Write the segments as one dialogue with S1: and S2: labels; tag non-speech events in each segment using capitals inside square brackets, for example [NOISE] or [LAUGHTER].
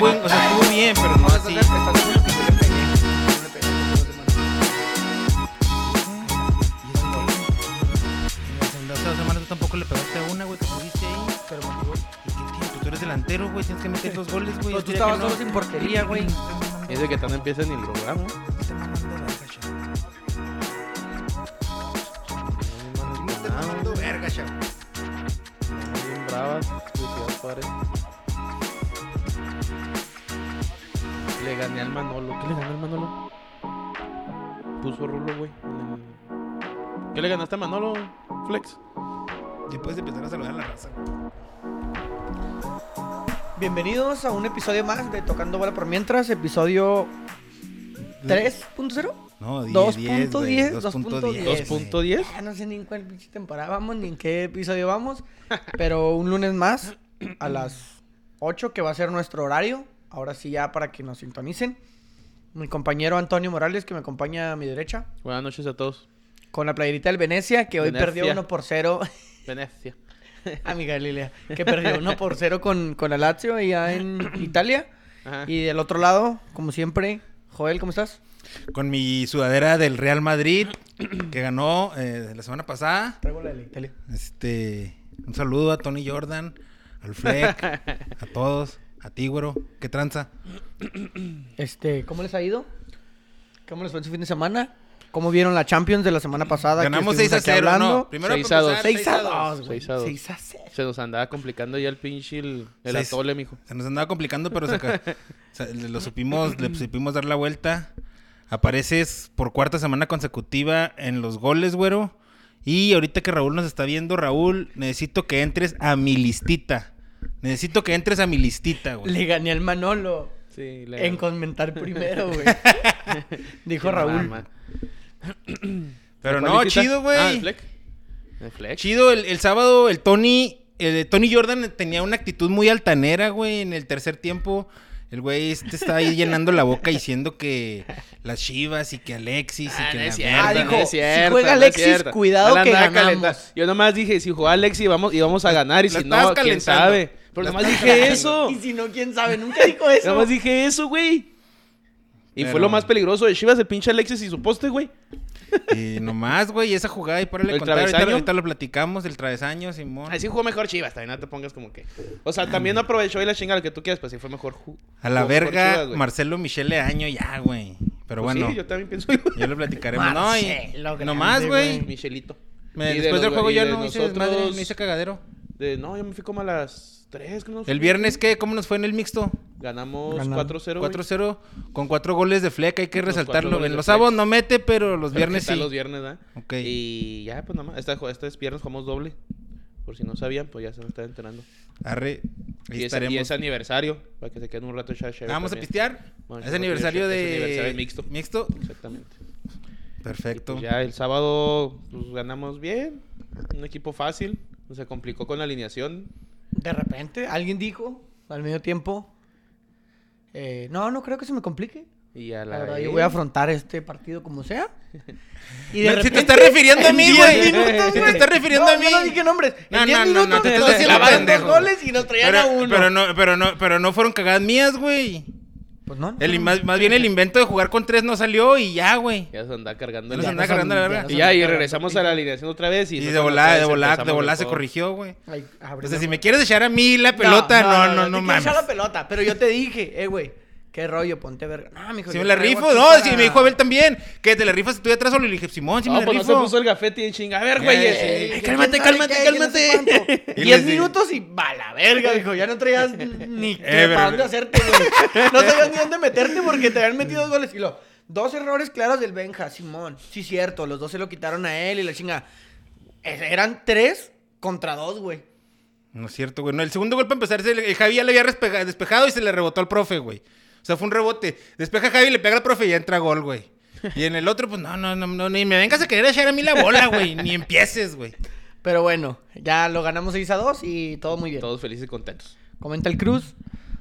S1: buen, o sea, estuvo bien, pero no
S2: No,
S1: así.
S2: sí. está bien que yo le pegué. Yo le pegué con dos de mano.
S1: En las dos semanas tú tampoco le pegaste a una, güey, que subiste ahí.
S2: Pero me
S1: ¿Y
S2: equivoqué.
S1: qué tiene? Tú- Tú eres delantero, güey, tienes que meter los goles, güey.
S2: No,
S1: Yo
S2: tú
S1: diría que
S2: estabas
S1: no.
S2: solo sin porquería, güey.
S3: Dice que tan empieza ni el programa.
S2: No te
S1: Ah,
S2: mando verga, chavo.
S3: Bien bravas, Ciudad Juárez. Le gané al Manolo. ¿Qué le ganó al Manolo? Puso Rulo, güey. en el- ¿Qué le ganaste a Manolo, Flex?
S2: Ya puedes empezar a saludar a la raza. Bienvenidos a un episodio más de Tocando Bola por Mientras, episodio 3.0.
S1: No, 10, 10,
S2: 2.10,
S1: güey,
S2: 2.10.
S3: 2.10.
S2: Ya no sé ni en cuál pinche temporada vamos, ni en qué episodio vamos, pero un lunes más a las 8 que va a ser nuestro horario. Ahora sí ya para que nos sintonicen. Mi compañero Antonio Morales que me acompaña a mi derecha
S3: Buenas noches a todos.
S2: con la playerita del Venecia que hoy
S3: Venecia.
S2: perdió 1 por 0
S3: Venecia.
S2: [LAUGHS] a mi Galilea, que perdió 1 por 0 con con la Lazio allá en Italia.
S3: Ajá.
S2: Y del otro lado, como siempre, Joel, ¿cómo estás?
S1: Con mi sudadera del Real Madrid, [CLEARS THROAT] que ganó eh, la semana pasada.
S2: Traigo la de Italia.
S1: Este, un saludo a Tony Jordan, al
S2: [LAUGHS]
S1: Fleck, a todos, a ti, güero. ¿Qué tranza?
S2: Este, ¿cómo les ha ido? ¿Cómo les fue en su fin de semana? ¿Cómo vieron la Champions de la semana pasada? que
S1: Ganamos 6 a
S2: estuvimos aquí
S1: 0, ¿no?
S2: hablando?
S1: Primero
S3: 6
S1: para
S3: a 2.
S1: empezar,
S2: 6 a 2, güey.
S3: 6 a 2.
S2: 6 a 0.
S3: Se nos andaba complicando ya el pinche el, el
S1: Seis.
S3: atole, mijo.
S1: Se nos andaba complicando, pero se ca- se- le- lo supimos, le supimos dar la vuelta. Apareces por cuarta semana consecutiva en los goles, güero. Y ahorita que Raúl nos está viendo, Raúl, necesito que entres a mi listita. Necesito que entres a mi listita, güey.
S2: Le gané al Manolo
S3: Sí, le
S2: en comentar primero,
S3: [LAUGHS]
S2: güey. Dijo
S3: Qué
S2: Raúl.
S3: mamá.
S1: Pero
S3: ¿Cuál
S1: no,
S3: visita?
S1: chido,
S3: Ah, el
S1: güey.
S3: Fleck. El Fleck.
S1: Chido, el, el sábado el Tony, el Tony Jordan tenía una actitud muy altanera, güey, en el tercer tiempo. El güey este está ahí llenando la boca diciendo que las Chivas y que Alexis y
S3: Ah,
S1: que
S3: no
S1: la
S3: es cierto,
S1: verga.
S2: dijo,
S3: no es
S2: si
S3: cierto,
S2: juega
S3: no es
S2: Alexis,
S3: cierto.
S2: cuidado
S3: Ahora
S2: que
S3: andaba
S2: ganamos.
S3: calentando. Yo nomás dije, si juega Alexis íbamos, íbamos a ganar y
S1: La
S3: si no,
S1: estabas
S3: quién
S1: calentando.
S3: sabe. Pero
S1: La
S3: nomás
S1: estabas
S3: dije
S1: calentando.
S3: eso.
S2: Y si no, quién sabe,
S1: [LAUGHS]
S2: nunca dijo eso.
S3: Nomás dije eso, güey. Y fue
S1: Pero-
S3: lo más peligroso de Chivas, el pinche Alexis y su poste, güey.
S1: Y nomás, güey, esa jugada y párale
S3: ¿El
S1: contar. Ahorita,
S3: travesaño?
S1: ahorita lo platicamos, el travesaño, Simón.
S3: Así jugó mejor Chivas, también no te pongas como que. O sea, también no aprovechó y la chinga lo que tú quieras, pero sí fue mejor. ju-
S1: A la
S3: jugó mejor
S1: verga,
S3: Chivas, güey.
S1: Marcelo Michele Año ya, güey. Pero
S3: Pues
S1: bueno,
S3: Sí, yo también pienso igual. [LAUGHS]
S1: ya lo platicaremos. No, y
S2: Marcelo, grande,
S1: nomás, güey.
S2: güey.
S3: Michelito.
S1: me-
S3: Y de
S1: Después
S3: los
S1: del
S3: güey-
S1: juego
S3: y
S1: ya
S3: de
S1: no hice desmadre,
S3: nosotros-
S1: no hice cagadero.
S3: de- no, yo me fui como a las 3, creo.
S1: El viernes, ¿qué? ¿Cómo nos fue en el mixto?
S3: Ganamos
S2: Ganamos.
S3: 4-0. güey.
S1: 4-0 con 4 goles de fleca, hay que
S3: Los cuatro
S1: resaltarlo.
S3: goles
S1: En
S3: de
S1: los
S3: Fleck.
S1: sábados no mete, pero los
S3: Pero
S1: viernes
S3: que está
S1: sí.
S3: los viernes, ¿verdad?
S1: Ok.
S3: Y ya, pues nada más. Este, jue- este es viernes jugamos doble. Por si no sabían, pues ya se me están enterando.
S1: Arre, ahí
S3: Y es, y
S1: estaremos.
S3: es aniversario, para que se queden un rato echar chévere
S1: Vamos a
S3: también.
S1: pistear.
S3: Vamos a
S1: Es
S3: pistear,
S1: aniversario
S3: es
S1: de...
S3: aniversario mixto.
S1: Mixto.
S3: Exactamente. Y
S1: Perfecto.
S3: pues ya el sábado pues, ganamos bien. Un equipo fácil. Se complicó con la alineación.
S2: De repente, alguien dijo al medio tiempo. eh, no, no creo que se me complique.
S3: Y a
S2: La
S3: la.
S2: verdad,
S3: vez-
S2: Ah, yo voy a afrontar este partido como
S3: [LAUGHS]
S2: sea. Y
S1: No, si te estás refiriendo a mí,
S2: en
S1: güey.
S2: 10 minutos,
S1: Si te
S2: güey.
S1: estás refiriendo
S2: No,
S1: a mí.
S2: Yo no dije nombres.
S1: No,
S2: En 10
S1: no, no,
S2: minutos
S1: no, te
S2: nos
S1: estás haciendo
S2: clavaron dos
S1: pendejo.
S2: goles y nos traían
S1: Pero,
S2: a uno.
S1: pero no, pero no, pero no fueron cagadas mías, güey.
S2: Pues no.
S1: El, más, más bien el invento de jugar con tres no salió y ya, güey.
S3: Ya se anda cargando.
S1: Ya nos
S3: la-
S2: anda-
S1: andaba cargando la verga.
S2: nos
S3: Y
S1: Y,
S3: ya,
S2: anda
S3: y
S2: cargando.
S3: regresamos a la alineación otra vez. Y,
S1: de
S3: nosotros
S1: volada,
S3: otra
S1: de
S3: vez
S1: volada,
S3: empezamos
S1: de
S3: el
S1: volada se
S3: juego.
S1: corrigió, güey.
S2: Ay, abre
S1: Entonces,
S2: la
S1: si me
S2: puerta.
S1: quieres echar a mí la pelota, no, no, no,
S2: te quiero
S1: mames.
S2: echar la pelota, pero yo te dije, eh, güey, qué rollo, ponte verga. No, mijo.
S1: Si
S2: yo
S1: me la
S2: traigo
S1: rifo,
S2: aquí
S1: no,
S2: para-
S1: si me dijo Abel también, que te la rifas tú de atrás o le dije, Simón, si
S3: No,
S1: me la
S3: pues no se
S1: rifo.
S3: puso el gafete y chinga. A ver,
S1: Ya,
S3: güey.
S1: ya,
S3: ese-
S1: ya,
S2: Eh,
S3: Cálmate,
S2: ¿quién
S3: cálmate,
S2: sabe qué? ¿Quién
S3: cálmate.
S2: sabe cuánto? [LAUGHS]
S1: Y
S2: Diez
S1: les digo-
S2: minutos y va a la verga, dijo. Ya no [LAUGHS] traías ni
S1: Eh, pero-
S2: para dónde hacerte, güey. No sabías ni dónde meterte porque te habían metido dos goles. Y lo, dos errores claros del Benja, Simón. Sí, cierto, los dos se lo quitaron a él y la chinga. Es- Eran tres contra dos, güey.
S1: No es cierto, güey. No, el segundo gol para empezar, se le- el eh, Javi ya le había respega- despejado y se le rebotó al profe, güey. O sea, fue un rebote. Despeja a Javi, le pega al profe y ya entra gol, güey. Y en el otro, pues no, no, no, no, ni me vengas a querer echar a mí la bola, güey. Ni empieces, güey.
S2: Pero bueno, ya lo ganamos 6 a 2 y todo muy bien.
S3: Todos felices y contentos.
S2: Comenta el Cruz.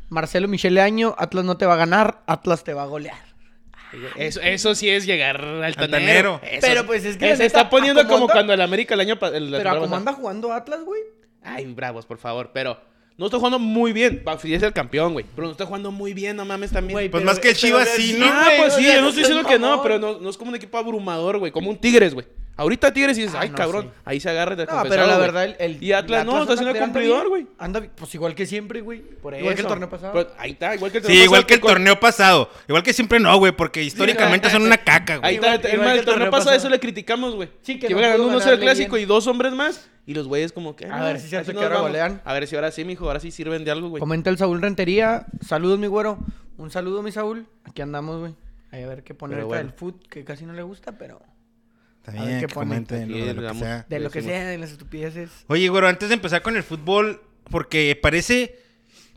S2: Marcelo Michele Año, Atlas no te va a ganar, Atlas te va a golear.
S3: Eso, eso sí es llegar al
S1: Altanero.
S3: tanero. Eso-
S2: Pero, pues, es que la
S3: Se
S2: neta,
S3: está poniendo
S2: ¿a cómo
S3: como
S2: anda?
S3: cuando el América el año pasado.
S2: Pero a cómo anda jugando Atlas, güey.
S3: Ay, bravos, por favor. Pero No está jugando muy bien. Bafri es el campeón, güey. Pero no está jugando muy bien, no mames también.
S2: Güey,
S1: Pues
S2: Pero-
S1: más que
S2: pero
S1: Chivas
S2: de-
S1: sí,
S2: sí,
S1: ¿no?
S3: ah,
S2: güey,
S3: pues
S2: o
S3: sí,
S2: sea,
S3: yo no estoy diciendo que no,
S2: mamón.
S3: pero no, no es como un equipo abrumador, güey. Como un Tigres, güey. Ahorita Tigres y dices,
S2: Ah,
S3: ay,
S2: no,
S3: cabrón.
S2: sí.
S3: Ahí se agarra de
S2: No, pero la verdad, el, el-
S3: Y Atlas,
S2: el
S3: no, está siendo
S2: anda- anda
S3: cumplidor,
S2: bien.
S3: güey.
S2: Anda bi- pues igual que siempre, güey.
S3: Por
S2: Igual que el
S3: eso.
S2: torneo pasado.
S3: Pero ahí está, igual que el
S1: Sí, igual que el
S3: pasado,
S1: torneo pasado. Igual que siempre no, güey, porque históricamente son una caca,
S3: Ahí está, el-
S1: güey.
S2: Igual-
S3: el-
S2: igual que
S3: el,
S2: el
S3: torneo
S2: torneo
S3: pasado,
S2: pasado.
S3: eso le criticamos, güey.
S2: Sí,
S3: que
S2: que
S3: iba
S2: no
S3: ganando
S2: pudo
S3: 1-0 el
S2: ganarle
S3: clásico
S2: bien.
S3: y dos hombres más. Y los güeyes, como que.
S2: A
S3: ah,
S2: ver si es cierto
S3: así
S2: que
S3: nos
S2: ahora
S3: vamos.
S2: golean.
S3: A ver si ahora sí, mijo, ahora sí sirven de algo, güey.
S2: Comenta el Saúl Rentería. Saludos, mi güero. Un saludo, mi Saúl. Aquí andamos, güey. Ahí a ver qué poner
S3: Pero
S2: ahorita
S3: bueno.
S2: del food, que casi no le gusta, pero... A
S1: También
S2: ver qué
S1: que
S2: ponen.
S1: comenten lo
S3: Aquí
S1: de
S3: le
S1: lo que
S3: damos.
S1: sea.
S2: De
S3: Sí,
S2: lo que
S3: sí,
S2: sea, de las estupideces.
S1: Oye, güero, antes de empezar con el fútbol, porque parece.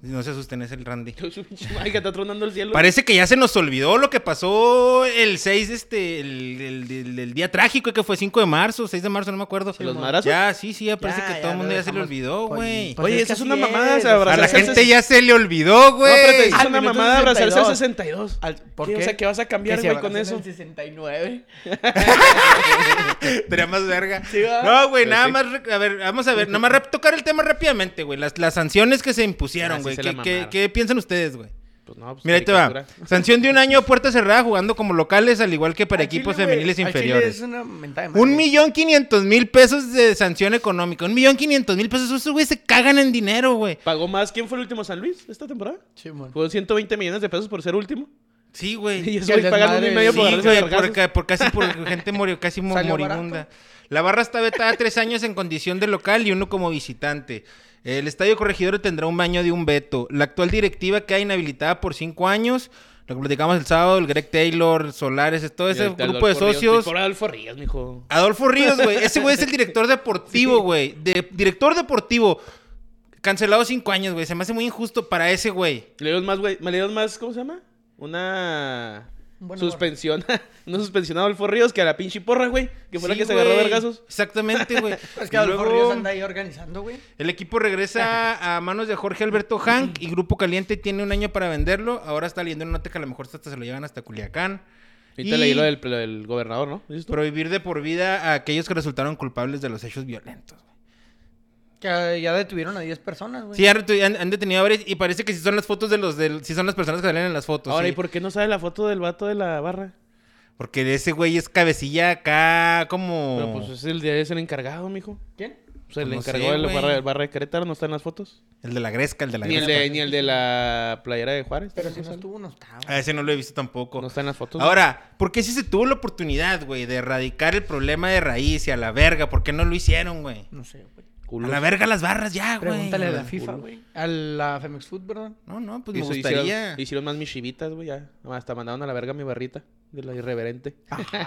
S1: No se asusten, es el Randy.
S3: Su pinche madre que está tronando el cielo.
S1: Parece que ya se nos olvidó lo que pasó el 6, este, el, el- el- el día trágico que fue 5 de marzo, 6 de marzo, no me acuerdo.
S3: ¿Sí, los madrazos?
S1: Ya, sí, sí, ya parece
S2: Ya,
S1: que
S2: ya,
S1: todo el
S2: lo
S1: mundo ya se le
S2: dejamos.
S1: olvidó,
S2: Pues,
S1: güey.
S2: pues,
S3: Oye,
S2: es
S3: esa es
S2: que
S3: una
S2: así
S3: mamada,
S2: es,
S3: se abrazó
S1: A la
S3: pues, es-
S1: gente ya se le olvidó,
S3: No, espérate,
S1: güey.
S3: es
S1: [LAUGHS]
S2: Al
S3: una
S2: minuto
S3: mamada abrazarse al
S2: 62.
S3: 62.
S2: Al- ¿Por
S3: Sí, O
S2: qué?
S3: sea, ¿qué vas a cambiar,
S2: Que se
S3: güey, con
S2: abracen
S3: eso?
S2: en 69.
S1: Sería más verga.
S2: Sí, ¿verdad?
S1: no, güey,
S3: Pero
S1: nada
S3: sí.
S1: más, re- a ver, vamos a ver, nada más re- tocar el tema rápidamente, güey. Las, las sanciones que se
S3: Ah,
S1: impusieron,
S3: sí
S1: güey.
S3: se la
S1: ¿Qué, qué,
S3: mamaron.
S1: qué piensan ustedes, güey?
S3: Pues no, pues,
S1: Mira, ahí te va.
S3: caricatura.
S1: Sanción de un año a puerta cerrada jugando como locales, al igual que para
S2: Al
S1: equipos
S2: Chile, güey,
S1: femeniles
S2: al Chile
S1: inferiores.
S2: es una mentada de madre.
S1: Un millón quinientos mil pesos de sanción económica. Un millón quinientos mil pesos. Esos güey se cagan en dinero, güey.
S3: ¿Pagó más? ¿Quién fue el último San Luis esta temporada?
S2: Sí, mon.
S3: Fue 120 millones de pesos por ser último.
S1: Sí,
S3: Y
S1: güey.
S3: eso
S2: Que el
S3: güey pagan uno y
S2: desmadre-
S3: medio por
S1: Sí,
S3: agarrarse
S1: güey,
S3: vergazos.
S1: por, ca- por casi por gente murió, casi mo-
S2: Salió
S1: moribunda. La barra está vetada tres años en condición de local y uno como visitante. El estadio corregidor tendrá un baño de un veto. La actual directiva queda inhabilitada por cinco años. Lo que platicamos el sábado, el Greg Taylor, Solares, todo
S3: Y
S1: ese
S3: el- el
S1: grupo de
S3: Adolfo Ríos,
S1: socios.
S3: Por Adolfo Ríos, mijo.
S1: Adolfo Ríos, güey. Ese güey
S3: [LAUGHS]
S1: es el director deportivo, güey. De- director deportivo. Cancelado cinco años, güey. Se me hace muy injusto para ese güey.
S3: Le dieron más, güey. Me le dieron más, ¿cómo se llama? Una
S2: Un buen
S3: suspensión. [LAUGHS] Una suspensión a Adolfo Ríos que a la pinche porra, güey. Que fue la
S1: Sí,
S3: que se agarró a
S1: güey.
S3: vergazos. [LAUGHS]
S1: Exactamente, güey.
S2: Es
S1: Y
S2: que Adolfo
S1: luego,
S2: Ríos anda ahí organizando, güey.
S1: El equipo regresa a manos de Jorge Alberto Hank y Grupo Caliente tiene un año para venderlo. Ahora está leyendo una nota que a lo mejor hasta se lo llevan hasta Culiacán.
S3: Y te leí lo del, lo del gobernador, ¿no? ¿Dices tú?
S1: Prohibir de por vida a aquellos que resultaron culpables de los hechos violentos. güey.
S2: Que ya detuvieron a 10 personas, güey.
S1: Sí, han, retu- han- han detenido a varios y parece que sí son las fotos de los del, sí son las personas que salen en las fotos.
S3: Ahora,
S1: Pues sí.
S3: ¿y por qué no sale la foto del vato de la barra?
S1: Porque ese güey es cabecilla acá como...
S3: Pero pues es el, es el encargado, mijo.
S2: ¿Quién?
S3: O sea, el
S1: No
S3: encargado
S1: sé,
S3: de la
S1: güey.
S3: barra, barra de Querétaro no está en las fotos.
S1: El de la Gresca, el de la
S3: Ni el
S1: Gresca.
S3: de, ni el de la playera de Juárez.
S2: Pero si
S3: tampoco
S2: no
S3: sale.
S2: estuvo, no estaba.
S1: A ese no lo he visto tampoco.
S3: No está en las fotos.
S1: Ahora, ¿por qué si se tuvo la oportunidad, güey, de erradicar el problema de raíz y a la verga? ¿Por qué no lo hicieron, güey?
S2: No sé, güey.
S1: A
S3: Culos.
S1: la verga las barras ya, güey.
S2: Pregúntale a la
S1: Güey.
S2: FIFA,
S3: culo.
S2: güey. A la Femex Food, perdón.
S1: No, no, pues
S3: Y
S1: me
S3: eso
S1: gustaría.
S3: Hicieron, hicieron más mis chivitas, güey, ya. Hasta mandaron a la verga mi barrita de la irreverente.
S2: Hicieron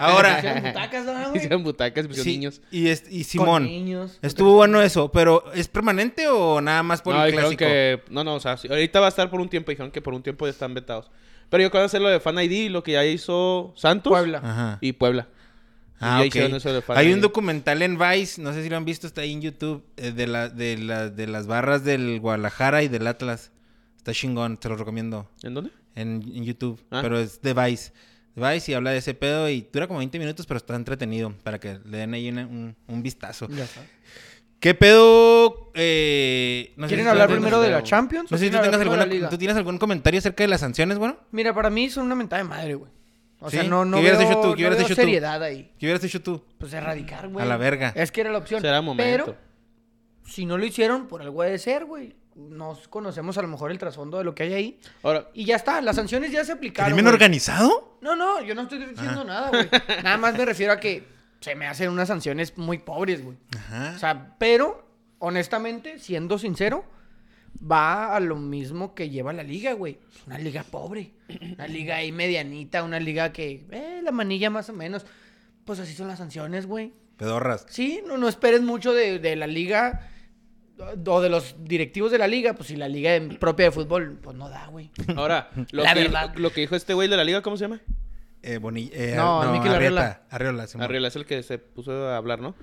S3: [LAUGHS]
S1: [LAUGHS] Ahora,
S2: butacas, ¿no, güey?
S3: hicieron butacas, pusieron
S1: sí,
S3: niños.
S1: Y, es- y
S2: Con
S1: Simón,
S2: niños.
S1: estuvo bueno eso, pero ¿es permanente o nada más por
S3: No,
S1: el
S3: dijeron
S1: clásico?
S3: que... No, no, o sea, sí, ahorita va a estar por un tiempo. Dijeron que por un tiempo ya están vetados. Pero yo quiero hacer lo de Fan ID, lo que ya hizo Santos.
S2: Puebla.
S1: Ajá.
S3: Y Puebla.
S1: Ah,
S3: ya
S1: ok.
S3: hicieron eso de fan
S1: Hay
S3: ID.
S1: un documental en Vice, no sé si lo han visto, está ahí en YouTube, eh, de, la, de, la- de las barras del Guadalajara y del Atlas. Está chingón, te lo recomiendo.
S3: ¿En dónde?
S1: En, en YouTube,
S3: Ah.
S1: pero es de Vice. De Vice y habla de ese pedo y dura como 20 minutos, pero está entretenido para que le den ahí una- un, un vistazo.
S2: Ya está.
S1: ¿Qué pedo? Eh, no sé
S2: ¿Quieren
S1: si tú
S2: hablar
S1: tengas-
S2: primero de la
S3: pero-
S2: Champions?
S1: No
S2: o
S1: sé si tú,
S2: quieren
S1: tengas
S2: hablar primero de la
S1: alguna,
S2: Liga?
S1: ¿tú tienes algún comentario acerca de las sanciones, bueno.
S2: Mira, para mí son una mentada de madre, güey. O
S1: ¿Sí?
S2: sea, no, no
S1: ¿Qué hubieras
S2: veo,
S1: hecho tú? ¿Qué
S2: no
S1: hubieras
S2: veo
S1: hecho tú?
S2: seriedad ahí.
S1: ¿Qué hubieras hecho tú?
S2: Pues erradicar, güey.
S1: A la verga.
S2: Es que era la opción.
S3: Será momento.
S2: Pero si no lo hicieron, por algo ha de ser, güey. Nos conocemos a lo mejor el trasfondo de lo que hay ahí.
S3: Ahora,
S2: Y ya está, las sanciones ya se aplicaron.
S1: ¿Crimen
S2: güey.
S1: organizado?
S2: No, no, yo no estoy diciendo nada, güey. Nada más me refiero a que se me hacen unas sanciones muy pobres, güey.
S1: Ajá.
S2: O sea, pero, honestamente, siendo sincero, va a lo mismo que lleva la liga, güey. Es una liga pobre. Una liga ahí medianita, una liga que, eh, la manilla más o menos. Pues así son las sanciones, güey.
S1: Pedorras.
S2: Sí, no, no esperes mucho de, de la liga o de los directivos de la liga. Pues si la liga en- propia de fútbol, pues no da, güey. [LAUGHS]
S3: ahora lo,
S2: La
S3: que,
S2: verdad.
S3: lo que dijo este güey de la liga, ¿cómo se llama?
S1: Eh, Bonilla- eh,
S2: No,
S1: no,
S2: Mikel
S1: Arrieta. Arriola, Simón.
S3: Arriola es el que se puso a hablar, ¿no?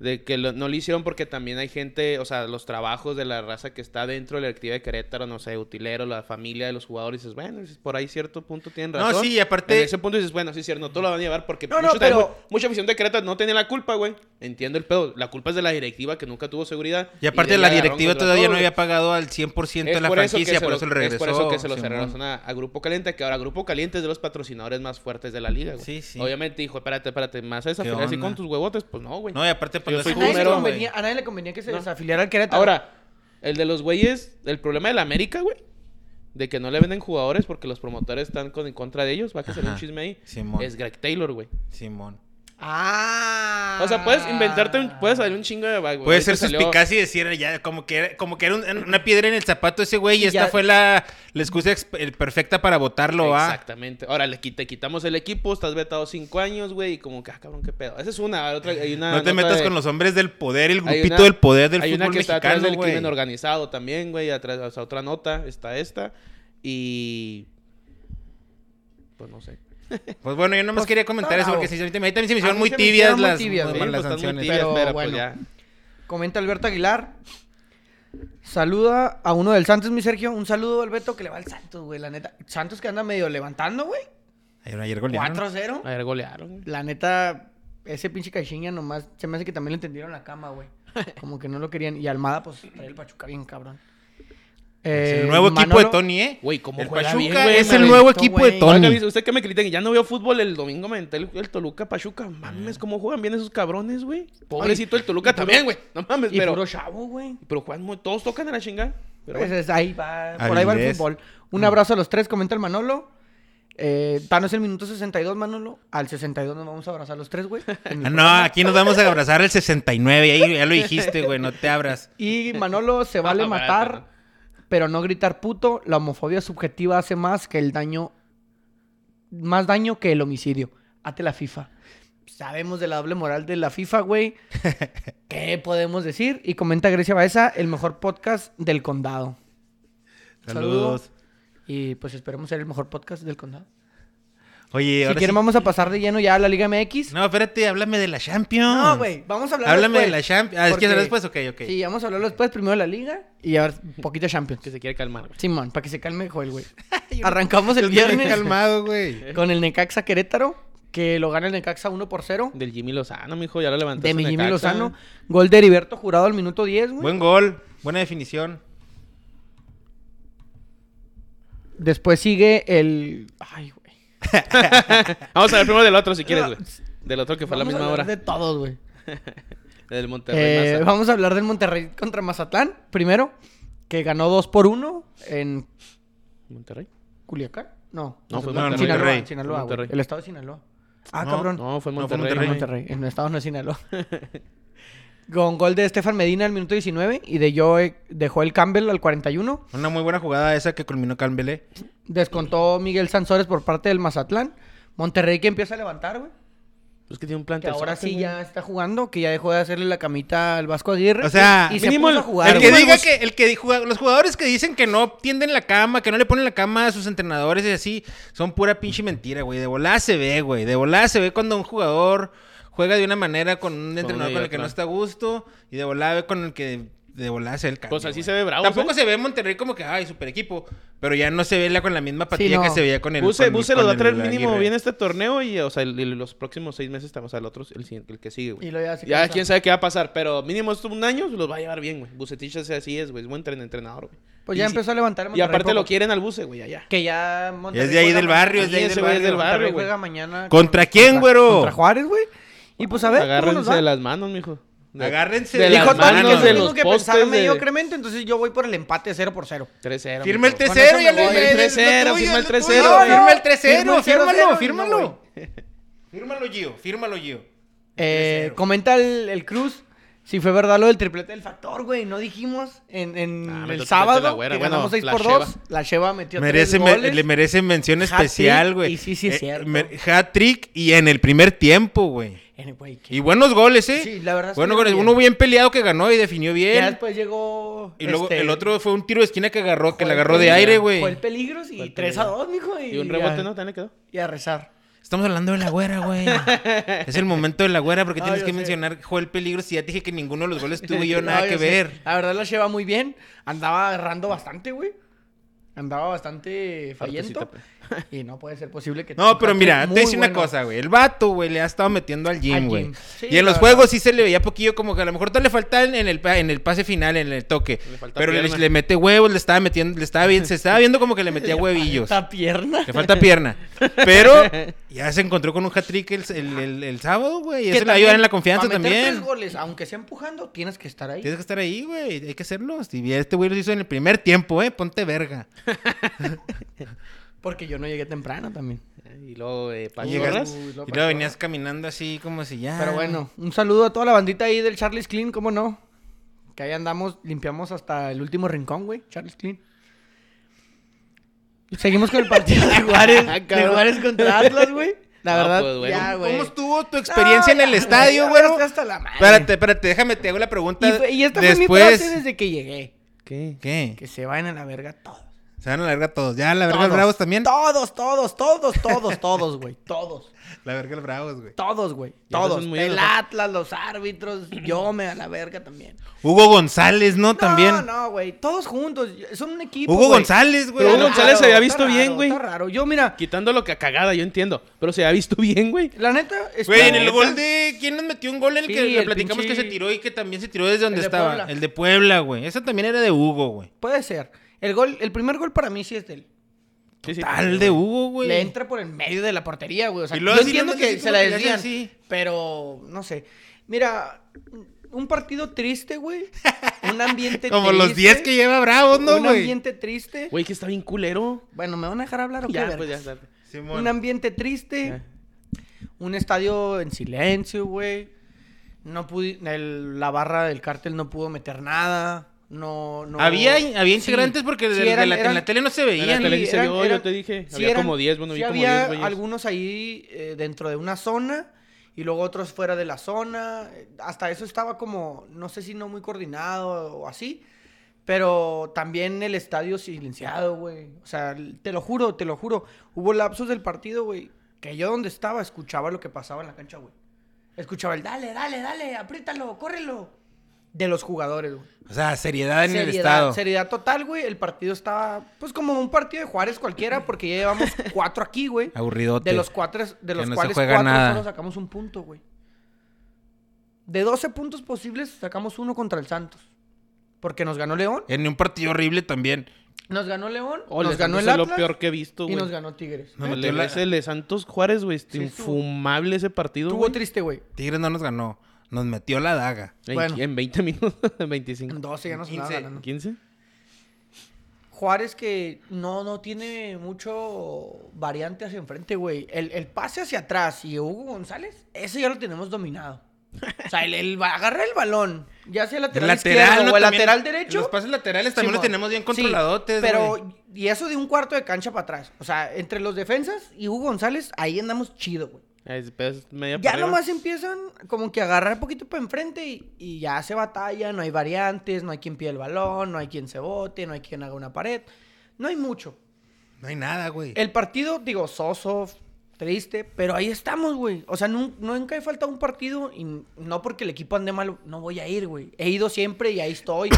S3: De que lo- no lo hicieron porque también hay gente, o sea, los trabajos de la raza que está dentro de la actividad de Querétaro, no sé, utilero, la familia de los jugadores, dices, bueno, dices, por ahí cierto punto tienen
S1: No,
S3: razón.
S1: sí, y aparte-
S3: En ese punto dices, bueno, sí, cierto, no, todo lo van a llevar porque
S2: No, no,
S3: muchos también-
S2: pero-
S3: mucha afición de Querétaro no tenía la culpa, güey. Entiendo el pedo. La culpa es de la directiva que nunca tuvo seguridad.
S1: Y aparte
S3: de
S1: la
S3: ella
S1: directiva
S3: agarró un
S1: todavía
S3: contrato,
S1: no
S3: güey.
S1: había pagado al 100% de
S3: Es
S1: la
S3: por eso que
S1: franquicia,
S3: se
S1: por
S3: lo-
S1: eso le regresó.
S3: Es por eso que se lo
S1: Simón.
S3: cerraron a, a Grupo Caliente, que ahora Grupo Caliente es de los patrocinadores más fuertes de la liga, güey.
S1: Sí, sí.
S3: Obviamente dijo, espérate, espérate, más a esa
S1: ¿Qué
S3: filial así
S1: onda?
S3: con tus huevotes, pues no, güey.
S1: No, y aparte pues
S3: Yo
S1: no es
S3: soy
S2: A nadie,
S1: justo,
S2: le
S3: primero,
S1: güey.
S2: convenía, a nadie le convenía que se
S3: No.
S2: desafiliara al Querétaro.
S3: Ahora, el de los güeyes, el problema de la América, güey, de que no le venden jugadores porque los promotores están con, en contra de ellos, va a que salir un
S1: Ajá.
S3: chisme ahí.
S1: Simón.
S3: Es Greg Taylor, güey.
S1: Simón.
S2: Ah.
S3: O sea, puedes inventarte, un- puedes salir un chingo de güey.
S1: Puede ser
S3: Ahorita salió-
S1: suspicaz y decir ya como que era, como que era un- una piedra en el zapato ese güey y esta
S2: Ya-
S1: fue la, la excusa exp- el perfecta para votarlo a
S3: Exactamente. Ahora le qui- te quitamos el equipo, estás vetado cinco años, güey, y como que, ah, cabrón, qué pedo. Esa es una, hay otra, hay una
S1: No te
S3: nota
S1: metas
S3: de-
S1: con los hombres del poder, el
S3: Hay
S1: grupito
S3: una-
S1: del poder del
S3: hay
S1: fútbol
S3: una que está atrás
S1: mexicano,
S3: del
S1: güey.
S3: crimen organizado también, güey, atrás, o sea, otra nota, está esta, y... Pues no sé.
S1: Pues bueno, yo nomás
S2: Pues,
S1: quería comentar
S2: está
S1: eso porque
S2: bravo.
S1: sí, ahorita- a mí también se me
S2: A
S1: hicieron
S2: mí
S1: muy
S2: se me
S1: tibias
S2: hicieron muy
S1: las
S2: tibias,
S1: muy
S2: güey,
S1: malas
S3: pues, están muy
S1: sanciones.
S3: tibias,
S2: pero
S3: pero, pues,
S2: bueno.
S3: ya.
S2: Comenta Alberto Aguilar. Saluda a uno del Santos, mi Sergio. Un saludo al Beto que le va al Santos, güey. La neta. Santos que anda medio levantando, güey.
S1: Ayer, ayer golearon.
S2: 4-0.
S3: Ayer golearon, güey.
S2: La neta, ese pinche caixinha nomás. Se me hace que también le entendieron la
S3: [LAUGHS]
S2: cama, güey. Como que no lo querían. Y Almada, pues trae el Pachuca bien, cabrón.
S1: Es
S2: Eh,
S1: el nuevo equipo de
S2: Manolo-
S1: Tony, ¿eh?
S3: Güey, cómo
S1: el
S3: juega
S1: Pachuca
S3: bien, güey,
S1: es
S3: me
S1: el nuevo
S2: aventó,
S1: equipo de
S2: güey.
S3: Ahora que
S1: Tony.
S3: dice- Usted que me critiquen, ya no veo fútbol el domingo, me aventé el, el Toluca Pachuca. Mames, cómo juegan bien esos cabrones, güey. Pobrecito el Toluca
S2: y puro-
S3: también, güey. No mames,
S2: Y
S3: pero.
S2: puro chavo, güey.
S3: Pero juegan muy. Todos tocan a la chingada. Pero
S2: Pues
S3: bueno. Mm.
S2: es- ahí va, por ahí va el
S1: Avilés.
S2: fútbol. Un abrazo a los tres, comenta el Manolo. Eh, danos el minuto 62, Manolo. Al 62 nos vamos a abrazar
S3: [LAUGHS]
S2: los tres, güey. En
S1: Ah,
S2: el
S1: No, aquí nos vamos a abrazar el 69, ahí ya lo dijiste, güey, no te
S2: [LAUGHS]
S1: abras.
S2: Y Manolo
S3: [LAUGHS]
S2: se vale
S3: Ah, bueno,
S2: matar, pero no gritar puto. La homofobia subjetiva hace más que el daño, más daño que el homicidio. Ate la FIFA. Sabemos de la doble moral de la
S3: [LAUGHS]
S2: FIFA, güey. ¿Qué podemos decir? Y comenta Grecia Baeza, el mejor podcast del condado. Saludos.
S1: Saludos.
S2: Y pues esperemos ser el mejor podcast del condado.
S1: Oye,
S2: Si
S1: ahora
S2: quieren,
S1: sí-
S2: vamos a pasar de lleno ya a la Liga MX.
S1: No, espérate, háblame de la Champions.
S2: No, güey, vamos a hablar
S1: Háblame de la
S2: después,
S1: Champions. Ah, es que
S2: porque-
S1: será después, ok, ok.
S2: Sí, vamos a hablar después. Primero la Liga y ahora un poquito Champions.
S3: Que se quiere calmar, güey.
S2: Simón, para que se calme Joel, [LAUGHS] güey. Arrancamos el viernes
S1: calmado, güey.
S2: con el Necaxa Querétaro, que lo gana el Necaxa 1 por 0.
S3: Del Jimmy Lozano, mijo. Ya lo levantaste.
S2: De mi
S3: en
S2: Jimmy
S3: Necaxa.
S2: Lozano. Gol de Heriberto Jurado al minuto 10, güey.
S1: Buen gol, buena definición.
S2: Después sigue el... Ay, güey.
S3: Vamos a ver primero del otro, si quieres, güey. Del otro que fue a la
S2: Vamos a
S3: misma
S2: hablar
S3: hora.
S2: de todos, güey.
S3: Del Monterrey.
S2: Eh,
S3: Maza.
S2: vamos a hablar del Monterrey contra Mazatlán, primero, que ganó 2 por 1 en
S3: ¿Monterrey?
S2: Culiacán. No,
S3: No, fue
S2: Mazatlán.
S1: Monterrey.
S2: Sinaloa,
S1: Monterrey.
S2: Sinaloa, güey.
S3: Monterrey.
S2: El estado de Sinaloa. Ah,
S1: No,
S2: cabrón.
S3: No, fue
S1: No, fue
S3: Monterrey.
S2: En
S1: Monterrey.
S3: güey.
S2: Monterrey, en Estados no es Sinaloa. [LAUGHS] Con gol de Estefan Medina al minuto 19 y de Joe, de Joel Campbell al 41.
S1: Una muy buena jugada esa que culminó ¿eh? Calmbele.
S2: Descontó Miguel Sansores por parte del Mazatlán. Monterrey que empieza a levantar, güey.
S3: Pues que tiene un
S2: Que
S3: plantel.
S2: ahora
S3: sote,
S2: sí
S3: güey.
S2: ya está jugando, que ya dejó de hacerle la camita al Vasco Aguirre.
S1: O sea,
S2: y se
S3: mínimo
S2: puso a
S3: el-
S2: jugar.
S1: el que
S2: güey.
S1: diga que, el que di- juega- los jugadores que dicen que no tienden la cama, que no le ponen la cama a sus entrenadores y así, son pura pinche mentira, güey. De volada se ve, güey. De volada se ve cuando un jugador juega de una manera con un entrenador
S3: y
S1: con el que
S3: otra.
S1: no está a gusto y de volada ve con el que de volada se ve el cambio.
S3: Pues así
S1: güey.
S3: se ve bravo.
S1: Tampoco se ve Monterrey como que, ay, super equipo, pero ya no se ve la- con la misma apatía
S2: no.
S1: que se veía con el
S3: Buse,
S1: con-
S3: Buse
S1: con
S3: los va a
S1: el
S3: traer mínimo
S1: Aguirre.
S3: bien este torneo y, o sea, el- el- los próximos seis meses estamos al otro, el, siguiente- el que sigue, güey.
S2: Y luego ya se
S3: Ya
S2: cansa.
S3: quién sabe qué va a pasar, pero mínimo esto un año los va a llevar bien, güey. Bucetich así así es, güey. Es buen tren- entrenador, güey.
S2: Pues ya
S3: Y si-
S2: empezó a levantar el
S3: Y
S2: Monterrey
S3: aparte
S2: poco.
S3: lo quieren al buce, güey, allá.
S2: Que ya Monterrey
S1: Es de ahí
S2: juega
S1: del
S2: mañana.
S1: barrio, es de ahí
S3: Ese
S1: del
S3: güey es del
S1: barrio.
S3: barrio.
S2: Monterrey
S3: güey.
S2: juega mañana.
S1: ¿Contra quién, güero?
S2: Contra Juárez, güey. Y pues a ver, ¿cómo nos
S3: Agárrense
S2: va?
S3: de las manos, mijo. De-
S1: Agárrense
S3: de
S1: de
S2: Dijo
S1: las
S3: las
S2: Tony que
S1: manos.
S2: es
S3: de
S2: lo
S3: los
S2: mismo que pensaba
S3: postes de-
S2: mediocremente, entonces yo voy por el empate 0 por 0.
S3: 3-0.
S1: Firma el
S3: mijo.
S2: Con eso
S1: 3-0
S2: me
S1: ya
S2: voy.
S1: le
S2: El
S3: 3-0, firma el 3-0, güey.
S1: Firma el
S2: Firma
S1: 3-0,
S2: el 0-0 y
S1: fírmalo,
S2: no
S1: fírmalo. Fírmalo Gio, fírmalo Gio.
S2: Eh,
S1: 3-0.
S2: comenta el, el Cruz si fue verdad lo del triplete del factor, güey. No dijimos en, en
S3: Ah, metió
S2: el
S3: triplete
S2: sábado
S3: la güera,
S2: que
S3: bueno,
S2: ganamos 6
S3: la
S2: por
S3: Sheva.
S2: 2. La Sheva metió
S1: Merece,
S2: tres
S1: me-
S2: goles.
S1: le merece mención
S2: Hat-trick,
S1: especial, güey. Eh,
S2: y sí, sí es cierto.
S1: Hat-trick y en el primer tiempo, güey.
S2: Eh, güey, qué-
S1: Y buenos goles, ¿eh?
S2: Sí, la verdad es que
S1: Bueno,
S2: muy bien.
S1: uno bien peleado que ganó y definió
S2: Ya
S1: bien.
S2: después llegó...
S1: Y luego
S2: este,
S1: el otro fue un tiro de esquina que agarró, que
S2: Joel
S1: le agarró de
S2: Peligros.
S1: aire, güey.
S2: Joel Peligros y
S3: Joel
S2: 3 a
S3: Peligros.
S2: 2, mijo. Y,
S3: Y un rebote,
S2: a-
S3: ¿no? También le quedó.
S2: Y a rezar.
S1: Estamos hablando de la güera,
S2: [LAUGHS]
S1: güey. es el momento de la güera porque
S2: No,
S1: tienes
S2: yo
S1: que
S2: sé.
S1: mencionar Joel Peligros y ya te dije que ninguno de
S2: [LAUGHS]
S1: los goles tuvo yo
S2: No,
S1: nada que
S2: sé.
S1: ver.
S2: La verdad la lleva muy bien. Andaba agarrando bastante, güey. andaba bastante fallento.
S3: Partecita,
S2: Y no puede ser posible que...
S1: pues. [LAUGHS] No, pero mira, te
S2: muy
S1: voy a decir una
S2: bueno.
S1: cosa, güey. El vato, güey, le ha estado metiendo al
S2: Al
S1: gym,
S2: gym.
S1: güey.
S2: Sí,
S1: y en
S2: la
S1: los
S2: verdad.
S1: juegos sí se le veía poquillo como que a lo mejor todo le faltaba en el, pa- en el pase final, en el toque.
S3: Le falta
S1: pero le,
S3: pierna.
S1: le mete huevos, le estaba metiendo, le estaba bien, se estaba viendo como que le
S2: [LAUGHS]
S1: metía huevillos.
S2: Esta pierna.
S1: Le falta pierna. Pero
S2: [LAUGHS]
S1: ya se encontró con un hat-trick el, el- el- el sábado, güey. Y
S2: Que
S1: eso le va a
S2: también,
S1: ayudar en la confianza
S2: para meter
S1: también.
S2: tres goles, aunque sea empujando, tienes que estar ahí.
S1: Tienes que estar ahí, güey. Hay que hacerlo. Y este güey lo hizo en el primer tiempo, eh. Ponte verga.
S3: Pues
S2: Porque yo no llegué temprano también.
S3: Y luego eh, de
S1: Y llegas-
S2: Uy,
S1: y
S2: luego
S1: luego
S2: pasó.
S1: venías caminando así como si ya.
S2: Pero bueno, un saludo a toda la bandita ahí del Charles Clean, ¿cómo no? Que ahí andamos, limpiamos hasta el último rincón, güey, Charles Clean. Seguimos con el partido
S1: [LAUGHS]
S2: de Juárez,
S3: Ah,
S2: de
S3: cabrón.
S2: Juárez contra Atlas, güey. La
S3: No,
S2: verdad,
S3: pues, güey.
S2: ya, güey.
S1: ¿Cómo estuvo tu experiencia
S2: No,
S1: en el
S2: ya,
S1: estadio,
S2: ya
S1: güey?
S2: estoy hasta la madre.
S1: Espérate, espérate, déjame, te hago la pregunta.
S2: Y, fue- y esta fue mi
S1: Después...
S2: frase desde que llegué.
S3: ¿Qué?
S1: ¿Qué?
S2: Que se vayan a la verga todos.
S1: Se van a la verga todos. Ya, la verga
S2: todos,
S1: los bravos también.
S2: Todos, todos, todos, todos, todos, güey. Todos.
S1: La verga los bravos, güey. [LAUGHS]
S2: Todos, güey.
S3: Ya
S2: Todos.
S3: son muy
S2: El
S3: enojados.
S2: Atlas, los árbitros, yo me a la verga también.
S1: Hugo González, ¿no? también.
S2: No, no, güey. Todos juntos. Son un equipo.
S1: Hugo
S2: güey.
S1: González, güey.
S3: Pero Hugo
S2: Está
S1: González.
S3: González se había
S2: está
S3: visto bien,
S2: raro,
S3: güey.
S2: Está raro. Yo, mira,
S3: Quitando lo que a cagada, yo entiendo. Pero se ha visto bien, güey.
S2: la neta. es
S1: Güey, en
S2: que-
S1: el gol de. ¿Quién nos metió un gol en el
S2: Sí,
S1: que le
S2: el
S1: platicamos
S2: pinche-
S1: que se tiró y que también se tiró desde donde
S2: El de
S1: estaba?
S2: Puebla.
S1: El de Puebla, güey. Ese también era de Hugo, güey.
S2: Puede ser. El gol, el primer gol para mí sí es del.
S3: Sí, sí.
S1: Tal de Hugo, güey.
S2: Le entra por el medio de la portería, güey. O sea,
S1: Y
S2: yo
S1: luego sí le
S2: entiendo
S1: manda así
S2: que se
S1: como
S2: la
S1: que le hace
S2: desvían.
S1: así.
S2: Pero, no sé. Mira, un partido triste, güey. Un
S1: [LAUGHS]
S2: ambiente
S1: Como
S2: este triste.
S1: los 10 que lleva Bravos, ¿no,
S2: Un
S1: güey?
S2: ambiente triste.
S3: Güey, que está bien culero.
S2: Bueno, ¿me van a dejar hablar o qué?
S3: Ya,
S2: vergas?
S3: pues ya, dale.
S1: Simón. Eh.
S2: Un ambiente triste. Un estadio en silencio, güey. No pudi- el- la barra del cártel no pudo meter nada. No, no.
S1: Había, había
S2: Sí.
S1: integrantes porque de-
S2: Sí,
S1: de
S2: eran-
S1: la- en
S2: eran-
S1: la tele no se
S3: En
S1: veían.
S3: la tele sí se
S2: eran-
S3: vio,
S2: eran-
S3: yo te dije.
S2: sí
S3: había
S2: eran-
S3: como 10, bueno,
S2: sí
S3: vi como
S2: había
S3: 10 güeyes.
S2: algunos ahí eh, dentro de una zona y luego otros fuera de la zona. Eh, Hasta eso estaba como, no sé si no muy coordinado o así. Pero también el estadio silenciado, güey. O sea, l- te lo juro, te lo juro. Hubo lapsos del partido, güey. Que yo donde estaba escuchaba lo que pasaba en la cancha, güey. Escuchaba el dale, dale, dale, apriétalo, córrelo. De los jugadores, güey.
S1: O sea, seriedad en el
S2: Seriedad,
S1: estado.
S2: seriedad total, güey. El partido estaba, pues, como un partido de Juárez cualquiera, porque
S1: [LAUGHS]
S2: ya llevamos cuatro aquí, güey.
S1: Aburridote.
S2: De los cuatro, de los
S1: no se
S2: cuales
S1: juega
S2: cuatro
S1: nada.
S2: solo sacamos un punto, güey. De 12 puntos posibles, sacamos uno contra el Santos. Porque nos ganó León,
S1: En un partido horrible también.
S2: nos ganó León,
S3: Ole,
S2: nos ganó
S3: Santos
S2: el
S3: es
S2: Atlas
S3: lo peor que he visto,
S2: y
S3: güey.
S2: nos ganó Tigres.
S1: No
S3: No,
S1: metió la-
S3: el de Santos Juárez, güey. está
S2: Sí, estuvo-
S3: infumable ese partido.
S2: Estuvo
S3: güey.
S2: triste, güey.
S1: Tigres no nos ganó. Nos metió la daga.
S3: En,
S2: Bueno.
S3: en 20 minutos, [LAUGHS] en 25.
S2: En 12 ya nos andaba
S1: 15.
S2: ganando.
S3: 15.
S2: Juárez que no, no tiene mucho variante hacia enfrente, güey. El, el pase hacia atrás y Hugo González, ese ya lo tenemos dominado. O sea, el, el- agarra el balón, ya sea el lateral, izquierdo
S1: ¿no?
S2: o el
S1: También
S2: lateral derecho.
S1: Los pases laterales también los
S2: Simón.
S1: tenemos bien
S2: Sí,
S1: controladotes,
S2: pero,
S1: güey.
S2: y eso de un cuarto de cancha para atrás. O sea, entre los defensas y Hugo González, ahí andamos chido, güey.
S3: Es, es media
S2: Ya
S3: para arriba.
S2: nomás empiezan como que a agarrar poquito para enfrente y, y ya se batalla, no hay variantes, no hay quien pide el balón, no hay quien se bote, no hay quien haga una pared. No hay mucho.
S1: No hay nada, güey.
S2: El partido, digo, soso, triste, pero ahí estamos, güey. O sea, nun- nunca he faltado un partido y n- no porque el equipo ande mal, no voy a ir, güey. He ido siempre y
S1: [COUGHS]
S2: ahí estoy.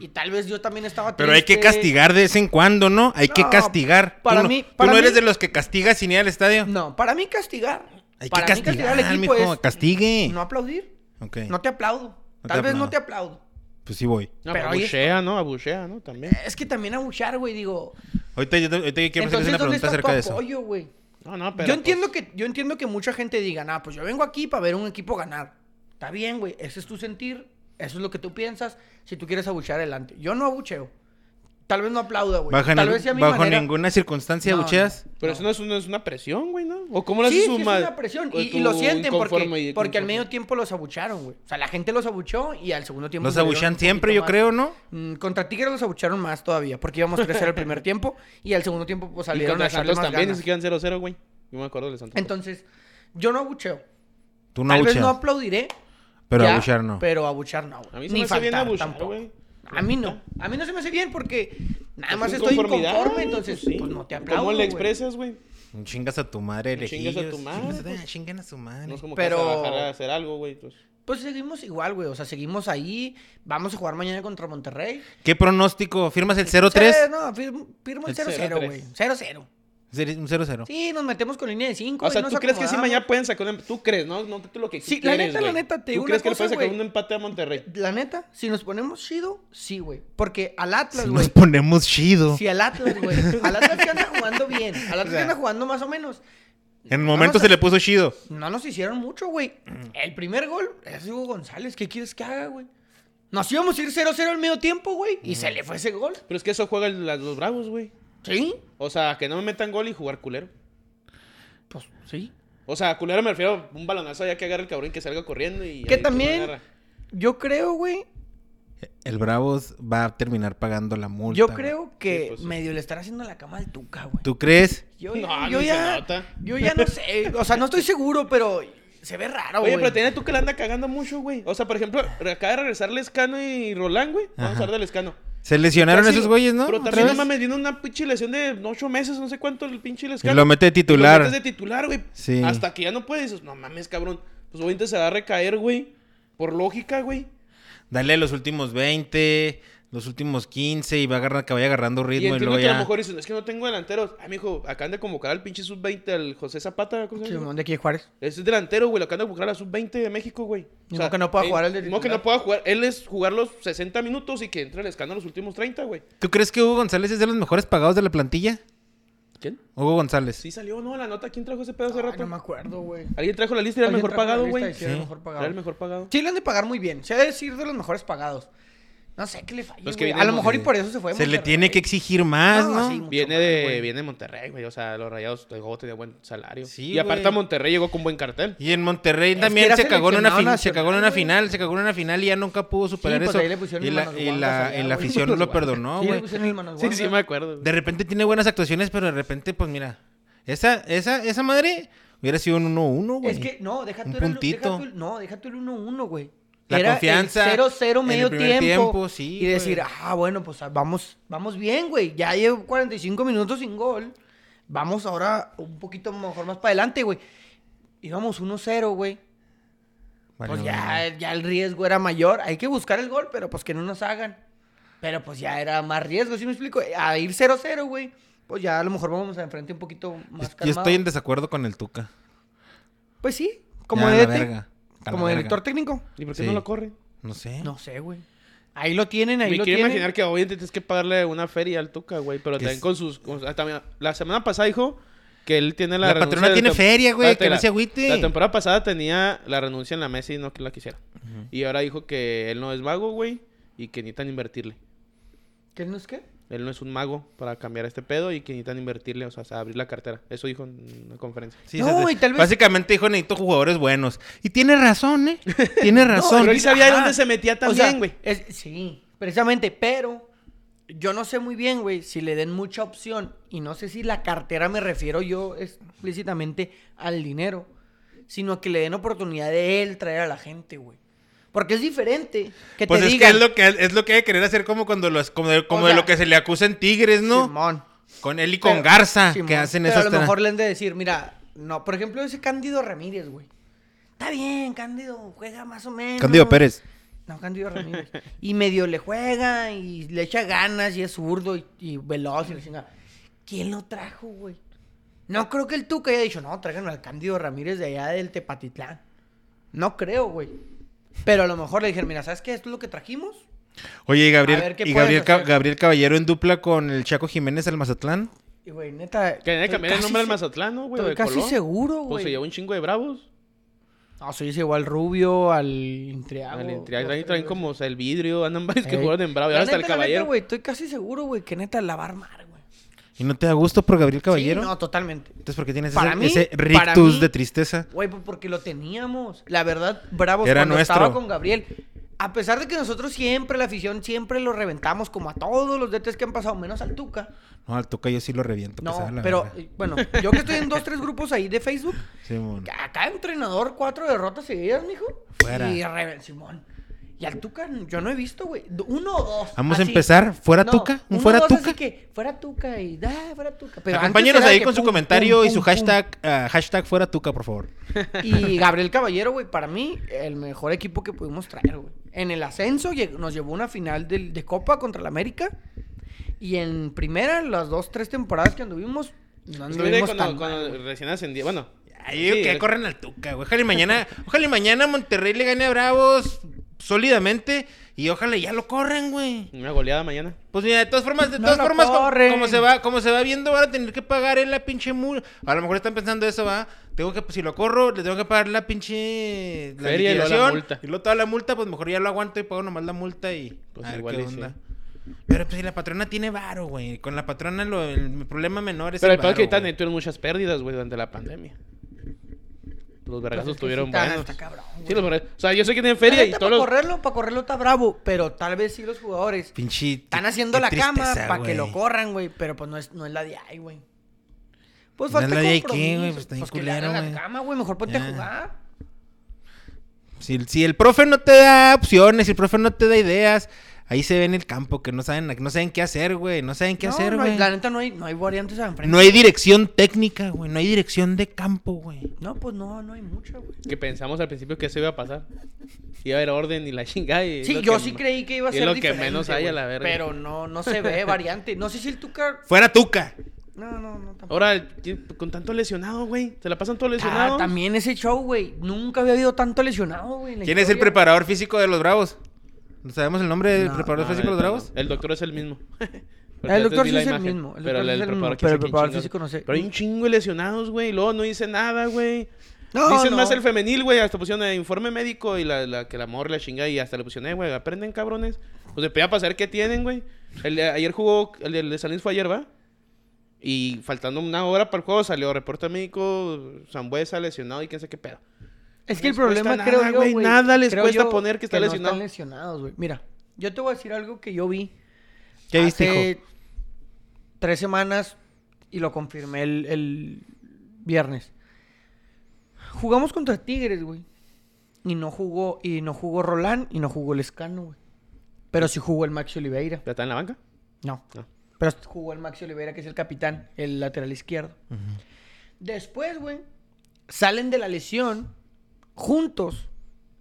S2: y tal vez yo también estaba
S1: Pero hay que
S2: triste.
S1: castigar de vez en cuando, ¿no? Hay que
S2: este No,
S1: castigar. Tú
S2: para
S1: no-
S2: mí-
S1: Tú
S2: para
S1: no
S2: mí-
S1: eres de los que castiga sin ir al estadio.
S2: No, para mí castigar.
S1: Hay que
S2: para mí
S1: castigar,
S2: castigar al equipo
S1: mijo,
S2: es
S1: Castigue.
S2: no aplaudir.
S1: Ok.
S2: No te aplaudo.
S1: te
S2: tal vez
S1: aplaudo.
S2: no te aplaudo.
S1: Pues sí voy.
S3: No,
S2: pero ahí
S3: abuchea, ¿no? Abuchea, ¿no? También.
S2: Es que también abuchar, güey, digo.
S1: Ahorita yo, te- ahorita yo quiero hacerles
S2: Entonces,
S1: una
S2: ¿dónde
S1: pregunta
S2: está
S1: acerca de
S2: tu
S1: eso.
S2: apoyo, güey?
S3: No, no, pero. pues,
S2: Yo entiendo, que, yo entiendo que mucha gente diga, nah, pues yo vengo aquí para ver un equipo ganar. Está bien, güey. Ese es tu sentir. Eso es lo que tú piensas. Si tú quieres abuchar, adelante. Yo no abucheo. Tal vez no aplauda, güey.
S1: Bajo,
S2: Tal
S1: ni-
S2: vez sea mi
S1: bajo
S2: manera.
S1: ninguna circunstancia
S2: No,
S1: bucheas.
S2: no.
S3: pues, Pero eso no es, una, es una presión, güey, ¿no? ¿O cómo lo
S2: Sí,
S3: haces
S2: sí, es una presión.
S3: pues,
S2: Y, y lo sienten porque, porque al medio tiempo los abucharon, güey. O sea, la gente los abuchó y al segundo tiempo...
S1: Los
S2: se dieron
S1: abuchean
S2: un
S1: siempre,
S2: poquito
S1: yo
S2: más.
S1: creo, ¿no?
S2: Mm, Contra Tigres los abucharon más todavía, porque íbamos 3-0 el primer tiempo y al segundo tiempo
S3: Y
S2: pues salieron
S3: con
S2: a
S3: el
S2: echarle
S3: Santos
S2: más
S3: también,
S2: ganas.
S3: se quedan 0-0, güey. Yo me acuerdo del Santos.
S2: Entonces, yo no abucheo.
S1: Tú no
S2: Tal vez
S1: abucheas.
S2: no aplaudiré.
S1: pero
S2: ya,
S1: abuchear no.
S2: Pero abuchar no, güey.
S3: A mí se
S2: Ni
S3: me hace bien
S2: faltar
S3: abuchar,
S2: tampoco.
S3: güey.
S2: A mí no. A mí no se me hace bien porque nada
S3: Pues
S2: más
S3: es
S2: estoy
S3: inconformidad,
S2: inconforme,
S3: pues
S2: entonces
S3: sí.
S2: pues no te aplaudo.
S3: ¿Cómo le
S2: güey.
S3: expresas, güey?
S1: Chingas a tu madre,
S3: Chingas a tu
S1: Chingas a-
S3: madre.
S1: Chingan a su madre.
S3: No es como
S2: Pero-
S3: que vas a bajar a hacer algo, güey. pues.
S2: Pues seguimos igual, güey. O sea, seguimos ahí. Vamos a jugar mañana contra Monterrey.
S1: ¿Qué pronóstico? ¿Firmas el 0-3?
S2: Sí, No, firmo, firmo el
S1: El
S2: 0-0,
S3: 0-3.
S2: güey. 0-0.
S1: Sería Un 0-0.
S2: Sí, nos metemos con línea de 5.
S3: O sea, ¿tú crees que sí mañana pueden sacar un empate? ¿Tú crees, no? No, tú lo que
S2: Sí, la
S3: quieres,
S2: neta, la
S3: güey.
S2: neta, te digo
S3: ¿Tú
S2: una
S3: crees que le
S2: cosa,
S3: pueden sacar
S2: güey.
S3: un empate a Monterrey?
S2: La neta, si nos ponemos chido, sí, güey. Porque al Atlas,
S1: Si
S2: güey.
S1: [LAUGHS] nos ponemos chido.
S2: Si al Atlas, güey. Al Atlas que anda jugando bien.
S3: [LAUGHS]
S2: Al Atlas que anda jugando más o menos.
S1: En
S2: no
S1: momentos
S2: nos-
S1: se le puso chido.
S2: No nos hicieron mucho, güey.
S3: Mm.
S2: El primer gol es Hugo González. ¿Qué quieres que haga, güey? Nos íbamos a ir 0-0 al medio tiempo, güey.
S3: Mm.
S2: Y se le fue ese gol.
S3: Pero es que eso juega el- las- los Bravos, güey.
S2: Sí.
S3: O sea, que no me metan gol y jugar culero.
S2: Pues sí.
S3: O sea, culero me refiero a un balonazo allá que agarre el cabrón y que salga corriendo y...
S2: Que
S3: ahí tú
S2: también-
S3: lo agarra.
S2: Yo creo, güey.
S1: El Bravos va a terminar pagando la multa.
S2: Yo
S1: güey.
S2: creo que
S3: pues sí.
S2: medio le estará haciendo la cama al Tuca, güey.
S1: ¿Tú crees?
S2: Yo,
S3: No,
S2: yo
S3: ni se
S2: ya,
S3: nota.
S2: yo ya no sé, o sea, no estoy seguro, pero se ve
S3: Oye,
S2: raro, Ah, güey.
S3: pero tenía tú que la anda cagando mucho, güey. O sea, por ejemplo, re- acaba de regresar Lescano y Rolán, güey. Vamos
S1: Ajá.
S3: a hablar de Lescano.
S1: Se lesionaron
S3: Casi-
S1: esos güeyes, ¿no?
S3: Pero
S1: ¿Otra
S3: también, no
S1: vez?
S3: mames, viene una pinche lesión de ocho meses, no sé cuánto el pinche
S1: Y
S3: Lescano.
S1: lo mete de titular.
S3: Lo metes de titular, güey.
S1: Sí.
S3: Hasta que ya no puedes. dices, No mames, cabrón. Pues obviamente se va a recaer, güey. Por lógica, güey.
S1: Dale los últimos 20, los últimos 15 y va a agarrar, que vaya agarrando
S3: Y
S1: ritmo y,
S3: entiendo
S1: luego
S3: que a
S1: ya.
S3: lo mejor dicen, es que no tengo delanteros. Ay, mijo, acaban de convocar al pinche sub-20, al José Zapata. ¿cómo se llama?
S2: Simón de aquí de Juárez.
S3: Ese es delantero, güey. Lo acaban de convocar a la sub-20 de México, güey.
S2: Ni modo que no pueda
S3: eh,
S2: jugar el de
S3: ni modo que
S2: titular.
S3: no pueda jugar. Él es jugar los 60 minutos y que entre el escándalo los últimos 30, güey.
S1: ¿Tú crees que Hugo González es de los mejores pagados de la plantilla?
S3: ¿Quién?
S1: Hugo González.
S3: Sí salió, ¿no? La nota. ¿Quién trajo ese pedo hace
S2: Ay,
S3: rato?
S2: no me acuerdo, güey.
S3: Alguien trajo la lista y era el
S2: Alguien
S3: mejor
S2: trajo
S3: pagado,
S2: la lista
S3: güey.
S2: y sí era el
S1: Sí.
S2: mejor pagado.
S3: Era el mejor pagado.
S2: Sí, le han de pagar muy bien. Se ha de decir de los mejores pagados. No sé qué le falla.
S3: Pues que
S2: güey.
S3: viene
S2: a lo
S3: de
S2: mejor y
S1: Monterrey.
S2: por eso se fue. de
S1: Se le
S2: Monterrey.
S1: tiene que exigir más,
S2: No,
S1: ¿no?
S2: sí. mucho
S3: Viene
S2: más,
S3: de,
S2: güey.
S3: viene de Monterrey, güey. O sea, los rayados de Gogo tenía buen salario.
S1: Sí,
S3: y aparte
S1: güey.
S3: a Monterrey llegó con buen cartel.
S1: Y en Monterrey
S2: que
S1: también
S2: era
S1: se cagó en una
S2: seleccionado
S1: final, se cagó en
S2: nacional,
S1: una
S2: güey.
S1: final, se cagó en una final y ya nunca pudo superar
S2: pues
S1: eso.
S2: ahí le pusieron
S1: y la,
S2: manos
S1: y
S2: guangas
S1: la-
S2: allá,
S1: y la
S2: güey.
S1: afición lo
S3: Manos
S1: perdonó,
S2: Sí, le
S1: güey.
S2: pusieron el manos
S3: Sí, sí,
S2: gordas.
S3: me acuerdo.
S1: De repente tiene buenas actuaciones, pero de repente, pues mira, esa, esa, esa madre hubiera sido un 1-1, güey.
S2: Es que, no, deja tú
S1: Un
S2: el- deja
S1: puntito.
S2: tú el- no, deja tú el 1-1, güey.
S1: La
S2: Era el
S1: confianza
S2: 0-0
S1: en el
S2: medio
S1: primer
S2: tiempo.
S1: tiempo, sí,
S2: y
S1: güey.
S2: decir, ah, bueno, pues ah, vamos, vamos bien, güey. Ya llevo 45 minutos sin gol. Vamos ahora un poquito mejor más para adelante, güey. Íbamos 1-0, güey.
S1: Vale,
S2: pues
S1: vale,
S2: ya,
S1: vale.
S2: ya el riesgo era mayor. Hay que buscar el gol, pero pues que no nos hagan. Pero pues ya era más riesgo, ¿sí me explico? A ir 0-0, güey. Pues ya a lo mejor vamos a enfrente un poquito más
S1: Yo
S2: calmado.
S1: estoy en desacuerdo con el Tuca.
S2: Pues sí, como
S1: Ya, a
S2: de
S1: la verga, a la
S2: como
S1: verga.
S2: director técnico.
S3: ¿Y por qué
S1: Sí.
S3: no lo corre?
S1: No sé.
S2: No sé, güey. Ahí lo tienen, ahí
S3: Me
S2: lo
S3: quiero
S2: tienen.
S3: imaginar que obviamente tienes que pagarle una feria al Tuca, güey. Pero
S1: Que
S3: también
S1: es-
S3: con sus. con- ah, también- la semana pasada dijo que él tiene la.
S1: La
S3: renuncia
S1: patrona
S3: de
S1: tiene
S3: tem-
S1: feria, güey,
S3: Espérate,
S1: que no
S3: la-
S1: se agüite.
S3: La temporada pasada tenía la renuncia en la mesa y no que la quisiera. Y ahora dijo que él no es mago, güey. Y que necesitan invertirle.
S2: ¿Qué no es qué?
S3: Él no es un mago para cambiar este pedo y que necesitan invertirle, o sea, abrir la cartera. Eso dijo en una conferencia.
S1: Sí,
S2: No,
S1: se-
S2: y tal vez-
S1: Básicamente dijo, necesito jugadores buenos. Y tiene razón, ¿eh? Tiene
S2: [LAUGHS]
S1: razón.
S3: pero él sabía de
S2: Ajá.
S3: dónde se metía
S2: O sea,
S3: también, güey.
S2: es- sí, precisamente, pero yo no sé muy bien, güey, si le den mucha opción. Y no sé si la cartera me refiero yo explícitamente al dinero, sino que le den oportunidad de él traer a la gente, güey. Porque es diferente que
S1: Pues
S2: te
S1: es
S2: digan.
S1: que es lo que es lo que hay que querer hacer como cuando los, como de, como
S2: O
S1: de
S2: sea,
S1: lo que se le acusa en Tigres, ¿no?
S2: Simón.
S1: Con él y con
S2: Pero-
S1: Garza,
S2: Simón.
S1: que hacen
S2: Pero
S1: esas
S2: A lo
S1: tra-
S2: mejor le han de decir, mira, no, por ejemplo, ese Cándido Ramírez, güey. Está bien, Cándido juega más o menos. No,
S3: [LAUGHS]
S2: Cándido Ramírez. Y medio le juega y le echa ganas y es zurdo y, y veloz y la chingada. ¿Quién lo trajo, güey? No creo que el Tuca haya dicho, no, tráiganme al Cándido Ramírez de allá del Tepatitlán. No creo, güey. Pero a lo mejor le dijeron, mira, ¿sabes qué? Esto es lo que trajimos.
S1: Oye, y Gabriel,
S2: A ver, ¿qué
S1: y
S2: puedes
S1: Gabriel, Ca-
S2: hacer?
S1: Gabriel Caballero en dupla con el Chaco Jiménez al Mazatlán.
S2: Y, güey, neta.
S3: Que debe
S2: estoy
S3: cambiar el
S2: casi
S3: nombre al
S2: se-
S3: Mazatlán, ¿no, güey? O
S2: Estoy
S3: de
S2: casi
S3: Colón.
S2: seguro,
S3: Pues se
S2: güey.
S3: llevó un chingo de bravos.
S2: No, se dice igual Rubio, al Intriago.
S3: Al Intriague, traen, traen como o sea, el vidrio, andan varios que
S2: Ey.
S3: jugaron en bravo. Y
S2: La
S3: ahora hasta el
S2: neta, la neta,
S3: caballero.
S2: güey, estoy casi seguro, güey, que neta la va a armar, güey.
S1: ¿Y no te da gusto por Gabriel Caballero?
S2: Sí, no, totalmente.
S1: Entonces, ¿por qué tienes
S2: Para
S1: ese,
S2: mí-
S1: ese
S2: para
S1: rictus
S2: mí-
S1: de tristeza?
S2: Güey, pues porque lo teníamos. La verdad, Bravos
S1: Era
S2: cuando estaba
S1: nuestro.
S2: con Gabriel. A pesar de que nosotros siempre, la afición, siempre lo reventamos, como a todos los DTs que han pasado, menos al Tuca.
S1: No, al toca yo sí lo reviento. que se
S2: No,
S1: va Pues, a la
S2: pero
S1: verga.
S2: eh, bueno, yo que estoy en dos, tres grupos ahí de Facebook,
S1: Simón.
S2: acá entrenador, cuatro derrotas seguidas, mijo.
S1: Fuera.
S2: Y reven- Simón. Y al Tuca yo no he visto, güey. D- Uno o dos.
S1: Vamos
S2: así.
S1: a empezar. ¿Fuera
S2: No,
S1: Tuca? ¿Un
S2: uno o
S1: fuera
S2: dos,
S1: Tuca?
S2: Así que fuera Tuca y da, fuera Tuca. Pero
S1: Acompáñenos
S2: antes era
S1: ahí
S2: que
S1: con su
S2: pum,
S1: comentario
S2: pum,
S1: y su
S2: pum, pum.
S1: hashtag, ah, hashtag fuera Tuca, por favor.
S2: Y Gabriel Caballero, güey, para mí, el mejor equipo que pudimos traer, güey. En el ascenso lleg- nos llevó una final del- de, Copa contra el América. Y en primera, las dos, tres temporadas que anduvimos, no
S3: Es que mira,
S2: anduvimos
S3: cuando,
S2: tan mal,
S3: cuando
S2: güey.
S3: recién ascendí, bueno.
S1: Ay,
S3: sí,
S1: que
S3: el-
S1: corren al Tuca, güey. Ojalá y mañana, [LAUGHS] ojalá y mañana Monterrey le gane a Bravos sólidamente y ojalá y ya lo corren, güey.
S3: Una goleada mañana.
S1: Pues mira, de todas formas, de
S2: No
S1: todas
S2: lo
S1: formas, como,
S2: corren.
S1: como se va, como se va viendo, van a tener que pagar en la pinche mula. A lo mejor están pensando eso, va. Tengo que, pues, si lo corro, le tengo que pagar la pinche la
S3: Feria y luego la
S1: liquidación,
S3: multa.
S1: Y luego toda la multa, pues mejor ya lo aguanto y pago nomás la multa y
S3: Pues
S1: a ver
S3: igual
S1: qué
S3: y sí.
S1: onda. Pero pues si la patrona tiene varo, güey. Con la patrona lo- el problema menor es
S3: Pero el
S1: el
S3: peor es que ahorita
S1: varo, güey.
S3: tuvieron muchas pérdidas, güey, durante la pandemia. Los
S2: Pues
S3: vergazos
S2: es que
S3: tuvieron
S2: sí está-
S3: buenos.
S2: está cabrón, güey.
S3: Sí, los vergazos. O sea, yo sé que tienen feria y todos
S2: para
S3: los.
S2: correrlo, para correrlo está bravo, pero tal vez sí los jugadores
S1: Pinche.
S2: están
S1: qué-
S2: haciendo
S1: qué
S2: la cama
S1: tristeza,
S2: para que
S1: güey.
S2: lo corran, güey, pero pues no es, no es la de ahí, güey. Pues
S1: No es
S2: falta
S1: la de ahí, ¿qué,
S2: compromiso.
S1: güey? Pues está bien
S2: que le
S1: culero,
S2: hagan
S1: güey.
S2: la cama, güey, mejor ponte
S1: Ya.
S2: a jugar.
S1: Si, si el profe no te da opciones, si el profe no te da ideas, ahí se ve en el campo que no saben, no saben qué hacer, güey. No saben qué
S2: No,
S1: hacer,
S2: no hay-
S1: güey.
S2: La neta no hay, no hay variantes al frente.
S1: No hay dirección técnica, güey. No hay dirección de campo, güey.
S2: No, pues no, no hay mucho, güey.
S3: Que pensamos al principio que eso iba a pasar. Iba a haber orden y la [LAUGHS] chingada. y es
S2: Sí,
S3: lo
S2: yo
S3: que
S2: sí
S3: ma-
S2: creí que iba a
S3: es
S2: ser
S3: lo que
S2: diferente,
S3: menos hay a
S2: güey,
S3: la verga.
S2: Pero no, no se ve variante. No sé si el Tuca...
S1: Fuera Tuca.
S2: No, no, no. Tampoco.
S3: Ahora, ¿quién- con tanto lesionado, güey. Se la pasan todo lesionado.
S2: Ah, también ese show, güey. Nunca había habido tanto lesionado, güey. en la
S1: ¿Quién es el
S2: historia.
S1: preparador físico de los Bravos? ¿No ¿Sabemos el nombre del
S2: No,
S1: preparador
S3: Ah, No,
S1: físico de los
S3: neta,
S1: Bravos?
S3: no. El doctor es el
S2: [LAUGHS]
S3: mismo.
S2: El doctor
S3: Antes vi
S2: sí
S3: la
S2: es el
S3: imagen,
S2: mismo, el
S3: pero el,
S2: doctor sí es el
S3: el
S2: mismo,
S3: preparador, quién
S2: pero el
S3: sabe
S2: preparador
S3: quién
S2: físico no sé.
S3: Pero hay un chingo de lesionados, güey. y Luego no dice nada, güey.
S2: No,
S3: Dicen
S2: no.
S3: más el femenil, güey. Hasta pusieron eh, informe médico y la, la- que la morra, la chinga. Y hasta le pusieron, eh, güey, aprenden, cabrones. Pues de peda para saber qué tienen, güey. El de- ayer jugó, el de, el de San Luis fue ayer, ¿va? Y faltando una hora para el juego salió reporte médico, Zambuesa lesionado y quién sabe qué pedo.
S2: Es que el
S3: No les
S2: problema,
S3: cuesta
S2: creo
S3: nada,
S2: yo,
S3: güey,
S2: güey,
S3: nada les
S2: creo
S3: cuesta
S2: yo
S3: poner que está lesionado.
S2: No están lesionados, güey. Mira, yo te voy a decir algo que yo vi.
S1: ¿Qué viste,
S2: hace
S1: hijo?
S2: Tres semanas y lo confirmé el, el viernes. Jugamos contra Tigres, güey. Y no jugó, y no jugó Rolán y no jugó el Escano, güey. Pero sí jugó el Maxi Oliveira.
S3: ¿Ya está en la banca?
S2: No.
S1: Ah.
S3: No.
S2: Pero jugó el Maxi Oliveira, que es el capitán, el lateral izquierdo. Después, güey, salen de la lesión juntos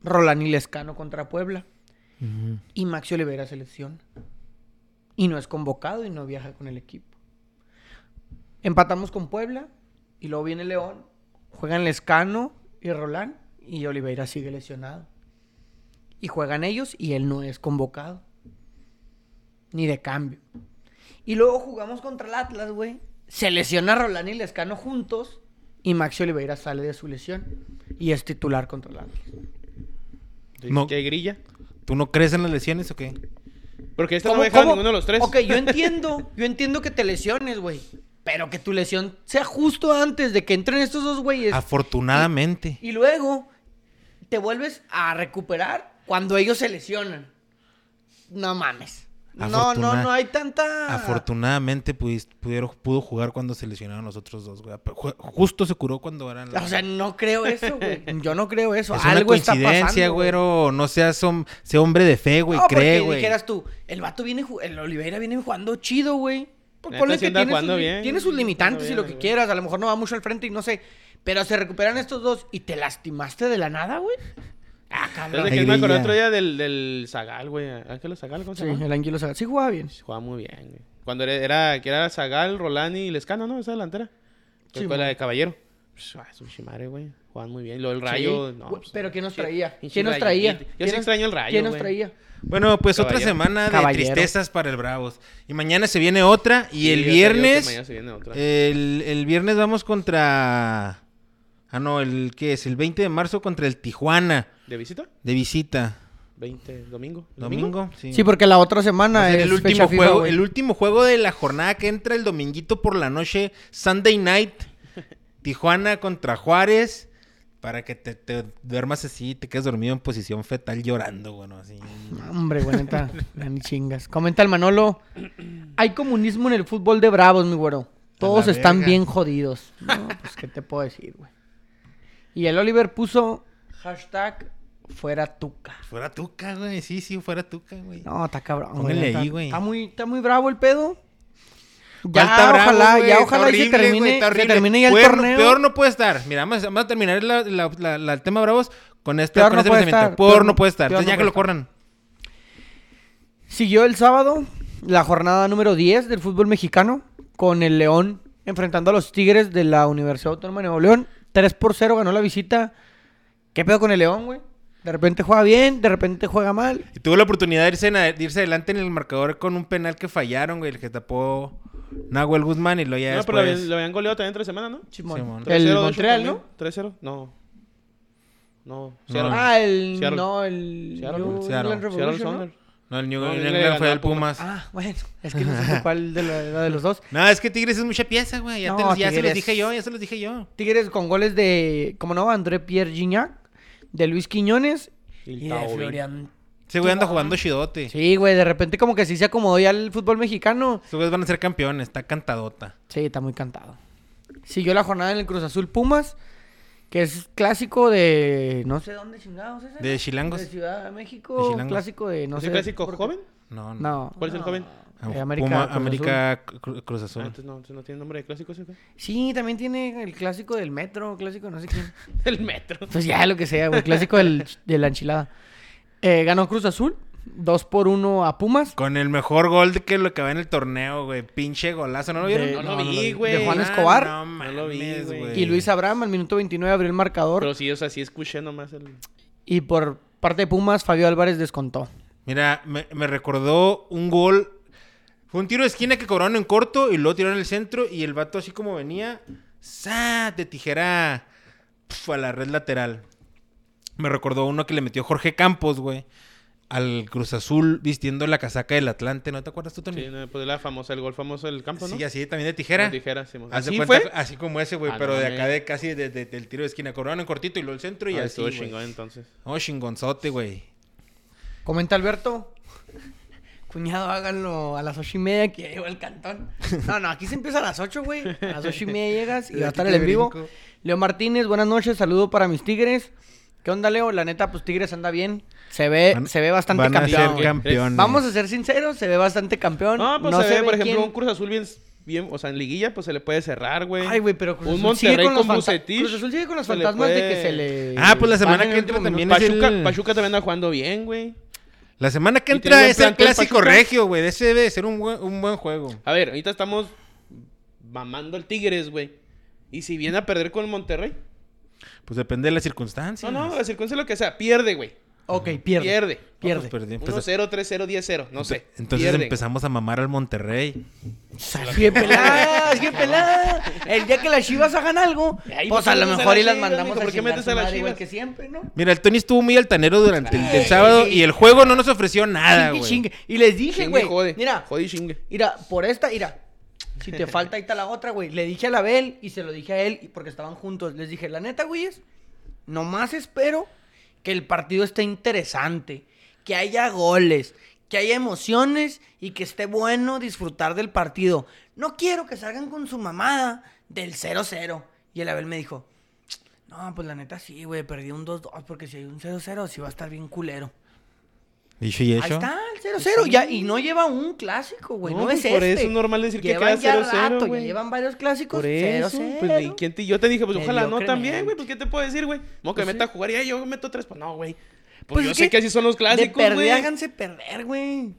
S2: Roland y Lescano contra Puebla. Y Maxi Oliveira se lesiona. Y no es convocado y no viaja con el equipo. Empatamos con Puebla y luego viene León. Juegan Lescano y Roland y Oliveira sigue lesionado. Y juegan ellos y él no es convocado. Ni de cambio. Y luego jugamos contra el Atlas, güey. Se lesiona Roland y Lescano juntos. Y Maxi Oliveira sale de su lesión. Y es titular contra el Atlas.
S1: No.
S3: ¿Qué grilla?
S1: ¿Tú no crees en las lesiones o qué?
S3: Porque esta no
S2: ¿Cómo-
S3: va a dejar a
S2: cómo?
S3: ninguno de los tres.
S2: Ok, yo entiendo. Yo entiendo que te lesiones, güey. Pero que tu lesión sea justo antes de que entren estos dos güeyes.
S1: Afortunadamente.
S2: Y luego te vuelves a recuperar cuando ellos se lesionan. No mames. No, no,
S1: Afortuna-
S2: no hay tanta...
S1: Afortunadamente pudis- pudieron, pudo jugar cuando se lesionaron los otros dos, güey. Pero ju- Justo se curó cuando eran
S2: O sea, no creo eso, güey. Yo no creo eso.
S1: Es
S2: Pues, Algo
S1: una coincidencia,
S2: está pasando, güey.
S1: güero. No seas hom- sea hombre de fe, güey.
S2: No,
S1: cree,
S2: porque
S1: güey.
S2: dijeras tú, el vato viene, ju- el Oliveira viene jugando chido, güey. Pues
S3: Neta,
S2: ponle
S3: sí
S2: que
S3: anda
S2: tiene
S3: jugando
S2: sus, li-
S3: bien,
S2: tiene sus
S3: anda
S2: limitantes y
S3: bien
S2: lo
S3: el
S2: que
S3: güey.
S2: quieras, a lo mejor no va mucho al frente y no sé, pero se recuperan estos dos y te lastimaste de la nada, güey. Ah,
S3: Desde
S2: cabrón.
S1: Hay
S3: que me acordé
S1: grilla.
S3: otro día del, del Zagal, güey. Ángelo Zagal, ¿cómo se
S2: Sí,
S3: llama?
S2: el Anguilo Zagal. sí jugaba bien.
S3: Jugaba muy bien, güey. Cuando era, era, que era Zagal, Rolani y Lescano, ¿no? Esa delantera.
S2: Sí,
S3: Sí, fue la
S2: mo.
S3: de Caballero. Pues, ah, su madre, güey. Jugaban muy bien. Lo del Rayo,
S2: Sí.
S3: no.
S2: Güey,
S3: pues,
S2: pero ¿quién nos
S3: pinche-
S2: traía?
S3: pinche
S2: ¿Quién nos
S3: rayito.
S2: traía?
S3: Yo
S2: ¿Quién
S3: sí
S2: nos-
S3: extraño el Rayo,
S2: ¿Quién nos
S3: güey.
S2: traía?
S1: Bueno, pues otra
S3: Caballero.
S1: semana de
S2: Caballero.
S1: tristezas para el Bravos. Y mañana se viene otra. Y
S3: Sí,
S1: el
S3: ya te digo que
S1: viernes. Eh,
S3: mañana se viene otra.
S1: El, el viernes vamos contra. Ah, no, el que es el 20 de marzo contra el Tijuana.
S3: ¿De visita?
S1: De visita.
S3: 20, domingo. ¿El
S1: ¿Domingo? Sí.
S2: Sí, porque la otra
S1: Va a
S2: semana
S1: ser
S2: es
S1: el último juego, el último juego de la jornada que entra el dominguito por la noche, Sunday
S2: [LAUGHS]
S1: night, Tijuana contra Juárez, para que te, te duermas así, te quedes dormido en posición fetal llorando, bueno, así.
S2: Hombre, güey, neta, [LAUGHS] ya ni chingas. Comenta el Manolo. Hay comunismo en el fútbol de bravos, mi güero. Todos
S1: la
S2: están
S1: verga.
S2: bien jodidos. No, pues, ¿qué te puedo decir, güey? Y el Oliver puso hashtag fuera Tuca.
S1: Fuera Tuca, güey. Sí, sí, fuera Tuca, güey.
S2: No, está cabrón. güey,
S1: Póngale
S2: está-
S1: ahí, güey.
S2: Está muy, está muy bravo el pedo. Ya,
S1: Está bravo,
S2: ojalá,
S1: güey,
S2: ya
S1: está
S2: ojalá y se
S1: horrible,
S2: termine,
S1: güey, está
S2: se
S1: horrible.
S2: termine ya el
S1: Peor-
S2: torneo.
S1: Peor no puede estar. Mira, vamos, vamos a terminar la- la- la- la- el tema Bravos con este,
S2: Peor
S1: con
S2: no
S1: este
S2: puede
S1: pensamiento.
S2: estar,
S1: Peor,
S2: peor
S1: no
S2: no-
S1: puede estar.
S2: peor
S1: Entonces,
S2: no
S1: ya que
S2: puede
S1: lo
S2: estar.
S1: corran.
S2: Siguió el sábado la jornada número 10 del fútbol mexicano con el León enfrentando a los Tigres de la Universidad Autónoma de Nuevo León. 3 por 0 ganó la visita. ¿Qué pedo con el León, güey? De repente juega bien, de repente juega mal.
S1: Y tuvo la oportunidad de irse, en a- de irse adelante en el marcador con un penal que fallaron, güey. El que tapó Nahuel Guzmán y lo ya
S3: No, pero lo
S1: después...
S3: habían, lo habían goleado también entre semana, ¿no?
S2: Simón.
S1: Simón.
S2: El
S3: 3-0 de
S2: Montreal,
S3: hecho,
S2: ¿no?
S3: también. 3-0, no. No. Seattle.
S2: Ah, el.
S3: Seattle.
S2: No, el.
S3: Seattle.
S1: Seattle.
S2: New England
S3: Seattle
S2: Revolution, ¿no?
S3: Thunder.
S1: No, el New
S3: No,
S1: England
S3: le ganó
S1: fue
S3: a
S1: el
S3: Pumas.
S1: Pumas.
S2: Ah, bueno. Es que no sé [LAUGHS] cuál de, la- la de los dos.
S1: No, es que Tigres es mucha pieza, güey. Ya, te
S2: No,
S1: los- ya se los
S2: Tigres.
S1: dije yo, ya se los dije yo.
S2: Tigres con goles de, ¿cómo no? André Pierre Gignac, de Luis Quiñones
S3: Y el
S2: y de
S3: Taobi.
S2: Florian.
S1: Ese güey anda jugando chidote.
S2: Sí, güey, de repente como que sí se acomodó ya el fútbol mexicano.
S1: Estos güeyes van a ser campeones, está cantadota.
S2: Sí, está muy cantado. Siguió la jornada en el Cruz Azul Pumas, que es clásico de no sé dónde chingados es. ese.
S1: De Chilangos.
S2: De Ciudad de México,
S1: De Chilangos.
S2: clásico de no
S3: ¿Es
S2: sé.
S3: el clásico
S2: por qué.
S3: joven?
S1: No, no.
S2: No.
S3: ¿Cuál es el
S2: no.
S3: joven?
S1: Ah,
S2: Eh, América,
S1: Puma-
S2: Cruz Azul.
S1: América Cru- Cruz
S3: Ah,
S1: Azul.
S3: entonces no, entonces no tiene nombre de clásico ese, güey.
S2: Sí, también tiene el clásico del metro, clásico de no sé quién.
S3: [LAUGHS] El metro.
S2: Pues ya, lo que sea, güey. Clásico del, de la enchilada. Eh, ganó Cruz Azul. 2 por 1 a Pumas.
S1: Con el mejor gol de que lo que va en el torneo, güey. Pinche golazo, ¿no lo vieron?
S2: De-
S3: No lo
S2: no, no
S3: vi,
S2: lo
S3: güey.
S2: De Juan
S1: Ah,
S2: Escobar.
S1: No,
S3: No lo vi,
S1: mames,
S3: güey.
S1: güey.
S2: Y Luis Abraham al minuto 29 abrió el marcador.
S3: Pero sí, o sea, sí escuché nomás el...
S2: Y por parte de Pumas, Fabio Álvarez descontó.
S1: Mira, me, me recordó un gol. Fue un tiro de esquina que cobraron en corto y luego tiraron en el centro y el vato así como venía, ¡za! de tijera pf, a la red lateral. Me recordó uno que le metió Jorge Campos, güey, al Cruz Azul vistiendo la casaca del Atlante. ¿No te acuerdas tú
S3: Sí,
S1: también?
S3: no, pues la famosa, el gol famoso del campo, ¿no?
S1: Sí, así también de tijera.
S3: Con tijera, sí, mo-
S1: Haz de
S3: ¿Así
S1: cuenta-
S3: fue?
S1: Así como ese, güey,
S3: Ah,
S1: pero
S3: no
S1: de
S3: mames.
S1: acá de casi de- de- del tiro de esquina. Cobraron en cortito y luego el centro y
S3: Ah,
S1: así,
S3: estuvo
S1: güey.
S3: chingón entonces.
S1: Oh, chingonzote, güey.
S2: Comenta Alberto. [LAUGHS] Cuñado, háganlo a las ocho y media que ya llegó el cantón. No, no, aquí se empieza a las 8, güey. A las ocho y media llegas [LAUGHS] y va a estar el en vivo.
S1: Brinco.
S2: Leo Martínez, buenas noches, saludo para mis Tigres. ¿Qué onda, Leo? La neta, pues Tigres anda bien. Se ve,
S1: Van-
S2: Eh, se ve bastante
S1: van
S2: campeón.
S1: a ser
S2: güey.
S1: campeones.
S2: Vamos a ser sinceros, se ve bastante campeón.
S3: No, pues se, ve, por ejemplo,
S2: quién-
S3: un Cruz Azul bien, bien, o sea, en liguilla, pues se le puede cerrar, güey.
S2: Ay, güey, pero Cruz
S3: Un
S2: Azul sigue
S3: Monterrey
S2: con los
S3: con
S2: fanta-
S3: Bucetich.
S2: Cruz Azul sigue con los
S3: se le
S2: fantasmas de que
S3: puede-
S2: se le...
S1: Ah, pues la semana
S2: van en
S1: que
S2: el
S1: entra
S2: último
S1: también
S2: minuto.
S1: es
S3: Pachuca,
S1: el-
S3: Pachuca también anda jugando bien, güey.
S1: La semana que
S3: Y
S1: entra
S3: tiene
S1: es el
S3: plantel
S1: clásico
S3: Pachuca.
S1: regio, güey. Ese debe de ser un buen, un buen juego.
S3: A ver, ahorita estamos mamando al Tigres, güey. Y si viene a perder con el Monterrey.
S1: Pues depende de las circunstancias.
S3: No, no, la circunstancia lo que sea, pierde, güey.
S2: Ok, pierde.
S3: Pierde.
S2: Pierde.
S1: perdí, Pues empezó-
S3: 1-0, 3-0, 10-0, no sé.
S1: Entonces
S3: Pierde.
S1: empezamos a mamar al Monterrey.
S2: Sigue pelada, sigue pelada. El día que las chivas hagan algo,
S3: Ahí
S2: pues a
S3: metes
S2: lo
S3: a las
S2: mejor y las
S3: Chivas,
S2: mandamos
S3: mijo,
S2: a
S3: ¿por qué
S2: chingar
S3: metes
S2: su
S3: a las
S2: madre igual
S3: Chivas?
S2: que siempre, ¿no?
S1: Mira, el Tony estuvo muy altanero durante el, el sábado y el juego no nos ofreció nada,
S2: Chingue,
S1: güey.
S2: chingue. Y les dije,
S3: Chingue,
S2: güey,
S3: jode.
S2: mira,
S3: Jode y chingue.
S2: mira, por esta, mira. Si te falta, ahí está la otra, güey. Le dije a la Bel y se lo dije a él y- porque estaban juntos. Les dije, la neta, güeyes, nomás espero que el partido esté interesante, que haya goles, que haya emociones y que esté bueno disfrutar del partido. No quiero que salgan con su mamada del 0-0. Y el Abel me dijo, no, pues la neta sí, güey, perdí un 2-2 porque si hay un 0-0 sí va a estar bien culero.
S1: Dicho y
S2: Ahí
S1: hecho.
S2: está, el 0-0. Ya, y no lleva un clásico, güey. No,
S3: No,
S2: es
S3: pues por
S2: este.
S3: eso es normal decir que
S2: Llevan
S3: queda
S2: ya
S3: 0-0,
S2: rato, ya
S3: güey.
S2: llevan varios clásicos.
S3: Por eso,
S2: 0-0.
S3: pues, ¿y quién te- yo te dije, pues ojalá no
S2: Mediocremente.
S3: también, güey, pues ¿qué te puedo decir, güey? Como que me meta a jugar y ay, yo meto tres, pues no, güey. Pues,
S2: Pues
S3: yo
S2: es
S3: sé
S2: que
S3: que así son los
S2: de
S3: clásicos,
S2: perder,
S3: güey.
S2: háganse perder, güey.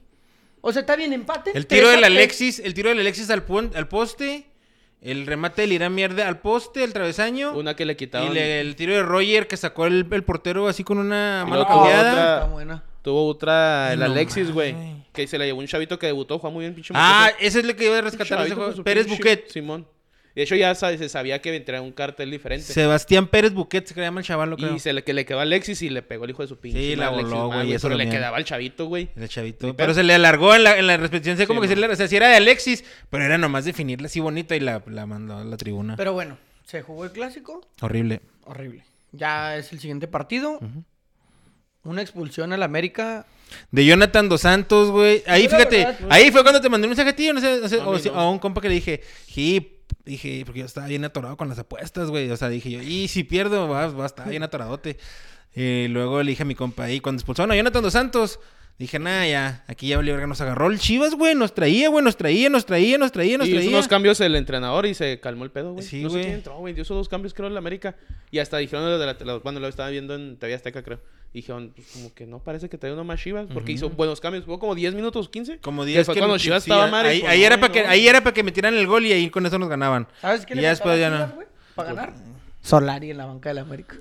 S2: O sea, está bien, empate.
S1: El tiro del Alexis, el tiro del Alexis al, pon- al poste, el remate del Irán Mierda al poste, el travesaño.
S3: Una que le
S1: y
S3: quitaron.
S1: le- el tiro de Roger que sacó el, el portero así con una
S3: Y
S1: mano
S3: luego tuvo
S1: cambiada.
S3: otra-
S2: Está buena.
S3: Tuvo otra, el
S1: No
S3: Alexis, güey.
S1: mames.
S3: Que se la llevó un chavito que debutó, juega muy bien, pinche
S1: Ah,
S3: mocoso.
S1: ese es lo que iba a rescatar.
S3: Chavito
S1: ese
S3: con
S1: juego.
S3: su
S1: Pérez
S3: pinche-
S1: Buquet.
S3: Simón. De hecho, ya sa- se sabía que vendría un cartel diferente.
S1: Sebastián Pérez Buquet se le llama el chaval, lo creo.
S3: Y se le, que le quedó a Alexis y le pegó el hijo de su pinche.
S1: Sí, la
S3: madre, Alexis
S1: voló,
S3: Mac,
S1: güey, eso
S3: Pero le
S1: también.
S3: quedaba al chavito, güey.
S1: El chavito. Pero se le alargó en la, en la repetición, sé como que
S3: Sí,
S1: se le, o sea, sí era de Alexis, pero era nomás definirla así bonita y la, la mandó a la tribuna.
S2: Pero bueno, se jugó el clásico.
S1: Horrible.
S2: Horrible. Ya es el siguiente partido. Una expulsión al América.
S1: De Jonathan Dos Santos, güey. Ahí,
S2: Yo la
S1: fíjate,
S2: verdad, güey.
S1: ahí fue cuando te mandé un mensaje a ti, no sé, no sé,
S3: A
S1: o,
S3: mí
S1: si-
S3: no.
S1: a un compa que le dije, hip, dije, porque yo estaba bien atorado con las apuestas, güey. O sea, dije yo, y si pierdo, va, va a estar bien atoradote. Y luego le dije a mi compa ahí, cuando expulsaron a Jonathan dos Santos, dije, nada, ya, aquí ya valió verga, nos agarró el Chivas, güey, nos traía, güey, nos traía, nos traía, nos traía, nos
S3: Y hizo
S1: traía.
S3: unos cambios el entrenador y se calmó el pedo, güey.
S1: Sí,
S3: no sé
S1: güey.
S3: quién entró, güey. Hizo dos cambios, creo, en la América. Y hasta dijeron, los de la, los- bueno, lo estaba viendo en TV Azteca, creo. Dijeron, pues, como que no parece que trae uno más Chivas. Porque hizo buenos cambios. Jugó como 10 minutos, 15.
S1: Como
S3: que
S1: 10
S3: fue
S1: que-
S3: cuando
S1: que-
S3: Chivas
S1: sí,
S3: estaba
S1: ahí-
S3: mal. y
S1: Ahí,
S3: pues,
S1: era
S3: no,
S1: para que,
S3: no.
S1: ahí era para que metieran el gol y ahí con eso nos ganaban.
S2: ¿Sabes qué
S1: Y
S2: le
S1: ya
S2: faltaba
S1: después ya
S2: a Chivas,
S1: no.
S2: güey, Para ganar. Solari en la banca del América.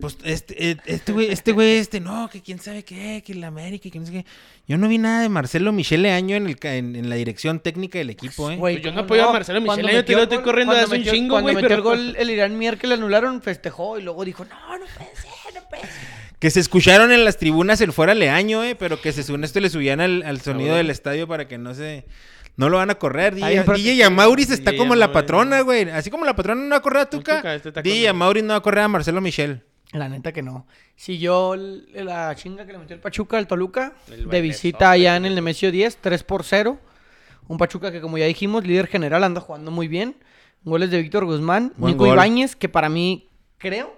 S1: Pues este, eh, este güey, este güey, este, no, que quién sabe qué, que la América, que no sé qué. Yo no vi nada de Marcelo Michele Año en, el, ca- en, en la dirección técnica del equipo, ¿eh?
S2: Güey,
S3: Pues yo no
S2: ¿cómo
S3: apoyo a Marcelo
S2: Cuando
S3: Michel, yo
S2: metió
S3: te lo
S2: el
S3: estoy
S2: gol-
S3: corriendo
S2: cuando
S3: hace un
S2: metió-
S3: chingo,
S2: Cuando
S3: güey,
S2: metió
S3: pero-
S2: el gol el Irán Mier que le anularon, festejó y luego dijo, no, no puede ser, no puede ser.
S1: Que se escucharon en las tribunas el fuera Leaño, ¿eh? Pero que se según esto le subían al, al sonido del estadio para que no se... No lo van a correr.
S2: Ay,
S1: DJ,
S2: pero-
S1: DJ Amauris está
S3: DJ
S1: como la
S3: Amaury.
S1: patrona, güey. Así como la patrona no va a correr a Tuca,
S3: Tuca, este está
S1: DJ
S3: con-
S1: Amauris no va a correr a Marcelo Michel.
S2: La neta que no. Siguió el- la chinga que le metió el Pachuca al Toluca
S3: El
S2: de
S3: bailezote,
S2: visita allá en el Nemesio 10, 3 por 0. Un Pachuca que, como ya dijimos, líder general, anda jugando muy bien. Goles de Víctor Guzmán,
S1: Buen
S2: Nico
S1: gol.
S2: Ibáñez, que para mí, creo,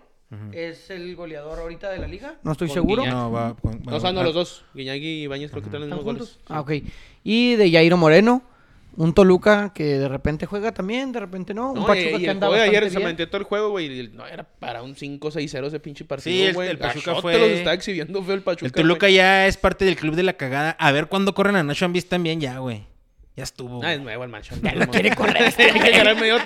S2: es el goleador ahorita de la liga. No estoy
S3: Con
S2: seguro.
S3: Guiñac.
S1: No, va... con-
S3: No, o sea, no,
S1: va-
S3: los dos. Guiñagui y Bañez creo que traen los
S2: ¿Están
S3: mismos goles.
S2: juntos? Ah, ok. Y de Jairo Moreno, un Toluca que de repente juega también, de repente no. Un
S3: No, y,
S2: Pachuca
S3: y
S2: que
S3: el
S2: anda
S3: juego de
S2: bastante
S3: ayer se
S2: bien.
S3: metió todo el juego, güey. y No, era para un 5-6-0 ese pinche partido,
S1: Sí, el-
S3: güey.
S1: el Pachuca
S3: Gachote
S1: fue-
S3: los está exhibiendo feo el Pachuca.
S1: El Toluca
S3: güey.
S1: ya es parte del club de la cagada. A ver cuándo corren a Nacho Ambis también ya, güey. Ya estuvo.
S3: Ah,
S1: güey.
S3: es nuevo el macho. Ya lo quiere correr este medio, a medio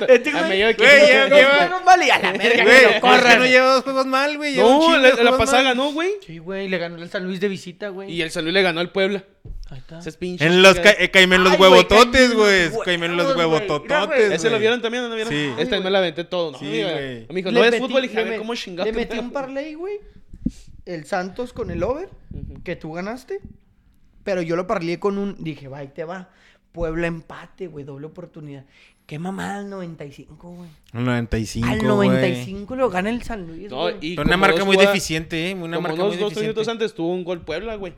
S3: equipo.
S1: Güey, ya-
S2: Dos
S1: lleva-
S2: juegos mal y
S3: [LAUGHS]
S2: a la verga que
S1: Güey,
S2: lo
S1: es que
S2: corran.
S1: no lleva dos juegos mal, güey. lleva un
S3: No,
S1: chingo de
S3: la, la
S1: juegos
S3: pasada
S1: mal.
S3: ganó, güey.
S2: Sí, güey, le ganó el San Luis de visita, güey.
S3: Y el San Luis le ganó al Puebla.
S2: Ahí está.
S3: Ese es pinche.
S1: En los ca
S3: chingas.
S1: eh, caimen los
S2: Ay, güey,
S1: huevototes,
S2: caimen
S1: güey.
S2: los huevos,
S1: Caimen los
S2: güey. Mira,
S1: huevotototes.
S2: güey.
S1: güey.
S3: ¿Ese lo vieron también? ¿No lo vieron?
S1: Sí.
S3: Este me la aventé todo, ¿no?
S1: Sí,
S3: amiga?
S1: güey.
S3: Me dijo,
S2: Le
S3: no es
S2: metí-
S3: fútbol. Y dije, a
S2: le
S3: ver,
S2: me-
S3: ¿cómo chingado?
S2: Le
S3: te-
S2: metí un parlay, güey. El Santos con el over que tú ganaste. Pero yo lo parlié con un. Dije, va, ahí te va. Puebla empate, güey, doble oportunidad. Qué mamada al 95, güey.
S1: Al 95,
S2: Al 95 lo gana el San Luis,
S3: No,
S2: güey.
S3: y
S1: Pero una
S3: como
S1: marca
S3: dos
S1: muy
S3: jugadas-
S1: deficiente, eh. Una
S3: como dos,
S1: marca muy
S3: dos
S1: deficiente.
S3: minutos antes tuvo un gol Puebla, güey.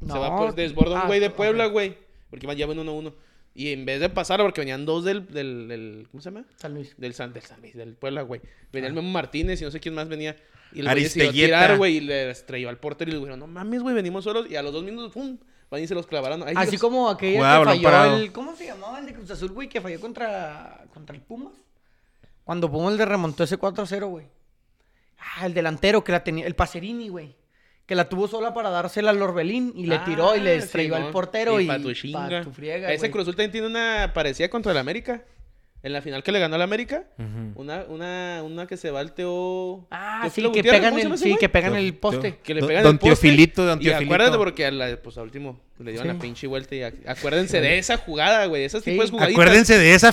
S3: Se
S2: No,
S3: va por desborda un
S2: ah,
S3: güey de
S2: ok.
S3: Puebla, güey. Porque van ya ven 1-1. Y en vez de pasar, porque venían dos del. del, del- ¿Cómo se llama?
S2: San Luis.
S3: Del San, del San Luis, del Puebla, güey.
S2: Ah.
S3: Venía el Memo Martínez y no sé quién más venía. Y el güey decidió
S1: Aristeguieta.
S3: tirar, güey, y le estrelló al portero y le dijeron, no mames, güey, venimos solos. Y a los dos minutos, ¡pum! Van y se los clavaron. Ay,
S2: Así
S3: Dios.
S2: como aquella
S1: Jugaba
S2: que
S1: balón
S2: falló
S1: parado.
S2: el- ¿Cómo se llamaba el de Cruz Azul, güey? Que falló contra, contra el Pumas. Cuando Pumas le remontó ese 4-0, güey. Ah, el delantero que la tenía, el Pacerini, güey. Que la tuvo sola para dársela al Orbelín y le tiró y le
S3: Ah,
S2: estrelló al
S3: Simón.
S2: portero y,
S3: pa' tu chinga.
S2: pa' tu friega,
S3: Ese
S2: güey.
S3: Cruz Azul también tiene una parecida contra el América. En la final que le ganó al América.
S1: Ujú.
S3: Una, una, una que se va al Teo.
S2: Ah, sí,
S3: Teófilo
S2: que
S3: Gutiérrez,
S2: pegan
S3: ¿cómo se
S2: el,
S3: llama ese
S2: sí,
S3: güey?
S2: que pegan
S1: Teo-
S2: el poste.
S3: Que le
S1: Don-
S3: pegan
S1: don
S3: el poste.
S1: Teofilito, don
S3: Y
S1: Teofilito.
S3: acuérdate porque al, al- pues, al último le dieron la pinche vuelta y ac- acuérdense de esa jugada, güey. de Esas
S2: Sí.
S3: tipos de jugaditas.
S1: Acuérdense de esa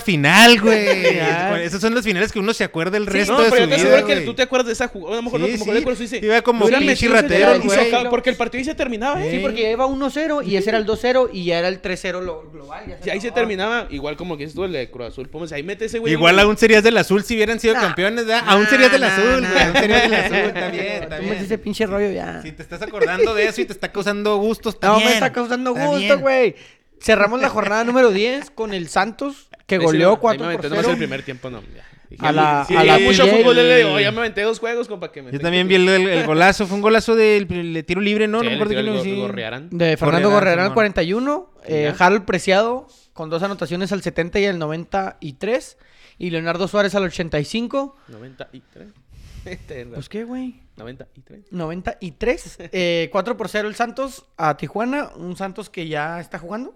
S3: [LAUGHS]
S1: final, güey.
S2: Ya.
S1: Esas son las finales que uno se acuerda el
S3: Sí,
S1: resto
S3: no,
S1: de
S3: pero yo
S1: su
S3: te
S1: vida,
S3: aseguro que
S1: güey.
S3: tú te acuerdas de esa jugada. A lo mejor,
S1: Sí,
S3: a lo mejor
S1: sí.
S3: de acuerdo, dice.
S1: Iba como
S3: "Hubieran
S1: pinche
S3: metido ese
S1: ratero,
S3: gol", y
S1: güey.
S3: sacaba- Porque el partido ahí se terminaba, ¿eh?
S2: Sí, porque ya iba 1-0 y ese era el 2-0 y ya era el 3-0 lo- global. ya
S3: Y ahí se
S2: acababa.
S3: terminaba, igual como que dices tú, el de Cruz Azul, Pumas, ahí mete ese güey.
S1: Igual
S3: güey.
S1: aún serías del azul si hubieran sido
S2: Nah.
S1: campeones, ¿verdad? aún serías del
S2: Nah,
S1: azul,
S2: nah,
S1: güey. Aún
S2: nah.
S1: serías del
S2: [LAUGHS]
S1: azul, está bien,
S2: Tú
S1: está
S2: me
S1: bien.
S2: haces ese pinche rollo ya.
S1: Si te estás acordando de eso y te está causando gustos, está
S2: No
S1: bien.
S2: me está causando
S1: Está
S2: gusto,
S1: bien.
S2: güey. Cerramos la jornada número 10 con el Santos, que
S3: Ahí sí
S2: goleó
S3: lo-
S2: 4
S3: Ahí me
S2: por
S3: aventé
S2: 0.
S3: nomás el primer tiempo, no. ya. Dije,
S2: A la-
S3: sí,
S1: a la
S3: mucho
S1: PJ.
S3: fútbol, le digo, ya me aventé dos juegos, compa, que me
S1: Yo también vi el, el golazo. Fue un golazo del del tiro libre, ¿no?
S3: Sí,
S1: no me acuerdo
S3: le
S1: quién lo
S3: tiró el
S1: hizo.
S3: gol- gorrearán.
S2: De Fernando
S1: Correrán,
S2: Gorrerán al
S1: Simón.
S2: 41, eh,
S3: Ya.
S2: Harold Preciado con dos anotaciones al 70 y al 93, y Leonardo Suárez al 85.
S3: 93. [LAUGHS] Este,
S2: Pues qué, güey.
S3: 93. [LAUGHS]
S2: 93. eh, 4 por 0 el Santos a Tijuana, un Santos que ya está jugando.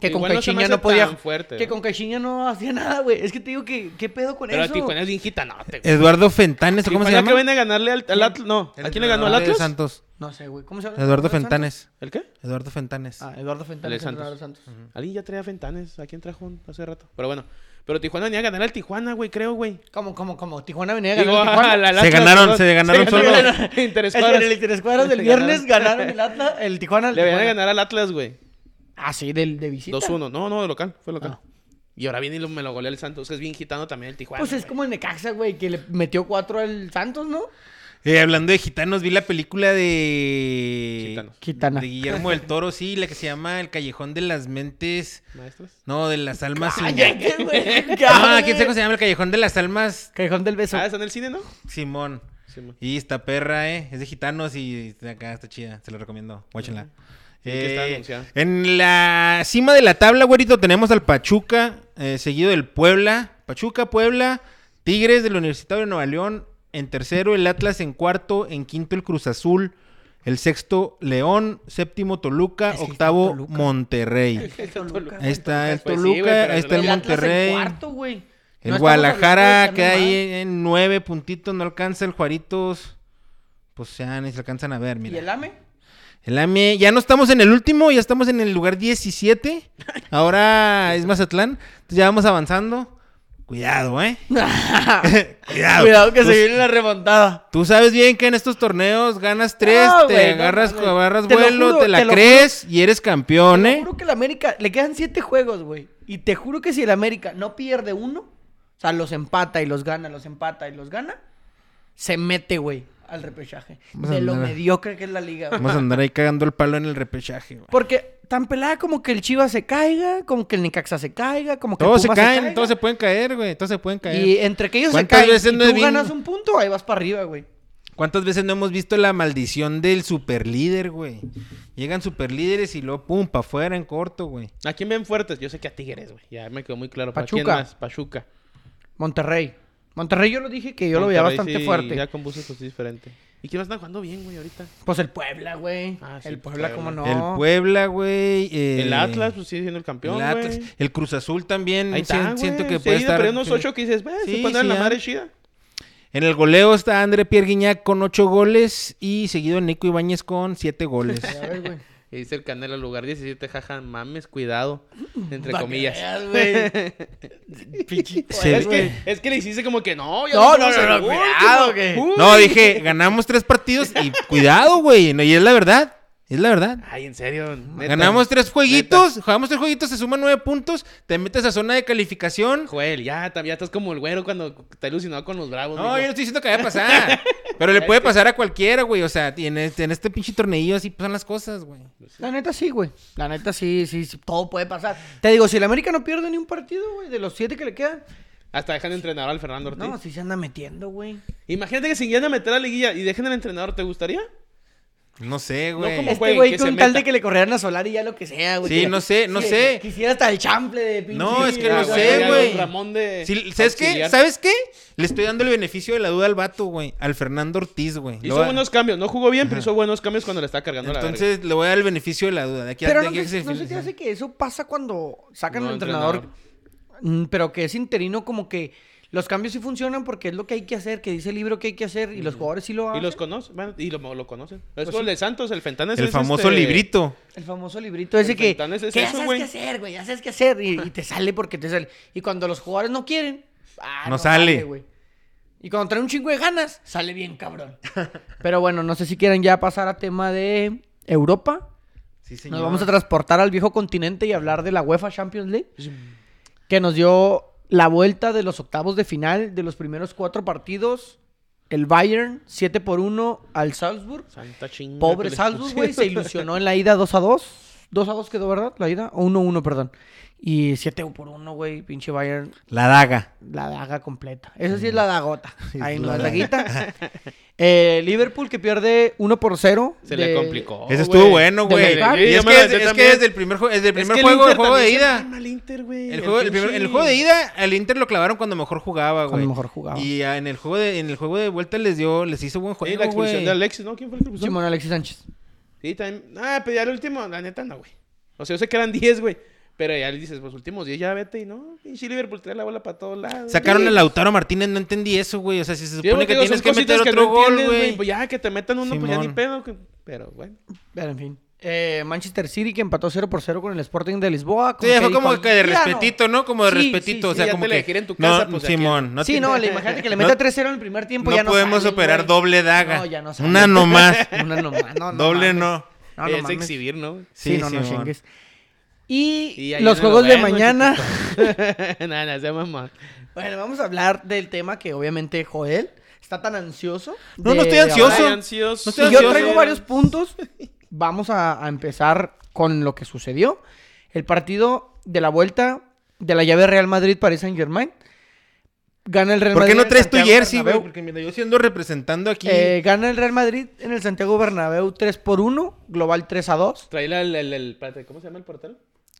S2: Que con
S3: Igual no se me
S2: Caixinha no,
S3: hace
S2: podía.
S3: tan fuerte,
S2: que
S3: ¿no?
S2: con Caixinha no hacía nada, güey. Es que te digo que, ¿qué pedo con
S3: Pero a
S2: eso?
S3: Tijuana es bien gitanote, güey.
S1: Eduardo Fentanes, ¿o ¿cómo se
S3: Tijuana
S1: llama?
S3: que viene a ganarle al, al Atlas. No,
S1: El
S3: ¿a quién le ganó al
S1: entrenador de
S3: Atlas?
S1: Santos.
S2: No sé, güey. ¿Cómo se llama?
S1: Eduardo
S2: Santos?
S1: Fentanes.
S3: ¿El qué?
S1: Eduardo Fentanes.
S2: Ah, Eduardo Fentanes.
S3: Alex Santos.
S2: Eduardo Santos.
S3: Alguien ya traía Fentanes. ¿A quién trajo un- hace rato? Pero bueno. Pero Tijuana venía a ganar al Tijuana, güey, creo, güey.
S2: Como, como, como. Tijuana venía a
S3: Digo,
S2: ganar.
S3: [LAUGHS]
S2: Tijuana.
S3: al- al
S1: Se
S3: Atlas,
S1: ganaron-
S3: perdón.
S1: se ganaron solo.
S2: [LAUGHS]
S3: Interescuadras.
S2: El, el
S3: [LAUGHS]
S2: interescuadras del
S3: Le
S2: viernes
S3: ganaron.
S2: ganaron el Atlas, el Tijuana. al
S3: Le van a
S2: Tijuana.
S3: ganar al Atlas, güey.
S2: Ah, sí, del de visita.
S3: 2-1. No, no, de local. Fue local.
S2: Ah.
S3: Y ahora viene y lo- me lo goleó el Santos. que es bien gitano también el Tijuana.
S2: Pues es
S3: güey.
S2: como el Necaxa, güey, que le metió cuatro al Santos, ¿no?
S1: Eh, hablando de gitanos, vi la película de...
S3: Gitanos.
S2: Gitana.
S1: De Guillermo del Toro, sí, la que se llama El Callejón de las Mentes...
S3: Maestros.
S1: No, de las almas... sin-
S2: Cállate, güey.
S3: [LAUGHS]
S1: Ah, ¿quién sabe
S2: Cállate.
S1: cómo se llama? El Callejón de las Almas...
S2: Callejón del beso.
S3: Ah, está en el cine, ¿no?
S1: Simón.
S3: Sí,
S2: [LAUGHS]
S3: man.
S1: Y está perra, ¿eh? Es de gitanos y está acá está chida. Se lo recomiendo. Watchenla.
S3: Sí, que está anunciada.
S1: en la cima de la tabla, güerito, tenemos al Pachuca, eh, seguido del Puebla. Pachuca, Puebla, Tigres del Universitario de Nueva León. En tercero, el Atlas. En cuarto, en quinto, el Cruz Azul. El sexto, León. Séptimo, Toluca.
S2: Es que está
S1: octavo,
S2: Toluca.
S1: Monterrey. Ahí está el Toluca, ahí está el
S2: El Atlas
S1: Monterrey.
S2: en cuarto, güey.
S1: El
S2: No estamos
S1: Guadalajara
S2: hablando de
S1: que
S2: Carmen
S1: hay en, en nueve puntitos, no alcanza el Juaritos. Pues ya ni se alcanzan a ver,
S2: Mal.
S1: mira.
S2: ¿Y el AME?
S1: [LAUGHS]
S2: [LAUGHS]
S1: El AME, ya no estamos en el último, ya estamos en el lugar 17.
S2: [LAUGHS]
S1: Ahora es Mazatlán. Entonces ya vamos avanzando. Cuidado, ¿eh? Cuidado.
S2: Cuidado que
S1: tú,
S2: se viene la remontada.
S1: tú sabes bien que en estos torneos ganas tres,
S2: No,
S1: te
S2: güey, no
S1: agarras,
S2: mames.
S1: agarras
S2: Te lo
S1: vuelo,
S2: juro,
S1: te la
S2: te lo
S1: crees y eres campeón,
S2: Te
S1: ¿eh?
S2: juro que el América le quedan siete juegos, güey. Y te juro que si el América no pierde uno, o sea, los empata y los gana, los empata y los gana, se mete, güey, al repechaje.
S1: Vamos a
S2: de lo
S1: andar a-
S2: mediocre que es la liga, güey.
S1: Vamos a andar ahí cagando el palo en el repechaje, güey.
S2: Porque tan pelada como que el Chivas se caiga, como que el Necaxa se caiga, como que el
S1: Todos se
S2: Puma se
S1: caen,
S2: caiga.
S1: todos se pueden caer, güey. Todos se pueden caer.
S2: Y entre que ellos se
S1: ¿Cuántas
S2: caen
S1: veces
S2: y
S1: no
S2: tú
S1: he vi-
S2: ganas un punto, ahí vas para arriba, güey.
S1: ¿Cuántas veces no hemos visto la maldición del superlíder, güey? Llegan superlíderes y luego pum, pa' afuera en corto, güey.
S3: ¿A quién ven fuertes? Yo sé que a Tigres, güey. Ya me quedó muy claro. ¿Para
S2: Pachuca.
S3: quién más? Pachuca.
S2: Monterrey. Monterrey yo lo dije que yo lo veía
S3: Monterrey,
S2: bastante
S3: sí,
S2: fuerte.
S3: Ya con buses pues, sí, diferente. ¿Y quién más está jugando bien, güey, ahorita?
S2: Pues el Puebla, güey.
S3: Ah, sí,
S2: el
S3: pues,
S2: Puebla,
S3: Puebla.
S2: como no.
S1: El Puebla, güey. eh,
S3: El Atlas, pues sigue siendo el campeón,
S1: el
S3: güey.
S1: Atlas. El Cruz Azul también.
S3: Ahí
S1: sien-
S3: está,
S1: siento que
S3: se
S1: puede
S3: ha ido
S1: estar.
S3: perdiendo unos ocho que dices, "Ve,
S1: Sí,
S3: se pueden dar
S1: sí,
S3: la
S1: ya.
S3: madre chida.
S1: En el goleo está André Pierre Guignac con ocho goles y seguido Nico Ibáñez con siete
S3: [LAUGHS]
S1: goles. [LAUGHS]
S2: Ya ves, güey.
S3: Y dice el Canelo al lugar 17, jaja, mames, cuidado, entre
S2: Pa' que
S3: comillas.
S2: veas,
S3: [LAUGHS]
S1: [LAUGHS]
S2: güey. Pinche
S1: Se-
S2: Puebla,
S3: Es
S2: güey.
S3: que, es que le hiciste como que no, ya
S2: No,
S3: nos
S2: no,
S3: vamos
S2: no,
S3: al
S2: no,
S3: último.
S2: cuidado, que-
S3: Uy.
S1: no, dije, ganamos tres partidos
S3: [LAUGHS]
S1: y cuidado, güey. No, y es la verdad. Es la verdad.
S3: Ay, en serio. neta.
S1: Ganamos tres jueguitos, jugamos tres jueguitos, se suman nueve puntos, te metes a zona de calificación.
S3: Joel, ya, tam- ya estás como el güero cuando está ilusionado con los bravos.
S1: No, yo
S3: mijo.
S1: no estoy diciendo que vaya
S3: [LAUGHS]
S1: a pasar. pero le puede pasar a cualquiera, güey. O sea, en este, en este pinche torneillo así pasan las cosas, güey.
S2: La neta sí, güey. La neta sí, sí, sí, todo puede pasar. Te digo, si el América no pierde ni un partido, güey, de los siete que le quedan,
S3: Hasta dejan de entrenar al Fernando Ortiz.
S2: no, sí se anda metiendo, güey.
S3: Imagínate que se iban a meter a la liguilla y dejen al entrenador, ¿te gustaría?
S1: No sé,
S3: No
S1: güey.
S3: como-
S2: Este
S3: jueguen,
S2: güey
S3: que
S2: con
S3: se
S2: tal
S3: meta.
S2: de que le corrieran a Solar y ya lo que sea, güey.
S1: Sí,
S2: Que-
S1: no sé, no
S2: que-
S1: sé.
S2: Quisiera hasta el chample de pinche.
S1: No, es que no
S3: Ah,
S1: sé,
S3: ya los
S1: güey.
S3: Ramón de
S1: Sí, ¿Sabes qué?
S3: auxiliar.
S1: ¿Sabes qué? Le estoy dando el beneficio de la duda al vato, güey. Al Fernando Ortiz, güey. Le
S3: Hizo
S1: voy a-
S3: buenos cambios. No jugó bien, pero hizo buenos cambios cuando le está cargando la verga.
S1: Entonces le voy a dar el beneficio de la duda. De aquí a-
S2: Pero
S1: de
S2: no,
S1: aquí a que
S2: se,
S1: se
S2: no se te
S1: finalice.
S2: hace que eso pasa cuando sacan
S3: No,
S2: al entrenador,
S3: entrenador.
S2: mm, pero que es interino, como que los cambios sí funcionan porque es lo que hay que hacer, que dice el libro que hay que hacer y los jugadores sí lo hacen.
S3: Y los conocen, bueno, y lo, lo conocen. Es
S2: Pues
S3: como
S2: sí.
S3: el de Santos, el Fentanes.
S1: El
S3: es
S1: famoso
S3: este-
S1: librito.
S2: El famoso librito ese
S3: El
S2: que.
S3: Fentanes es
S2: que ya
S3: eso,
S2: sabes
S3: güey.
S2: qué hacer, güey, ya sabes qué hacer. Y, y te sale porque te sale. Y cuando los jugadores no quieren, ah,
S1: No sale.
S2: güey. Y cuando trae un chingo de ganas, sale bien, cabrón. [LAUGHS] Pero bueno, no sé si quieren ya pasar a tema de Europa.
S1: Sí,
S2: Nos vamos a transportar al viejo continente y hablar de la UEFA Champions League, que nos dio la vuelta de los octavos de final de los primeros cuatro partidos. El Bayern, 7 por 1 al Salzburg.
S3: Santa chinga. que
S2: Pobre
S3: les
S1: [LAUGHS]
S2: Salzburg, güey, se
S3: pusieron.
S2: ilusionó en la ida 2 a 2. 2 a 2 quedó, ¿verdad? La ida. O 1 a 1, perdón. Y 7 por 1, güey, pinche Bayern.
S1: La daga.
S2: La daga completa. Eso sí es
S1: [LAUGHS]
S2: la dagota. Ahí
S1: Es
S2: no
S1: la
S2: es
S1: [LAUGHS]
S2: daguita. Eh, Liverpool que pierde 1 por 0.
S3: [LAUGHS] Se le complicó.
S1: Ese estuvo
S3: Oh, güey.
S1: bueno,
S2: de
S1: güey.
S2: local.
S1: Es
S3: Yo me
S1: que,
S3: aventé
S1: es que
S3: también.
S1: desde el primer, juego, desde el
S3: Es
S1: primer
S3: que
S1: juego, el
S3: Inter
S1: juego de
S3: también se
S1: ida.
S3: gana al Inter, güey.
S1: El juego, el, primer-
S3: pinche-
S1: el juego de ida, al Inter lo clavaron cuando mejor jugaba, güey.
S2: Cuando mejor jugaba.
S1: Y ah, en el juego de, en el juego de vuelta les dio, les hizo buen
S3: Sí,
S1: juego.
S3: la expulsión
S1: güey.
S3: de Alexis, ¿no? ¿Quién fue el que expulsó?
S2: Simón Alexis Sánchez.
S3: Sí, también. Ah, pero ya el último, la neta no, güey. O sea, yo sé que eran 10, güey. Pero ya le dices, pues últimos 10 ya vete y no. Pinche Liverpool trae la bola para todos lados.
S1: Sacaron
S3: Sí.
S1: a Lautaro Martínez, no entendí eso, güey. O sea, si se
S3: Sí,
S1: supone que
S3: digo, son
S1: tienes que meter
S3: cositas
S1: otro
S3: no
S1: gol,
S3: entiendes,
S1: güey.
S3: Pues ya que te metan uno, pues ya ni
S1: Simón.
S3: pedo. que- Pero bueno.
S2: Pero en fin. Eh, Manchester City que empató 0 por 0 con el Sporting de Lisboa.
S1: Sí,
S2: con
S1: fue
S2: Teddy
S1: como
S2: Col-
S1: que de
S2: Mira, no.
S1: respetito, ¿no? Como de
S2: Sí, sí,
S1: respetito,
S2: sí,
S1: o sea,
S3: ya
S1: como
S3: te la
S1: que...
S3: dejé en tu casa,
S1: no,
S3: pues, aquí.
S1: Simón, no
S2: sí,
S1: te-
S2: no, le- imagínate que
S1: [LAUGHS]
S2: le
S1: no-
S2: meta 3-0 en el primer tiempo.
S1: no
S2: ya no
S1: podemos
S2: salen,
S1: operar
S2: güey.
S1: doble daga.
S2: No, ya no salen. [LAUGHS]
S1: Una nomás.
S2: Una nomás. No, no
S1: Doble
S2: mames.
S1: no.
S2: No, no
S3: es
S2: mames.
S3: exhibir, ¿no?
S2: Sí,
S1: Sí,
S2: no, no
S1: Simón.
S2: chingues. Y,
S3: Y ahí viene
S2: los
S3: lo
S2: juegos de
S3: bueno,
S2: mañana.
S3: [LAUGHS] Nada, nada, sea mamá.
S2: [LAUGHS] Bueno, vamos a hablar del tema que obviamente Joel está tan ansioso.
S1: No, no
S2: de
S1: estoy ansioso.
S2: hablar.
S3: Ay, ansioso.
S1: No estoy
S2: Y yo
S1: ansioso.
S2: traigo varios puntos. Vamos a, a empezar con lo que sucedió. El partido de la vuelta de la llave Real Madrid Paris Saint Germain. Gana el Real
S1: ¿Por qué
S2: Madrid.
S1: no
S2: en
S1: traes tu
S2: Santiago
S1: jersey, güey?
S2: Bernabéu.
S1: Porque mira, yo siendo representando aquí.
S2: Eh, gana el Real Madrid en el Santiago Bernabéu 3 por 1, global 3 a 2.
S3: Trae la- el, el, el- espérate, ¿cómo se llama el portero?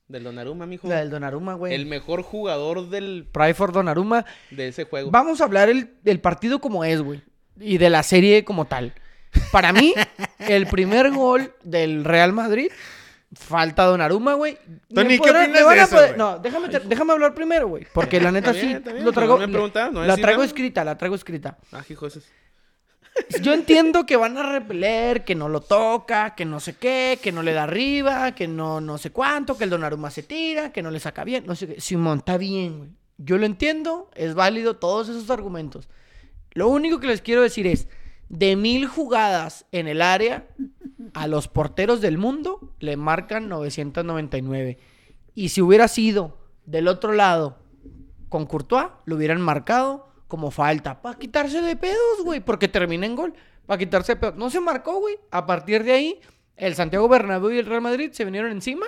S3: Del Donnarumma, mijo.
S2: La del Donnarumma, güey.
S3: El mejor jugador del,
S2: Pride for Donnarumma.
S3: de ese juego.
S2: Vamos a hablar el, del partido como es, güey. Y de la serie como tal. Para mí, el primer gol del Real Madrid, falta Donnarumma, güey. ¿Me
S1: Tony, ¿qué
S2: podrán-
S1: opinas
S2: me van
S1: de
S2: a
S1: eso,
S2: poder-
S1: güey?
S2: No, déjame, ter- déjame hablar primero, güey. Porque la neta
S3: Está bien,
S2: sí,
S3: está bien,
S2: lo
S3: pero
S2: traigo...
S3: no me preguntaron, no
S2: la
S3: decís
S2: traigo
S3: nada.
S2: escrita, la traigo escrita.
S3: Ah, hijo, ese es-
S2: Yo entiendo que van a repeler, que no lo toca, que no sé qué, que no le da arriba, que no no sé cuánto, que el Donnarumma se tira, que no le saca bien, no sé qué. Simón, está bien, güey. Yo lo entiendo, es válido todos esos argumentos. Lo único que les quiero decir es, de mil jugadas en el área, a los porteros del mundo le marcan 999. Y si hubiera sido del otro lado con Courtois lo hubieran marcado como falta. Para quitarse de pedos, güey. Porque termina en gol. Para quitarse de pedos. No se marcó, güey. A partir de ahí, el Santiago Bernabéu y el Real Madrid se vinieron encima.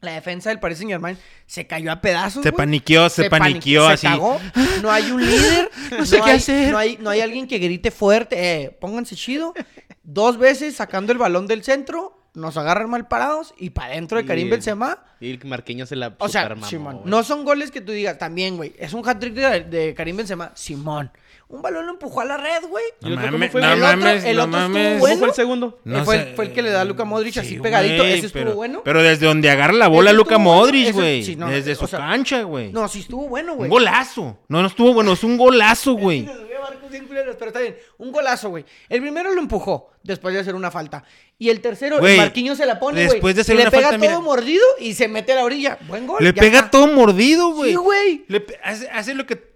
S2: La defensa del Paris Saint Germain se cayó a pedazos.
S1: se
S2: güey.
S1: paniqueó, se, paniqueó
S2: paniqueó,
S1: así.
S2: Se cagó. No hay un líder.
S1: [LAUGHS] No sé qué
S2: hay,
S1: hacer.
S2: No hay, no hay alguien que grite fuerte. Eh, pónganse chido. Dos veces sacando el balón del centro. Nos agarran mal parados. Y para adentro de
S3: Y
S2: Karim
S3: el-
S2: Benzema.
S3: Y el Marqueño se la
S2: O sea,
S3: supermamó,
S2: Simón,
S3: güey.
S2: no son goles que tú digas también, güey. Es un hat-trick de, de Karim Benzema. Simón. Un balón lo empujó a la red, güey.
S1: No
S3: ¿Y el otro
S1: mames,
S3: cómo fue?
S1: no
S3: El
S2: otro-
S1: mames,
S2: el
S1: no
S2: otro estuvo
S1: mames.
S3: ¿Cómo
S2: bueno.
S3: fue el segundo?
S1: No
S2: Eh, fue, el,
S1: sé,
S2: fue el que le da a Luca Modric
S1: sí,
S2: así pegadito.
S1: güey,
S2: Ese estuvo
S1: pero-
S2: bueno.
S1: Pero desde donde agarra la bola
S2: Ese
S1: Luca
S2: estuvo bueno.
S1: Modric,
S2: Ese-
S1: güey.
S2: sí, no,
S1: desde su
S2: o sea,
S1: cancha, güey.
S2: No, sí estuvo bueno,
S1: un
S2: güey.
S1: golazo. No, no estuvo bueno, es un golazo, güey.
S2: Se subió a Barcos bien culeros, pero está bien. Un golazo, güey. El primero lo empujó después de hacer una falta. Y el tercero,
S1: Güey,
S2: el Marquinhos se la pone, güey.
S1: después de hacer
S2: le
S1: una
S2: pega
S1: falta, mira.
S2: todo mordido y se mete a la orilla. Buen gol.
S1: Le
S2: ya
S1: pega
S2: está.
S1: todo mordido, güey.
S2: Sí, güey.
S1: Le pe- hace, hace lo que.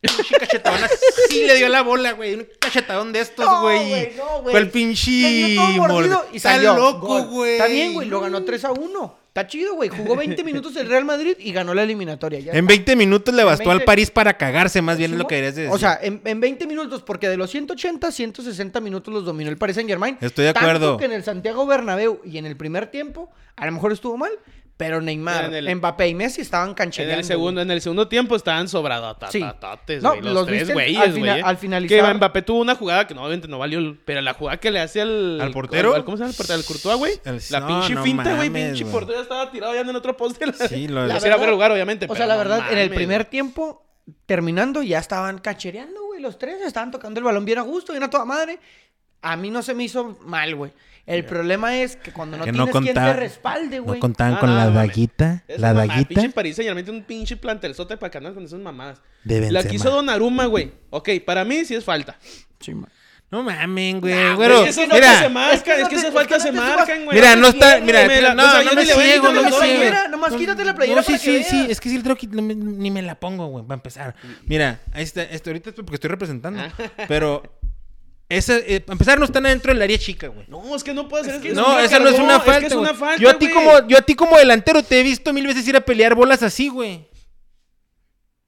S1: Pinche cachetadón así le dio la bola, güey. Un cachetadón de estos,
S2: No,
S1: güey.
S2: güey, no, güey.
S1: Fue el pinche.
S2: Le dio todo mordido
S1: morde-
S2: y salió.
S1: Está loco,
S2: Gol.
S1: güey.
S2: Está bien, güey. Lo ganó 3 a 1. Está chido, güey. Jugó
S1: [LAUGHS]
S2: 20 minutos el Real Madrid y ganó la eliminatoria. Ya
S1: En 20 minutos le bastó al
S2: 20
S1: París para cagarse, más bien es lo
S2: ¿Sí,
S1: que
S2: no?
S1: querías decir.
S2: O sea, en, en 20 minutos, porque de los 180, 160 minutos los dominó el Paris Saint Germain.
S1: Estoy de
S2: Tanto
S1: acuerdo.
S2: que en el Santiago Bernabéu y en el primer tiempo, a lo mejor estuvo mal, pero Neymar,
S3: Era en el-
S2: Mbappé y Messi estaban
S3: En
S2: canchereando.
S3: el, segundo, en el segundo tiempo estaban sobradotates,
S2: Sí. No,
S3: no, los,
S2: los viste
S3: tres
S2: al-
S3: güeyes,
S2: al
S3: güey.
S2: fina-
S3: eh.
S2: al finalizar.
S3: Que Mbappé tuvo una jugada que no, obviamente no valió, el- pero la jugada que le hace al...
S1: ¿Al portero?
S3: al- ¿Cómo se llama el portero? ¿Al Courtois, güey?
S1: El-
S3: La
S1: no,
S3: pinche
S1: no
S3: finta, güey,
S1: mames,
S3: pinche
S1: güey.
S3: portero ya estaba tirado ya en otro poste.
S1: Sí, lo-
S3: la,
S1: La
S3: la, fuera de lugar, obviamente.
S2: O sea,
S3: pero
S2: la
S3: no
S2: verdad, en el
S3: mames,
S2: primer tiempo, terminando, ya estaban cachereando, güey, los tres. Estaban tocando el balón bien a gusto, bien a toda madre. A mí no se me hizo mal, güey. El problema es que cuando no
S1: Que
S2: tienes quien
S1: contaba-
S2: te respalde, güey.
S1: No contaban
S3: Ah,
S1: con
S3: no,
S1: la
S3: no mames.
S1: daguita.
S3: Es
S1: La
S3: una mamada,
S1: daguita.
S3: Pinche París señalmente un pinche plantelzote para que andas con esas mamadas.
S1: De
S3: La
S1: Benzema.
S3: quiso Donnarumma, güey. Ok, para mí sí es falta.
S2: Sí, man.
S1: No mamen, güey.
S3: Nah,
S1: güey,
S3: es que esas faltas se
S1: mira,
S3: marcan,
S2: es que no
S3: es que
S2: te-
S3: esas
S2: es que
S3: faltas
S2: no
S3: se
S2: te subas-
S3: marcan, güey.
S1: mira, no está.
S2: quiero,
S1: Mira,
S3: güey, la-
S1: no,
S3: o sea,
S1: no
S3: yo
S1: me
S3: ni le voy a
S1: ciego,
S3: quitar
S1: no
S3: la
S1: me ciego.
S2: playera, nomás quítate la playera
S1: No,
S2: para
S1: sí,
S2: que
S1: sí, sí.
S2: veas.
S1: Es que si el troqui no me- ni me la pongo, güey, para empezar. Mira, ahí está. Esto ahorita es porque estoy representando. Pero. Esa, eh, para empezar, no están adentro del área chica, güey.
S3: No, es que no puede ser. es que
S1: No,
S3: una
S1: esa no es
S3: cargó,
S1: una
S3: es que
S1: falta.
S3: es una
S1: güey.
S3: falta,
S1: yo, a ti
S3: güey.
S1: como, yo a ti como delantero te he visto mil veces ir a pelear bolas así, güey.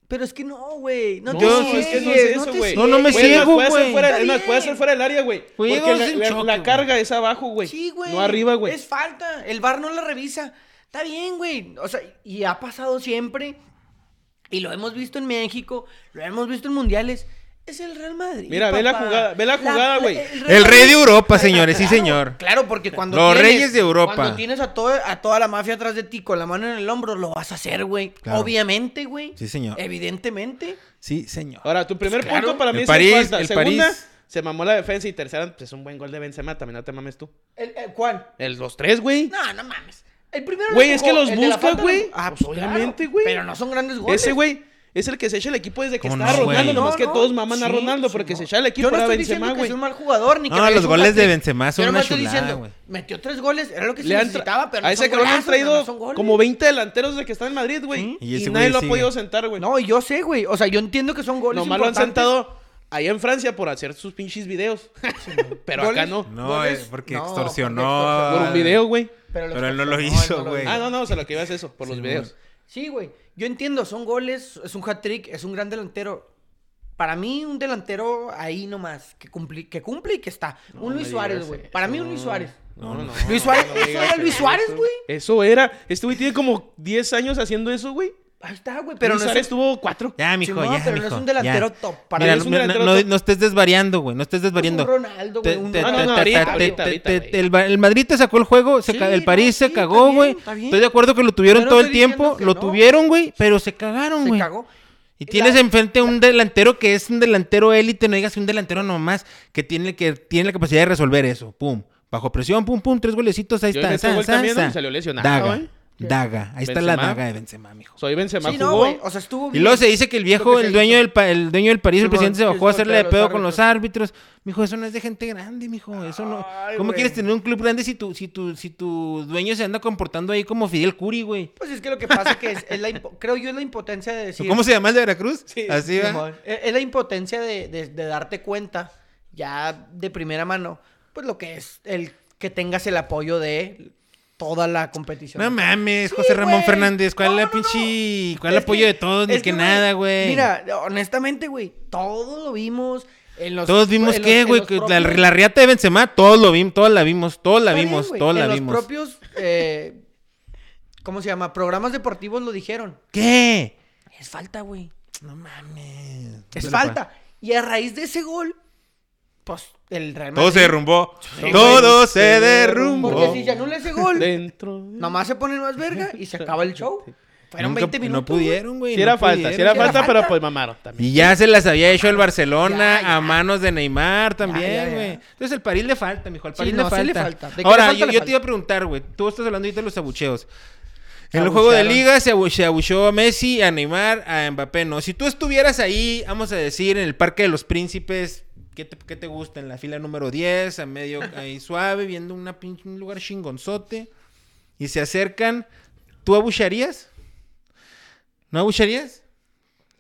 S2: Pero es que no, güey. No,
S3: No, pues,
S2: te
S1: Yo-
S3: es
S2: sigues,
S3: que no es
S2: no
S3: eso,
S2: te
S3: güey.
S1: No, no me
S2: sigues.
S3: Güey, es más,
S1: ciego,
S3: puede ser
S1: güey.
S3: fuera-
S2: Está
S3: Es más,
S2: bien.
S3: puede ser fuera del área, güey.
S1: Güey,
S3: Porque
S1: es
S3: la,
S1: un
S3: la-
S1: choque,
S3: la
S1: güey.
S3: carga es abajo, güey.
S2: Sí, güey.
S3: No arriba, güey.
S2: Es falta. El bar no la revisa. Está bien, güey. O sea, y ha pasado siempre. Y lo hemos visto en México, lo hemos visto en mundiales. Es el Real Madrid.
S3: Mira, ve la
S2: papá.
S3: jugada- ve la jugada, güey.
S1: El rey de
S2: Madrid-
S1: Europa, señores, sí,
S2: Claro,
S1: señor.
S2: Claro, porque cuando
S1: Los reyes de Europa.
S2: Cuando tienes a, todo, a toda la mafia atrás de ti con la mano en el hombro, lo vas a hacer, güey.
S1: Claro.
S2: Obviamente, güey.
S1: Sí, señor.
S2: Evidentemente.
S1: Sí, señor.
S3: Ahora, tu primer
S1: Pues claro.
S3: punto para
S1: El
S3: mí es
S1: París,
S3: el falta.
S1: el
S3: Segunda,
S1: París.
S3: se mamó la defensa. Y tercera, pues es un buen gol de Benzema. También no te mames tú.
S2: ¿El, eh, el cuál?
S3: El- los tres, güey.
S2: No, no mames. El primero
S3: Güey,
S2: lo
S3: es que los
S2: el de la
S3: busca,
S2: falta
S3: güey.
S2: lo- Ah,
S3: Pues,
S2: pues obviamente,
S3: obviamente,
S2: güey.
S3: güey.
S2: Pero no son grandes goles.
S3: Ese, güey. Es el que se echa el equipo desde que
S1: ¿Cómo
S3: estaba
S1: no, güey?
S3: Ronaldo. Nomás
S1: No,
S3: que todos maman a
S2: sí,
S3: Ronaldo
S2: sí,
S3: porque
S2: no.
S3: se echa el equipo
S2: Yo no
S3: a
S2: estoy
S3: Benzema,
S2: diciendo que
S3: güey.
S2: es un mal jugador ni que
S1: No,
S2: merece
S1: los
S2: un
S1: goles de
S2: hat-trick.
S1: Benzema son
S2: Yo nomás
S1: una
S2: estoy
S1: chulada,
S2: diciendo,
S1: güey.
S2: Metió tres goles, era lo que se
S3: Le han tra-
S2: necesitaba, pero
S3: a
S2: no
S3: ese
S2: son
S3: cabrón le han
S2: golazos, nada
S3: traído
S2: más son goles.
S3: como 20 delanteros desde que está en Madrid, güey.
S2: ¿Mm?
S1: Y
S3: Y,
S1: ese
S3: nadie
S1: güey
S3: lo ha
S1: sigue.
S3: podido sentar, güey.
S2: No, yo sé, güey. O sea, yo entiendo que son goles
S3: Nomás lo han
S2: importantes.
S3: sentado allá en Francia por hacer sus pinches videos.
S2: [LAUGHS]
S3: Pero acá
S2: Goles.
S3: no.
S1: No,
S2: Goles-
S1: es porque
S2: no,
S1: extorsionó.
S2: porque
S3: Por un video, güey.
S2: los
S1: Pero él no lo
S2: otros
S1: hizo,
S2: él no lo
S1: güey.
S3: Ah, no, no, o sea, lo que iba es eso, por los
S1: Sí,
S3: videos.
S2: Sí, güey. Yo entiendo, son goles, es un hat-trick, es un gran delantero. Para mí, un delantero ahí nomás, que cumple, que cumple y que está. un Luis
S3: me
S2: Suárez,
S3: digas
S2: güey.
S3: eso.
S2: Para mí, un Luis Suárez.
S3: No, no, no.
S2: Luis Suárez,
S3: no
S2: eso
S3: digas
S2: era Luis Suárez,
S3: eso.
S2: güey.
S3: Eso era. Este güey tiene como 10 años haciendo eso, güey.
S2: Ahí está, güey,
S3: Pero
S2: pero no es,
S3: estuvo cuatro.
S1: Ya, mijo,
S2: Simón,
S1: ya,
S2: pero no es
S1: mijo,
S2: un delantero
S1: ya.
S2: top. Para
S1: Mira,
S2: mí
S3: es un
S1: no-
S3: delantero
S1: no,
S3: top.
S1: no estés desvariando, güey. No estés desvariando.
S2: un Ronaldo,
S1: Te-
S2: güey, un
S1: te-
S3: No, no,
S1: te-
S3: no,
S1: te-
S3: ahorita,
S1: te-
S3: ahorita,
S1: te-
S3: ahorita,
S1: te-
S3: güey.
S1: el, Ba- el Madrid te sacó el juego, se
S2: Sí,
S1: ca- el
S2: no,
S1: París se
S2: sí, está
S1: cagó,
S2: bien,
S1: güey.
S2: está bien.
S1: Estoy de acuerdo que lo tuvieron
S2: Yo no
S1: todo el
S2: estoy diciendo
S1: tiempo,
S2: que
S1: lo
S2: no.
S1: tuvieron, güey, pero se cagaron,
S2: se
S1: güey.
S2: cagó.
S1: Y tienes
S2: La-
S1: enfrente un delantero que es un delantero élite, no digas un delantero nomás, que tiene, que tiene la capacidad de resolver eso. Pum. Bajo presión, pum, pum, tres golecitos, ahí
S3: Yo
S1: está.
S3: en ese
S1: san,
S3: gol
S1: san,
S3: también, ¿no?
S1: san.
S3: Salió lesionado,
S1: Daga,
S3: ¿eh?
S1: daga. Ahí está la
S3: Benzema.
S1: daga de Benzema, mijo.
S3: Soy Benzema
S2: Sí, no,
S3: jugó.
S2: güey, o sea, estuvo
S1: Y
S2: bien.
S1: luego se dice que el
S2: Lo
S1: viejo,
S2: que se
S1: el dueño
S2: hizo.
S1: del, pa- el dueño del París, el
S2: Simón,
S1: presidente, se
S2: es
S1: bajó a hacerle de
S2: contra
S1: pedo
S2: los
S1: con los árbitros. Mijo, eso no es de gente grande, mijo. Eso no.
S2: Ay,
S1: ¿Cómo
S2: güey.
S1: quieres tener un club grande si tu, si tu, si tu dueño se anda comportando ahí como Fidel Curi, güey?
S2: Pues es que lo que pasa que es, es la impo- creo yo es la impotencia de decir.
S1: ¿Cómo se llama el de Veracruz?
S2: Sí,
S1: Así va.
S2: Simón. E, Es es la impotencia de, de- de darte cuenta, ya de primera mano, pues lo que es el que tengas el apoyo de toda la competición.
S1: No mames,
S2: Sí,
S1: José Ramón
S2: güey.
S1: Fernández. ¿Cuál
S2: No,
S1: la
S2: no,
S1: pinche.
S2: no.
S1: ¿Cuál el
S2: Es
S1: apoyo de todos? Ni
S2: es
S1: que, nada, güey.
S2: Mira, honestamente, güey, todo lo vimos en los.
S1: Todos vimos
S2: en los-
S1: qué,
S2: en
S1: güey.
S2: los
S1: que La,
S2: propios-
S1: la riata de Benzema, todos lo vimos, todos la vimos, todos la
S2: Está bien,
S1: vimos,
S2: güey,
S1: todos la
S2: en
S1: vimos.
S2: Los propios. eh, ¿Cómo se llama? Programas deportivos lo dijeron.
S1: ¿Qué?
S2: Es falta, güey.
S1: No mames.
S2: Es falta. Y a raíz de ese gol, pues el Real Madrid.
S1: Todo se derrumbó.
S2: güey.
S1: Todo se derrumbó.
S2: Porque si se anula ese gol,
S3: Dentro. de-
S2: nomás se ponen más verga y se
S1: [LAUGHS]
S2: acaba el show. Fueron
S1: Nunca-
S2: 20 minutos.
S1: No pudieron, güey.
S3: Si
S1: no
S3: era falta,
S1: pudieron.
S3: si era
S2: sí era
S3: falta, pero
S2: falta.
S3: pues mamaron también.
S1: Y ya se las había hecho el Barcelona
S2: Ya, ya.
S1: a manos de Neymar
S2: Ya,
S1: también,
S2: ya,
S1: güey.
S2: ya.
S1: Entonces el París le falta, mijo. Al
S2: Sí,
S1: París
S2: no,
S1: le
S2: sí
S1: falta.
S2: le falta. ¿De qué le
S1: Ahora,
S2: falta?
S1: yo,
S2: Le
S1: yo te
S2: falta.
S1: iba a preguntar, güey. Tú estás hablando ahorita de los abucheos.
S2: Se
S1: En el juego de
S2: abuchearon.
S1: liga se, abu- se abucheó a Messi, a Neymar, a Mbappé. No, si tú estuvieras ahí, vamos a decir, en el Parque de los Príncipes, ¿qué te, qué te gusta? En la fila número 10, a medio ahí suave, viendo una pinche, un lugar chingonzote. Y se acercan. ¿Tú abucharías? ¿No abucharías?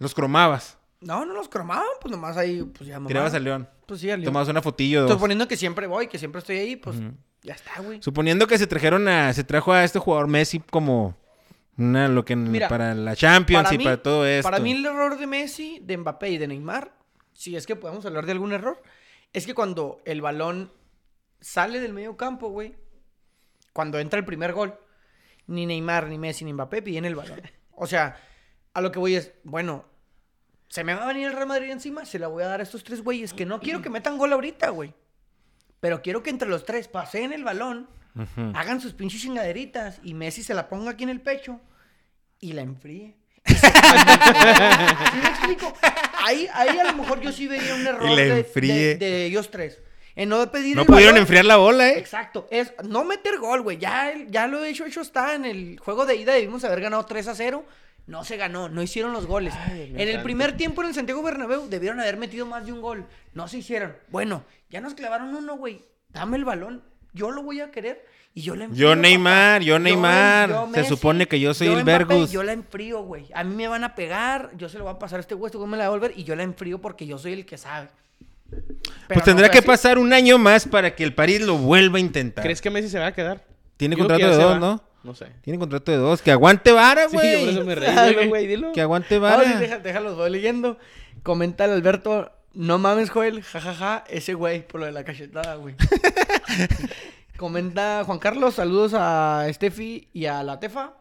S1: Los cromabas.
S2: No, no los cromaban, pues nomás ahí, pues ya mamá.
S1: Tirabas al león.
S2: Pues sí, al león.
S1: Tomabas una fotillo. dos.
S2: Suponiendo que siempre voy, que siempre estoy ahí, pues ya está, güey.
S1: Suponiendo que se trajeron a. Se trajo a este jugador Messi como. Una, lo que en-
S2: Mira,
S1: para la Champions y
S2: mí-
S1: para todo esto.
S2: Para mí el error de Messi, de Mbappé y de Neymar, si es que podemos hablar de algún error, es que cuando el balón sale del medio campo, güey, cuando entra el primer gol, ni Neymar, ni Messi, ni Mbappé piden el
S1: [LAUGHS]
S2: balón. O sea, a lo que voy es, bueno, se me va a venir el Real Madrid encima, se la voy a dar a estos tres güeyes, que no
S1: Mm.
S2: quiero que metan gol ahorita, güey. Pero quiero que entre los tres paseen el balón,
S1: Ujú.
S2: hagan sus pinches chingaderitas y Messi se la ponga aquí en el pecho y
S1: [LAUGHS]
S2: la enfríe. ¿Sí me explico? Ahí, ahí a lo mejor yo sí veía un error
S1: Y la
S2: de- de-
S1: enfríe.
S2: De, ellos tres. En no pedir
S1: No
S2: el
S1: pudieron
S2: balón.
S1: enfriar la bola, ¿eh?
S2: Exacto. Es no meter gol, güey. Ya, ya lo hecho, hecho está. En el juego de ida debimos haber ganado 3 a 0. No se ganó, no hicieron los goles.
S3: Ay, me
S2: en el
S3: encanta.
S2: primer tiempo en el Santiago Bernabéu debieron haber metido más de un gol. No se hicieron. Bueno, ya nos clavaron uno, güey. Dame el balón. Yo lo voy a querer. Y yo le enfrío,
S1: Yo Neymar,
S2: papá.
S1: yo Neymar. Se supone que yo soy el
S2: Mbappé,
S1: Vergus.
S2: Yo la enfrío, güey. A mí me van a pegar. Yo se lo voy a pasar a este güey. Este güey me la va a devolver. Y yo la enfrío porque yo soy el que sabe. Pero
S1: Pues
S2: no
S1: tendrá
S2: fue
S1: que
S2: así.
S1: pasar un año más para que el París lo vuelva a intentar.
S3: ¿Crees que Messi se va a quedar?
S1: Tiene
S3: Yo creo
S1: contrato
S3: que ya
S1: de
S3: se
S1: dos,
S3: va.
S1: ¿no?
S3: No sé.
S1: Tiene contrato de dos. Que aguante vara,
S3: Sí, yo por
S1: güey.
S3: eso me
S2: Claro,
S3: reí. Dilo, Ah, güey,
S2: güey.
S3: dilo.
S1: que aguante
S2: No, sí,
S1: vara.
S2: deja- déjalos, voy leyendo. Comenta el Alberto, no mames, Joel, jajaja, ese güey, por lo de la
S1: [LAUGHS]
S2: cachetada, güey. Comenta Juan Carlos, saludos a Steffi y a la Tefa.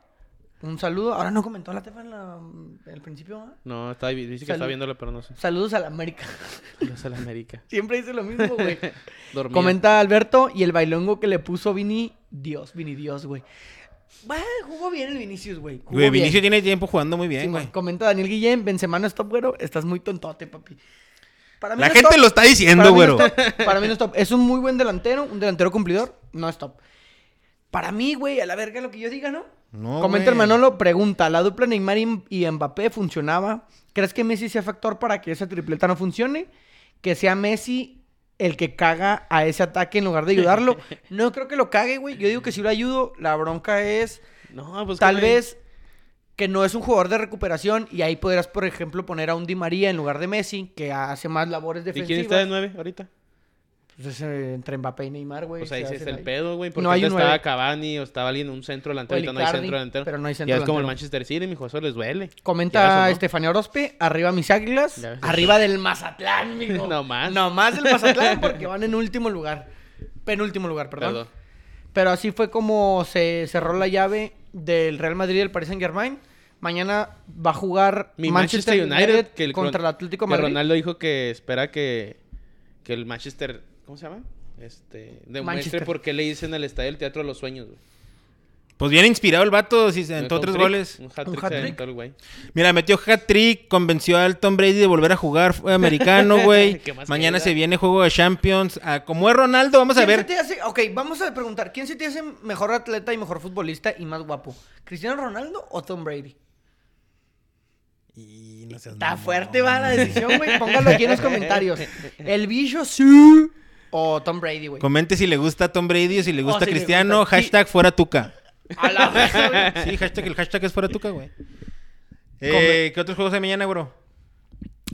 S2: Un saludo. Ahora no comentó la Tefa en, la- en el principio, ¿ah?
S3: No, está, dice que
S2: Salud.
S3: está viéndolo, pero
S2: [LAUGHS]
S3: no sé.
S2: Saludos a la América.
S3: Saludos a la América.
S2: Siempre dice lo mismo,
S1: [LAUGHS]
S2: güey.
S3: Dormido.
S2: Comenta Alberto y el bailongo que le puso Vini Dios, Vini Dios, güey. Bah, jugó bien el Vinicius, güey. jugó
S1: Güey,
S2: bien.
S1: Vinicius tiene tiempo jugando muy
S2: Sí,
S1: bien,
S2: man.
S1: güey.
S2: comenta Daniel Guillén, Benzema no es top, güero. Estás muy tontote, papi. Para mí
S1: La
S2: no es
S1: gente
S2: top.
S1: lo está
S2: Para
S1: diciendo,
S2: mí
S1: güero.
S2: no es top. Para mí no es top. Es un muy buen delantero, un delantero cumplidor. No es top. Para mí, güey, a la verga lo que yo diga, ¿no?
S1: No,
S2: Comenta el
S1: güey.
S2: Manolo, pregunta, ¿la dupla Neymar y- y Mbappé funcionaba? ¿Crees que Messi sea factor para que esa tripleta no funcione? Que sea Messi el que caga a ese ataque en lugar
S1: [LAUGHS]
S2: de ayudarlo. No creo que lo cague, güey. Yo digo que si lo ayudo. La bronca es
S3: No, pues.
S2: tal
S3: ¿qué, güey?
S2: vez que no es un jugador de recuperación y ahí podrás, por ejemplo, poner a un Di María en lugar de Messi, que hace más labores
S3: ¿Y
S2: defensivas.
S3: quién está de nueve ahorita?
S2: Pues es, eh, entre Mbappé y Neymar, güey.
S3: O sea, Pues ahí
S2: se
S3: sí
S2: hacen
S3: está el
S2: ahí.
S3: pedo, güey. Porque
S2: No hay
S3: antes
S2: un
S3: estaba
S2: nueve.
S3: Cavani o estaba alguien, un centro delantero.
S2: O
S3: Ahorita no hay
S2: Icardi,
S3: centro delantero.
S2: pero no hay
S3: Ya
S2: centro
S3: es como el
S2: delantero.
S3: Manchester City, mijo. Eso les duele.
S2: Comenta
S3: Quieras o no.
S2: Estefanía Orozpe, arriba mis águilas,
S3: Ya ves.
S2: arriba del Mazatlán,
S3: [LAUGHS]
S2: mijo.
S3: No más.
S2: No más del
S3: [LAUGHS]
S2: Mazatlán porque van en último lugar. Penúltimo lugar, perdón.
S3: Perdón.
S2: Pero así fue como se cerró la llave del Real Madrid y el Paris Saint Germain. Mañana va a jugar
S3: Mi Manchester, United, que el
S2: contra
S3: Cron-
S2: el Atlético de
S3: que
S2: Madrid.
S3: Ronaldo dijo que espera que, que el Manchester, ¿cómo se llama? Este, demuestre
S2: Manchester.
S3: por qué le dicen el estadio el teatro de los sueños. güey.
S1: Pues bien inspirado el vato, sí, se aventó
S3: Un
S1: tres
S3: hat-trick,
S1: goles.
S3: Un
S2: Un
S3: hat-trick se
S2: hat-trick.
S3: aventó el güey.
S1: Mira, metió hat-trick, convenció al Tom Brady de volver a jugar eh,
S2: [LAUGHS]
S1: americano, güey.
S3: ¿Qué más
S1: Mañana
S3: queda?
S1: se viene juego de Champions. Ah, como es Ronaldo, vamos a
S2: ¿Quién
S1: ver.
S2: se te hace- ok, vamos a preguntar, ¿quién se te hace mejor atleta y mejor futbolista y más guapo? ¿Cristiano Ronaldo o Tom Brady?
S1: Y no seas
S2: Está
S1: mamón.
S2: fuerte va
S1: [LAUGHS]
S2: la decisión, güey. Póngalo aquí en los comentarios. El bicho sí o Tom Brady, güey.
S1: Comente si le gusta a Tom Brady o si le gusta
S2: Oh, si le
S1: Cristiano.
S2: gusta.
S1: Hashtag fuera tuca.
S2: A la verga, güey.
S1: Sí, hashtag, el hashtag es fuera tuca, güey. Eh, ¿Qué otros juegos hay mañana, bro?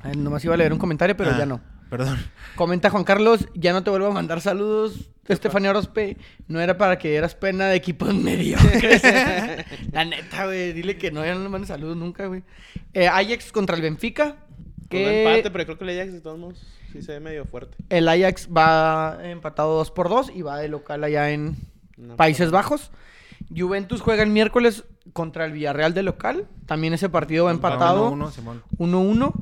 S2: Ay, Nomás iba a leer un comentario, pero
S1: Ah,
S2: ya no.
S1: Perdón.
S2: Comenta Juan Carlos, ya no te vuelvo a mandar saludos. Estefanía Orozpe, no era para que eras pena de equipos [LAUGHS] mediocres. la neta, güey. Dile que no, ya no le mandes saludos nunca, güey. Eh, Ajax contra el Benfica.
S3: Con un
S2: Que
S3: empate, pero creo que el Ajax de todos modos sí se ve medio fuerte.
S2: El Ajax va empatado 2 por 2 y va de local allá en
S3: No,
S2: Países Bajos. Juventus juega el miércoles contra el Villarreal de local. También ese partido va empatado.
S1: 1-1, Simón.
S2: 1-1.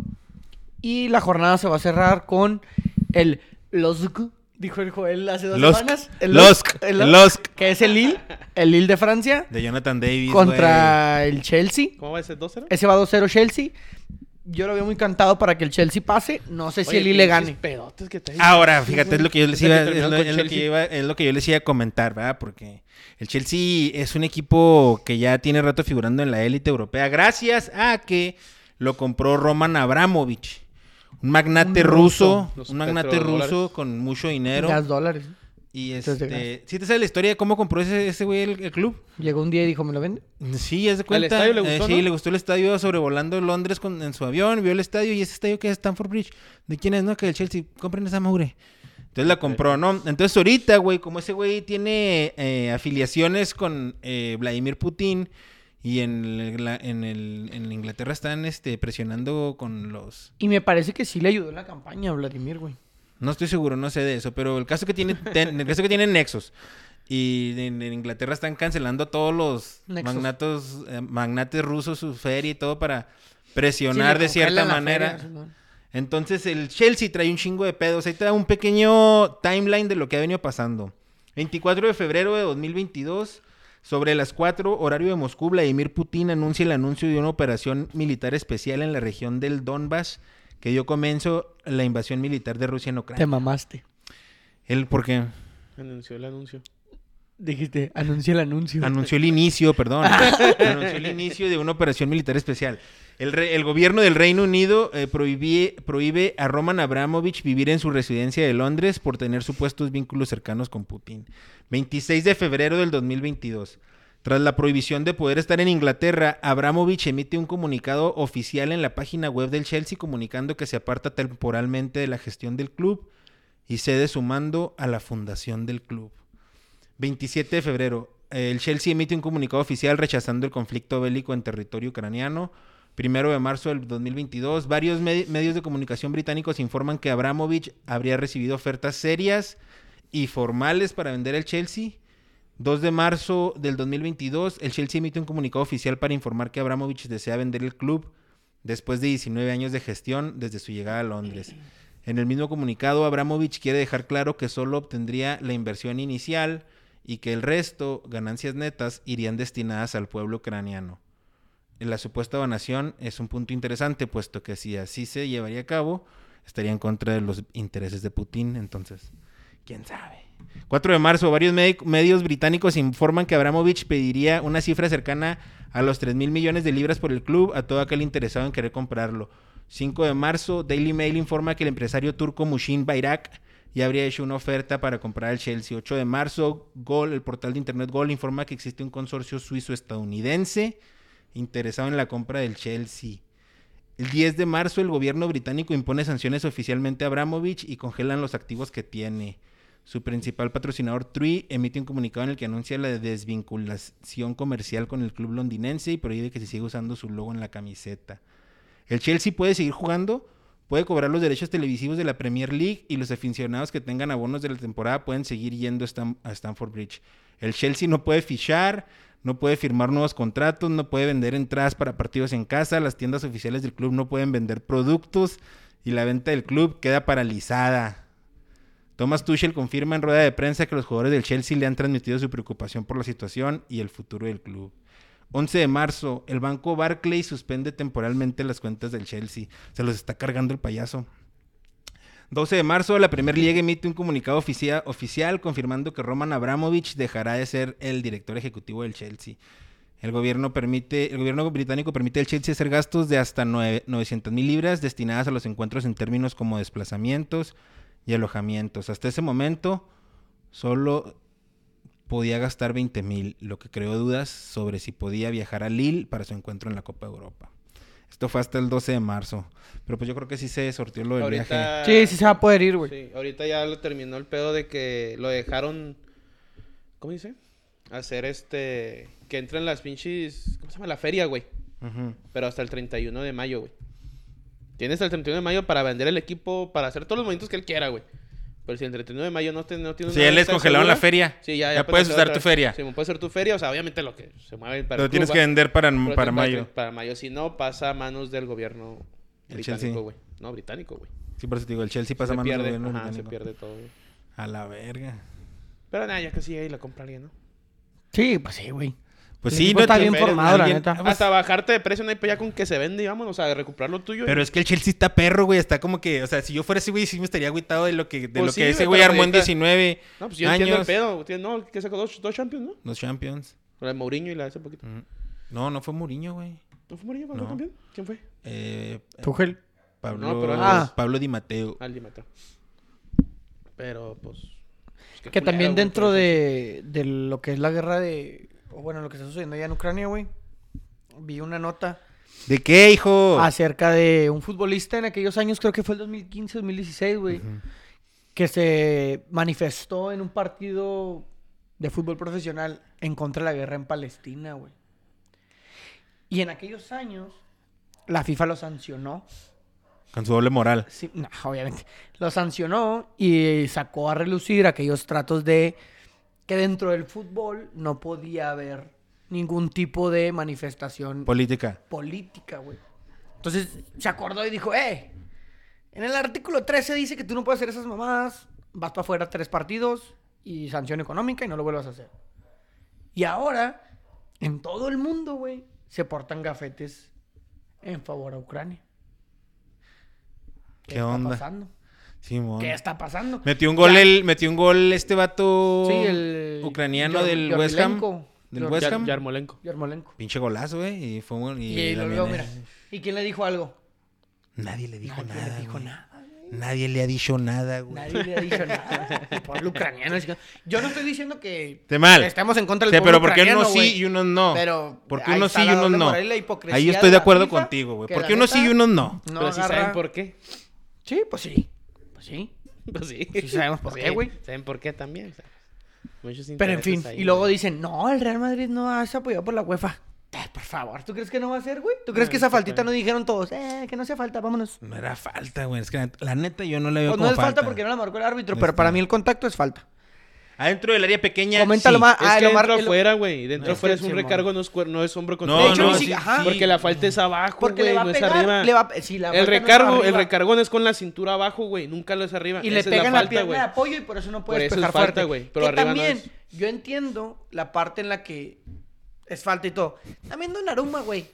S2: Y la jornada se va a cerrar con el LOSC, dijo el Joel hace dos
S1: Losk.
S2: semanas.
S1: Losk.
S2: el
S1: Losk.
S2: Que es el Lille, el Lille de Francia,
S1: De Jonathan Davis.
S2: contra el Chelsea.
S3: ¿Cómo va ese 2-0?
S2: Ese va 2-0 Chelsea. Yo lo veo muy cantado para que el Chelsea pase. No sé si
S3: Oye,
S2: el Lille
S3: pinches
S2: gane.
S3: pedotes que trae.
S1: güey. Ahora, fíjate, es lo que yo les
S3: Ahorita que
S1: iba, es
S3: terminaron
S1: lo,
S3: con
S1: es lo que
S3: Chelsea.
S1: yo iba- es lo que yo les iba a comentar, ¿verdad? Porque el Chelsea es un equipo que ya tiene rato figurando en la élite europea, gracias a que lo compró Roman Abramovich, un magnate
S2: Un
S1: ruso,
S3: ruso.
S1: un magnate
S3: Petrodólares.
S1: ruso con mucho dinero.
S2: Las dólares.
S1: Y
S2: Entonces,
S1: este, ¿sí te sabes la historia de cómo compró ese, ese güey el, el club?
S2: Llegó un día y dijo, ¿me lo vende?
S1: Sí, ya se cuenta.
S3: estadio le gustó,
S1: Eh, sí,
S3: ¿no?
S1: le gustó el estadio sobrevolando Londres con, en su avión, vio el estadio y ese estadio que es Stamford Bridge. ¿De quién es? No, que el Chelsea. Compren esa maure. Entonces la compró, ¿no? Entonces ahorita, güey, como ese güey tiene eh, afiliaciones con eh, Vladimir Putin y en, la- en, el- en Inglaterra están este, presionando con los...
S2: Y me parece que sí le ayudó en la campaña a Vladimir, güey.
S1: No estoy seguro, no sé de eso, pero el caso que tiene, ten- el caso que tiene nexos. Y en, en Inglaterra están cancelando a todos los
S2: Nexos.
S1: magnatos, eh, magnates rusos su feria y todo para
S2: Sí,
S1: presionar
S2: le
S1: de cierta
S2: congelan la
S1: manera.
S2: feria, Simón.
S1: Entonces el Chelsea trae un chingo de pedos. Ahí te da un pequeño timeline de lo que ha venido pasando. 24 de febrero de 2022, sobre las 4, horario de Moscú, Vladimir Putin anuncia el anuncio de una operación militar especial en la región del Donbass que dio comienzo a la invasión militar de Rusia en
S2: Te
S1: Ucrania.
S2: mamaste.
S1: Él porque
S3: Anunció el anuncio.
S2: Dijiste, anuncia el anuncio.
S1: anunció el inicio, perdón, anunció el inicio de una operación militar especial. El, re- el gobierno del Reino Unido eh, prohibí- prohíbe a Roman Abramovich vivir en su residencia de Londres por tener supuestos vínculos cercanos con Putin. 26 de febrero del 2022. Tras la prohibición de poder estar en Inglaterra, Abramovich emite un comunicado oficial en la página web del Chelsea comunicando que se aparta temporalmente de la gestión del club y cede su mando a la fundación del club. 27 de febrero. eh, El Chelsea emite un comunicado oficial rechazando el conflicto bélico en territorio ucraniano. Primero de marzo del 2022, varios me- medios de comunicación británicos informan que Abramovich habría recibido ofertas serias y formales para vender el Chelsea. 2 de marzo del 2022, el Chelsea emite un comunicado oficial para informar que Abramovich desea vender el club después de 19 años de gestión desde su llegada a Londres. En el mismo comunicado, Abramovich quiere dejar claro que solo obtendría la inversión inicial y que el resto, ganancias netas, irían destinadas al pueblo ucraniano. La supuesta donación es un punto interesante, puesto que si así se llevaría a cabo, estaría en contra de los intereses de Putin, entonces, quién sabe. 4 de marzo, varios medi- medios británicos informan que Abramovich pediría una cifra cercana a los 3 mil millones de libras por el club a todo aquel interesado en querer comprarlo. 5 de marzo, Daily Mail informa que el empresario turco Mushin Bayrak ya habría hecho una oferta para comprar el Chelsea. 8 de marzo, Gol, el portal de internet Gol informa que existe un consorcio suizo-estadounidense interesado en la compra del Chelsea. El 10 de marzo el gobierno británico impone sanciones oficialmente a Abramovich y congelan los activos que tiene. Su principal patrocinador Tree emite un comunicado en el que anuncia la desvinculación comercial con el club londinense y prohíbe que se siga usando su logo en la camiseta. El Chelsea puede seguir jugando puede cobrar los derechos televisivos de la Premier League y los aficionados que tengan abonos de la temporada pueden seguir yendo a Stan- a Stamford Bridge. El Chelsea no puede fichar, no puede firmar nuevos contratos, no puede vender entradas para partidos en casa, las tiendas oficiales del club no pueden vender productos y la venta del club queda paralizada. Thomas Tuchel confirma en rueda de prensa que los jugadores del Chelsea le han transmitido su preocupación por la situación y el futuro del club. 11 de marzo, el banco Barclay suspende temporalmente las cuentas del Chelsea. Se los está cargando el payaso. 12 de marzo, la Premier League emite un comunicado oficia- oficial confirmando que Roman Abramovich dejará de ser el director ejecutivo del Chelsea. El gobierno, permite, el gobierno británico permite al Chelsea hacer gastos de hasta 900 mil libras destinadas a los encuentros en términos como desplazamientos y alojamientos. Hasta ese momento, solo podía gastar 20 mil, lo que creó dudas sobre si podía viajar a Lille para su encuentro en la Copa de Europa. Esto fue hasta el 12 de marzo. Pero pues yo creo que sí se sortió lo del viaje.
S3: Ahorita...
S2: Sí, sí se va a poder ir, güey.
S3: Sí, ahorita ya lo terminó el pedo de que lo dejaron. ¿Cómo dice? Hacer este. Que entren las pinches. ¿Cómo se llama? La feria, güey.
S1: Ujú.
S3: Pero hasta el 31 de mayo, güey. Tienes hasta el 31 de mayo para vender el equipo, para hacer todos los movimientos que él quiera, güey. Pero si el 31 de mayo no, te, no tienes.
S1: Sí,
S3: nada
S1: ya
S3: de
S1: les
S3: venta
S1: congelaron la
S3: segura,
S1: feria.
S3: Sí, ya,
S1: Ya puedes usar
S3: otra
S1: tu
S3: vez.
S1: feria.
S3: Sí, puedes usar tu feria. O sea, obviamente lo que se mueve para el
S1: Lo tienes
S3: club,
S1: que
S3: va.
S1: vender para,
S3: Pero
S1: para
S3: te-
S1: mayo.
S3: Para mayo, si no, pasa a manos del gobierno
S1: El Chelsea.
S3: británico, güey. No, británico, güey.
S1: Sí, por eso te digo, el Chelsea pasa
S3: se
S1: mano
S3: pierde,
S1: gobierno
S3: ajá, se
S1: británico.
S3: pierde todo, güey.
S1: A la verga.
S3: Pero nada, ya que sí, ahí la compra alguien, ¿no?
S2: Sí, pues sí, güey.
S1: Pues
S2: El
S1: sí,
S2: equipo está bien
S1: pero
S2: formado, la neta.
S1: ah, pues,
S3: Hasta bajarte de precio, no hay ya con que se vende y vámonos a recuperar lo tuyo.
S1: Pero es que el Chelsea está perro, güey. Está como que, o sea, si yo fuera ese güey, sí me estaría agüitado de lo que, de
S3: Pues
S1: lo
S3: sí,
S1: que ese
S3: güey,
S1: güey
S3: pero
S1: armó en
S3: ahorita-
S1: 19
S3: no, pues yo entiendo el
S1: años.
S3: pedo. tiene- No, que sacó dos, dos champions, ¿no?
S1: Los Champions.
S3: La de Mourinho y la de hace poquito.
S1: Mm. No, no fue Mourinho, güey.
S3: ¿No fue Mourinho cuando
S1: No.
S3: fue campeón? ¿Quién fue?
S1: Eh,
S2: Tuchel.
S1: Pablo,
S3: No, pero
S2: antes. Ah.
S1: Pablo Di Matteo.
S3: Al Di Matteo. Pero, pues. pues, qué
S2: Que
S3: culero,
S2: también
S3: güey,
S2: dentro
S3: pero sí.
S2: de, de lo que es la guerra de... O bueno, lo que está sucediendo allá en Ucrania, güey. Vi una nota
S1: ¿De qué, hijo?
S2: acerca de un futbolista en aquellos años, creo que fue el 2015, 2016, güey. Que se manifestó en un partido de fútbol profesional en contra de la guerra en Palestina, güey. Y en aquellos años, la FIFA lo sancionó.
S1: Con su doble moral.
S2: Sí, no, [LAUGHS] obviamente. Lo sancionó y sacó a relucir aquellos tratos de que dentro del fútbol no podía haber ningún tipo de manifestación
S1: Política.
S2: política, güey. Entonces se acordó y dijo, eh, en el artículo 13 dice que tú no puedes hacer esas mamadas, vas para afuera tres partidos y sanción económica y no lo vuelvas a hacer. Y ahora, en todo el mundo, güey, se portan gafetes en favor a Ucrania.
S1: ¿Qué onda?
S2: Está pasando?
S1: Simón.
S2: ¿Qué está pasando?
S1: Metió un gol el, metió un gol este vato
S2: Sí, el-
S1: ucraniano
S2: Yor-
S1: del West Ham.
S2: Yormolenko.
S1: Del
S2: Yor-
S1: West
S3: Yar-
S1: Ham.
S3: Yarmolenko.
S2: Yarmolenko.
S1: Pinche golazo, güey. Y fue un- y
S2: Y, ahí lo
S1: también,
S2: veo,
S1: eh,
S2: mira. ¿Y quién le dijo algo?
S1: Nadie le dijo
S2: Nadie
S1: nada.
S2: le dijo
S1: güey.
S2: nada.
S1: Nadie le ha dicho nada, güey.
S2: Nadie le ha dicho [LAUGHS] nada. El pueblo ucraniano. es que- Yo no estoy diciendo que
S1: Está mal.
S2: estamos en contra
S1: Sí,
S2: del pueblo
S1: pero ¿por qué
S2: ucraniano,
S1: unos sí
S2: güey.
S1: y unos no?
S2: Pero
S1: ¿Por qué
S2: ahí
S1: unos
S2: está
S1: sí y
S2: la
S1: unos
S2: doble
S1: no?
S2: moral y la hipocresía
S1: Ahí yo estoy
S2: de
S1: de
S2: la
S1: acuerdo
S2: FIFA,
S1: contigo, güey.
S2: que
S1: ¿Por
S2: la
S1: qué unos sí y
S2: neta-
S1: unos no?
S2: No
S3: Pero sí saben
S2: agarra-
S3: por qué.
S2: Sí, pues sí. Pues sí.
S3: Pues sí.
S2: Sí sabemos por qué, güey.
S3: Saben por qué también. o sea, muchos
S2: Pero en
S3: intereses
S2: fin.
S3: ahí,
S2: y luego
S3: güey.
S2: dicen, no, el Real Madrid no va a ser apoyado por la UEFA. Eh, Por favor, ¿tú crees que no va a ser, güey? ¿Tú crees
S3: No,
S2: que esa
S3: no
S2: faltita
S3: creo.
S2: no dijeron todos? Eh, que no sea falta, vámonos.
S1: No era falta, güey. Es que la- la neta yo no le veo
S2: Pues
S1: como
S2: no es falta porque no la marcó el árbitro, pero
S1: Está.
S2: para mí el contacto es falta.
S1: Adentro del área pequeña.
S2: Coméntalo
S1: sí.
S2: más.
S3: Es
S2: Ah,
S3: que
S2: lo mar-
S3: dentro
S2: el-
S3: afuera, güey. Dentro
S2: Es
S3: afuera
S2: que
S3: es un
S2: sí,
S3: recargo, no es, cuer- no es hombro contra
S1: No,
S2: De
S3: hombro.
S2: hecho,
S1: no,
S2: ni
S1: sí,
S2: siquiera- ajá.
S1: sí.
S3: Porque la falta es abajo,
S2: Porque
S3: güey,
S2: le va a
S3: no es
S2: pegar.
S3: arriba.
S2: Le va a... sí, la
S3: el
S2: falta no es
S3: recargo, el
S2: arriba.
S3: recargón es con la cintura abajo, güey. Nunca lo es arriba.
S2: Y le
S3: Esa
S2: pegan
S3: es
S2: la,
S3: la falta,
S2: pierna
S3: güey.
S2: de apoyo y por eso no puedes
S3: eso es
S2: pegar
S3: falta,
S2: fuerte.
S3: güey, pero
S2: Que
S3: arriba no
S2: también,
S3: es.
S2: yo entiendo la parte en la que es falta y todo. También Donnarumma, güey.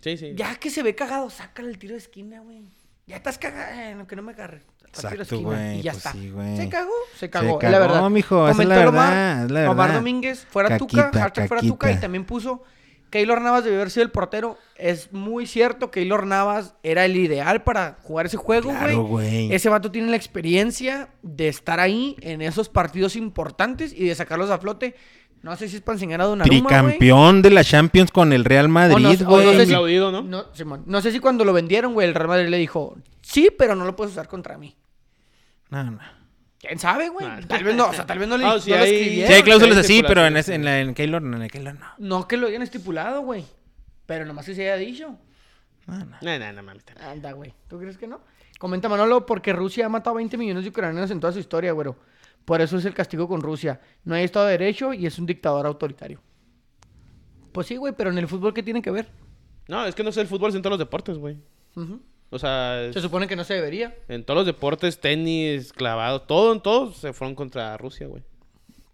S3: Sí, sí.
S2: Ya que se ve cagado, sácale el tiro de esquina, güey. Ya estás cagado, que no me agarre. Saca el
S1: Exacto,
S2: tiro de esquina
S1: güey,
S2: y ya
S1: pues
S2: está.
S1: sí, güey.
S2: se cagó, se cagó, es la
S1: cagó,
S2: verdad.
S1: mijo, esa es la
S2: Comentó el
S1: verdad, es la
S2: Omar
S1: verdad.
S2: Domínguez, fuera
S1: Caquita,
S2: Tuca, hashtag fuera Tuca, y
S1: caquita.
S2: también puso... Keylor Navas debió haber sido el portero. Es muy cierto, Keylor Navas era el ideal para jugar ese juego, güey.
S1: Claro, güey.
S2: Ese vato tiene la experiencia de estar ahí en esos partidos importantes y de sacarlos a flote. No sé si es para enseñar a Donnarumma, güey.
S1: Tricampeón de la Champions con el Real Madrid,
S2: o
S1: güey.
S2: no sé si-
S3: Aplaudido, ¿no?
S2: No, Simón. No sé si cuando lo vendieron, güey, el Real Madrid le dijo, sí, pero no lo puedes usar contra mí.
S1: No, no.
S2: ¿Quién sabe, güey?
S3: Nah.
S2: Tal vez no, o sea, tal vez no le,
S3: Ah, sí
S2: no lo
S3: hay-
S2: escribieron.
S1: Sí, hay cláusulas
S3: Hay
S1: así, pero en,
S3: estipulaciones,
S1: ese- en, la, en Keylor, no, en la Keylor no.
S2: No que lo hayan estipulado, güey. Pero nomás que se haya dicho.
S1: No, no.
S3: No, no, no mames. también.
S2: Anda, güey. ¿Tú crees que no? Comenta Manolo, porque Rusia ha matado 20 millones de ucranianos en toda su historia, güero. Por eso es el castigo con Rusia. No hay Estado de Derecho y es un dictador autoritario. Pues sí, güey, pero en el fútbol, ¿qué tiene que ver?
S3: No, es que no sé el fútbol, es en todos los deportes, güey.
S2: Ujú.
S3: O sea,
S2: Se supone que no se debería,
S3: en todos los deportes, tenis, clavado, todo, en todos se fueron contra Rusia, güey.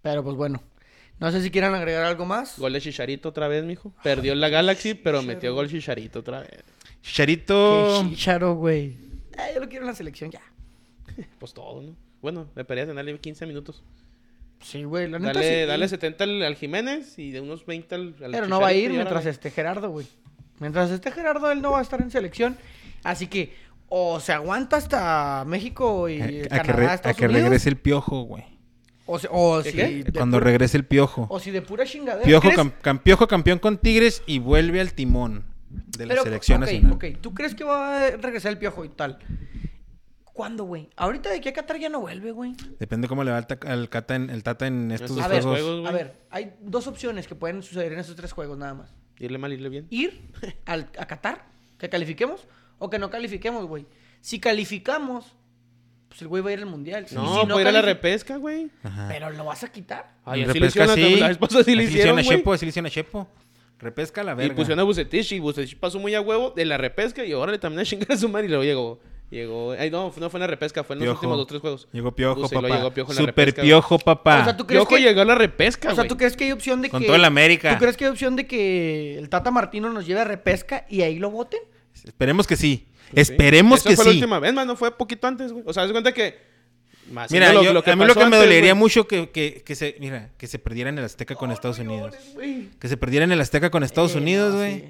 S2: pero pues bueno. No sé si quieran agregar algo más.
S3: Gol de Chicharito otra vez, mijo. Perdió la Galaxy, pero metió gol Chicharito otra vez.
S1: Chicharito.
S2: Qué chícharo, güey. Eh, yo lo quiero en la selección ya.
S3: Pues todo, ¿no? Bueno, debería tenerle 15 minutos.
S2: Sí, güey, la neta
S3: Dale,
S2: sí.
S3: dale 70 al, al Jiménez y de unos 20 al, al
S2: Pero no va
S3: Chicharito
S2: a ir
S3: y ahora
S2: mientras
S3: ve.
S2: esté Gerardo, güey. Mientras esté Gerardo, él no va a estar en selección. Así que o se aguanta hasta México y
S1: A, a
S2: Canadá,
S1: que, re- a
S2: Estados
S1: que
S2: Unidos,
S1: regrese el piojo, güey.
S2: O, se- o
S3: ¿Qué,
S2: si
S3: qué?
S2: de
S1: Cuando
S2: pura-
S1: regrese el piojo.
S2: o si de pura chingadera.
S1: Piojo,
S2: ¿Crees?
S1: cam- cam- Piojo campeón con Tigres y vuelve al timón de la
S2: Pero,
S1: selección
S2: ok,
S1: nacional.
S2: ok, ¿tú crees que va a regresar el piojo y tal? ¿Cuándo, güey? Ahorita de que a Qatar ya no vuelve, güey.
S1: Depende cómo le va al, ta- al Cata en- el Tata en estos
S3: Estos
S1: dos
S2: A ver,
S1: juegos.
S3: juegos.
S2: a
S3: güey.
S2: ver, hay dos opciones que pueden suceder en esos tres juegos nada más.
S3: Irle mal, irle bien.
S2: ir al, a Qatar, que califiquemos, o que no califiquemos, güey. Si calificamos, pues el güey va a ir al mundial. Y
S3: No,
S2: si
S3: puede ir a la
S2: califi-
S3: repesca, güey.
S1: Ajá.
S2: Pero lo vas a quitar.
S3: Ay,
S1: En
S3: así lo
S1: repesca
S3: hicieron,
S1: sí.
S3: la- la esposa sí lo
S1: Así
S3: hicieron,
S1: a
S3: güey.
S1: Chepo, así le hicieron a Chepo. Repesca la verga.
S3: Y pusieron a Bucetich y Bucetich pasó muy a huevo de la repesca y ahora le también a chingar a su madre y luego llegó. Llegó. Ay, no, no fue en la repesca, fue en los
S1: Piojo.
S3: últimos dos tres juegos.
S1: Llegó piojo,
S3: Buce, y
S1: papá.
S3: luego llegó Piojo en la
S1: Super
S3: repesca, güey.
S1: piojo, papá.
S2: O sea, tú- crees
S3: Piojo
S2: que-
S3: llegó a la repesca,
S2: o sea,
S3: güey.
S2: ¿tú crees que hay opción de
S1: Con
S2: que...
S1: todo el América.
S2: ¿Tú crees que hay opción de que el Tata Martino nos lleve a repesca y ahí lo voten?
S1: Esperemos que sí.
S3: Pues sí.
S1: Esperemos
S3: Esa
S1: que
S3: fue la
S1: sí.
S3: última vez, mano, fue poquito antes, güey. O sea, haz de cuenta que más
S1: Mira,
S3: haciendo
S1: yo- a mí lo
S3: pasó
S1: que me
S3: antes,
S1: dolería
S3: güey.
S1: mucho que, que, que se, mira, que se perdiera en el Azteca con Estados Unidos. Que se perdiera en el Azteca con Estados
S2: Eh,
S1: Unidos,
S2: no,
S1: güey.
S2: sí.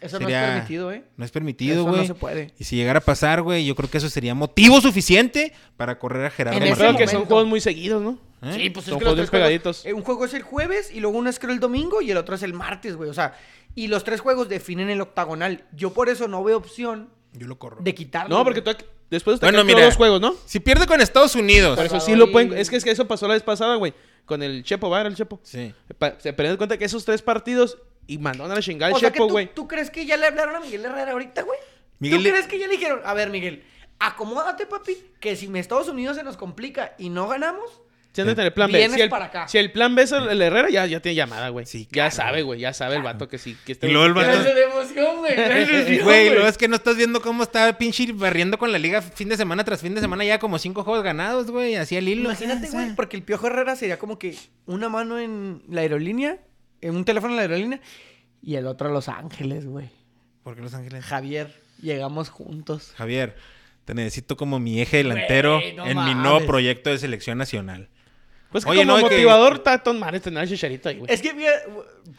S2: Eso no
S1: Sería-
S2: es permitido, ¿eh?
S1: No es permitido,
S2: Eso no
S1: güey.
S2: se puede.
S1: Y si llegara a pasar, güey, yo creo que eso sería motivo suficiente para correr a Gerardo
S2: En
S3: Yo
S2: ese
S3: creo
S1: Martino.
S3: que
S2: momento.
S3: son juegos muy seguidos, ¿no?
S1: ¿Eh?
S2: Sí, pues es
S3: Son
S2: que los
S3: juegos bien
S2: tres juegos-
S3: pegaditos.
S2: eh, un juego es el jueves y luego uno es creo el domingo y el otro es el martes, güey. O sea, y los tres juegos definen el octagonal. Yo por eso no veo opción
S1: Yo lo corro.
S2: pues, de quitarlo.
S3: No, porque
S2: güey.
S3: tú ac- después de
S1: Bueno,
S3: bueno,
S1: mira.
S3: dos juegos, ¿no?
S1: Si pierde con Estados Unidos.
S3: Por eso sí
S2: Salvador
S3: lo
S2: y-
S3: pueden. Es que, es que eso pasó la vez pasada, güey. Con el Chepo, va, era el Chepo.
S1: Sí.
S3: Pa- Se perdieron cuenta que esos tres partidos y mandaron a la chingada
S2: O
S3: al
S2: sea que
S3: Chepo,
S2: tú-
S3: güey.
S2: ¿Tú crees que ya le hablaron a Miguel Herrera ahorita, güey?
S1: Miguel
S2: ¿Tú
S1: le-
S2: crees que ya le dijeron, a ver, Miguel, acomódate, papi, que si en Estados Unidos se nos complica y no ganamos,
S3: Si andan en el plan B.
S2: Vienes
S3: Si el,
S2: para acá.
S3: si el plan B es el, el Herrera, ya, ya tiene llamada, güey.
S1: Sí,
S3: ya sabe, güey. Ya sabe el vato que sí. Que este
S1: Y luego el vato-
S2: Pero se le
S3: [LAUGHS]
S2: emoción, güey. la ilusión,
S1: Eh, Güey, luego es que no estás viendo cómo está pinche barriendo con la liga fin de semana tras fin de semana. Ya como cinco juegos ganados, güey. Así al hilo.
S2: Imagínate,
S1: Sí, sí.
S2: güey, porque el Piojo Herrera sería como que una mano en la aerolínea, en un teléfono en la aerolínea, y el otro a Los Ángeles, güey.
S1: ¿Por qué Los Ángeles?
S2: Javier, llegamos juntos.
S1: Javier, te necesito como mi eje delantero
S2: Güey, no
S1: en mi
S2: mames.
S1: nuevo proyecto de selección nacional.
S3: Pues que
S1: Oye,
S3: como
S1: no, que-
S3: motivador está Tom Mares tener al Chicharito ahí, güey.
S2: Es que, mira,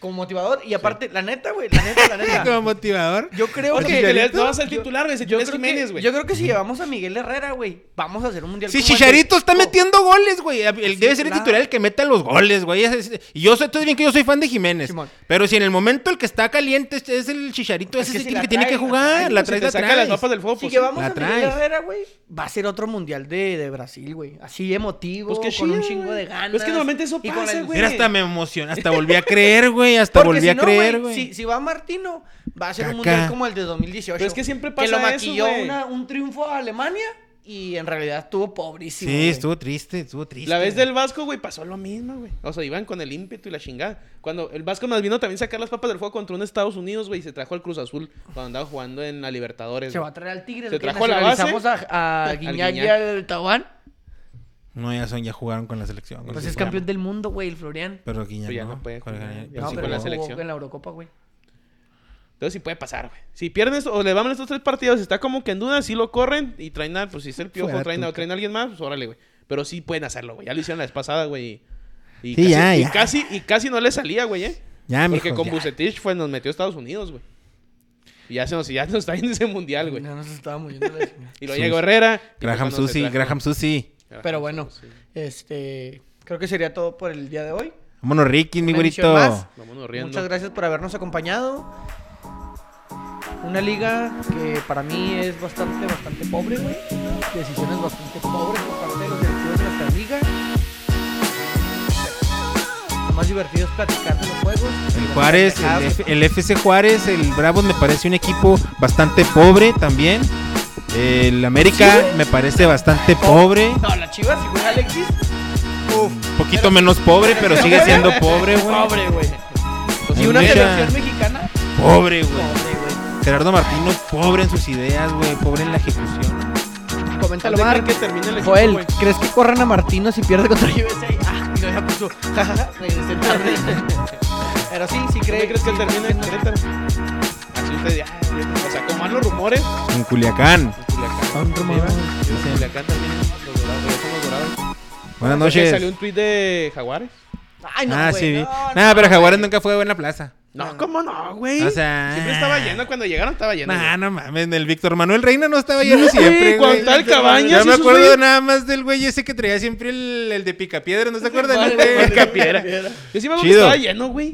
S2: como motivador, y aparte, la neta, güey, la neta,
S3: [LAUGHS]
S2: la
S1: Como
S2: neta.
S1: motivador.
S2: Yo creo
S3: Porque
S2: que...
S3: te le- no vas al
S2: Yo-
S3: titular, güey. Si
S2: Yo
S3: tienes
S2: creo,
S3: Jiménez,
S2: que,
S3: güey.
S2: yo creo que si llevamos a Miguel Herrera, güey, vamos a hacer un mundial.
S1: Sí,
S2: como el de
S1: Chicharito está
S2: México.
S1: metiendo goles, güey. El- Debe ser el
S2: claro.
S1: titular el que meta los goles, güey. Ese es- Y yo sé, tú bien que yo soy fan de Jiménez.
S2: Simón.
S1: Pero si en el momento el que está caliente es- es el Chicharito,
S2: Es
S1: ese
S2: que
S1: es
S2: si
S1: el
S2: la
S1: que tiene que
S2: traes, la
S1: jugar.
S2: traes,
S1: La
S3: Si te
S1: traes, la
S3: saca las
S1: traes.
S3: papas del fuego,
S2: Si
S3: pues,
S2: llevamos
S1: Oh, la
S2: a Miguel
S1: traes.
S2: Herrera, güey, va a ser otro mundial de, de Brasil, güey. Así emotivo,
S3: Pues qué
S2: con un
S3: chido,
S2: chingo
S3: güey.
S2: de ganas.
S3: Pues que normalmente eso
S2: y con
S3: pasa,
S2: la-
S3: güey.
S1: Mira, hasta me emocionó. Hasta volví a creer, güey. Hasta
S2: Porque
S1: volví
S2: si
S1: a
S2: no,
S1: creer, güey.
S2: Si, si va Martino, va a ser
S1: Caca.
S2: un mundial como el de 2018.
S3: Pero es que siempre
S2: Que
S3: pasa
S2: lo
S3: eso,
S2: maquilló
S3: güey.
S2: una- un triunfo a Alemania y en realidad estuvo pobrísimo.
S1: Sí,
S2: güey.
S1: estuvo triste, estuvo triste.
S3: La vez del Vasco, güey, pasó lo mismo, güey. O sea, iban con el ímpetu y la chingada. Cuando el Vasco nos vino también sacar las papas del fuego contra un Estados Unidos, güey, y se trajo al Cruz Azul cuando andaba jugando en la Libertadores.
S2: Se va
S3: güey.
S2: a traer al Tigre.
S3: Se
S2: que
S3: trajo a la
S2: nacionalizamos
S3: base.
S2: a, a
S3: [LAUGHS] Al
S2: Guiñac y
S3: Guiñac.
S2: al Tabán.
S1: Pues No, ya son, ya jugaron con la selección. güey.
S2: Pues es campeón del mundo, güey, el Florian.
S1: Pero Guiñac
S3: Pero ya
S1: no.
S3: no puede
S1: Con
S3: jugar,
S1: Guiñac,
S3: ya
S1: pues
S2: No,
S1: sí
S3: Pues
S2: pero
S3: con la
S1: jugó.
S2: jugó
S3: selección.
S2: en la Eurocopa, güey.
S3: Entonces sí puede pasar, güey. Si pierden esto- o le van estos tres partidos, está como que en duda, si lo corren y traen a, pues si es el piojo,
S1: Fuera
S3: traen a,
S1: Tuca.
S3: traen a alguien más, pues órale, güey. Pero sí pueden hacerlo, güey. Ya lo hicieron la vez pasada, güey. Y, y
S1: Sí,
S3: casi,
S1: ya,
S3: y
S1: ya.
S3: casi, y casi no le salía, güey, eh.
S1: Ya,
S3: Porque
S1: mijos,
S3: con
S1: ya.
S3: Bucetich fue, nos metió a Estados Unidos, güey. Y ya se nos, ya [LAUGHS] nos está yendo ese mundial, güey.
S2: No nos estábamos yendo a la
S3: [LAUGHS]
S2: chingada.
S3: Y lo
S1: Sus-
S3: llegó Herrera. y pues
S1: Graham
S3: cuando se
S1: Susi,
S3: trajo-
S1: Graham Susi.
S3: Graham
S2: Pero bueno,
S3: Susi.
S2: este, creo que sería todo por el día de hoy.
S1: Vámonos, Ricky, mi
S2: Una
S1: güerito.
S2: emisión más.
S3: Vámonos riendo.
S2: Muchas gracias por habernos acompañado. Una liga que para mí es bastante, bastante pobre, güey. Decisiones bastante pobres por parte de los directivos de nuestra liga. Lo más divertido es platicar de los juegos.
S1: El Juárez, el, F- el FC Juárez, el Bravos me parece un equipo bastante pobre también. El América me parece bastante pobre.
S2: No, la Chivas y juega Alexis.
S1: Un poquito menos pobre, pero sigue siendo pobre, güey.
S2: Pobre, güey.
S1: Pues
S2: Y una
S1: mira,
S2: selección mexicana.
S1: Pobre, güey.
S2: Pobre, güey.
S1: Gerardo Martino, pobre en sus ideas, güey. Pobre en la ejecución. Pues
S2: Coméntalo,
S3: Deja
S2: Mar.
S3: que termine el equipo,
S2: Joel,
S3: güey.
S2: ¿crees que corran a Martino si pierde contra [LAUGHS] USA? Ah, y luego ya [LAUGHS] puso. Jajaja,
S3: [LAUGHS]
S2: regresé tarde. Pero sí, sí cree.
S3: ¿Dónde crees que
S2: sí,
S3: termine el
S2: sí,
S3: Querétaro? Así usted ya. O sea, como van los rumores.
S1: En Culiacán.
S3: en Culiacán.
S2: Son rumores.
S3: Sí, en Culiacán también los dorados, regresan los dorados.
S1: Buenas
S3: ¿Sabes que Salió
S1: noches.
S3: un tuit de Jaguares.
S2: Ay, no,
S1: ah,
S2: güey,
S1: sí vi.
S2: no, no,
S1: Nah, pero
S2: güey.
S1: Jaguares nunca fue buena plaza.
S3: No, ¿cómo no, güey?
S1: O sea-
S3: Siempre estaba lleno. Cuando llegaron estaba lleno.
S1: Nah,
S3: güey.
S1: no mames, el Víctor Manuel Reina no estaba lleno siempre,
S3: cuando
S1: güey.
S3: estaba el Cabañas
S1: Ya
S3: y
S1: me
S3: esos
S1: acuerdo
S3: güeyes.
S1: nada más del güey ese que traía siempre el, el de picapiedra, ¿no se acuerdan?
S2: [LAUGHS] Vale, vale,
S1: Picapiedra.
S2: vale.
S3: Yo sí me acuerdo que
S1: Chido.
S3: estaba lleno, güey.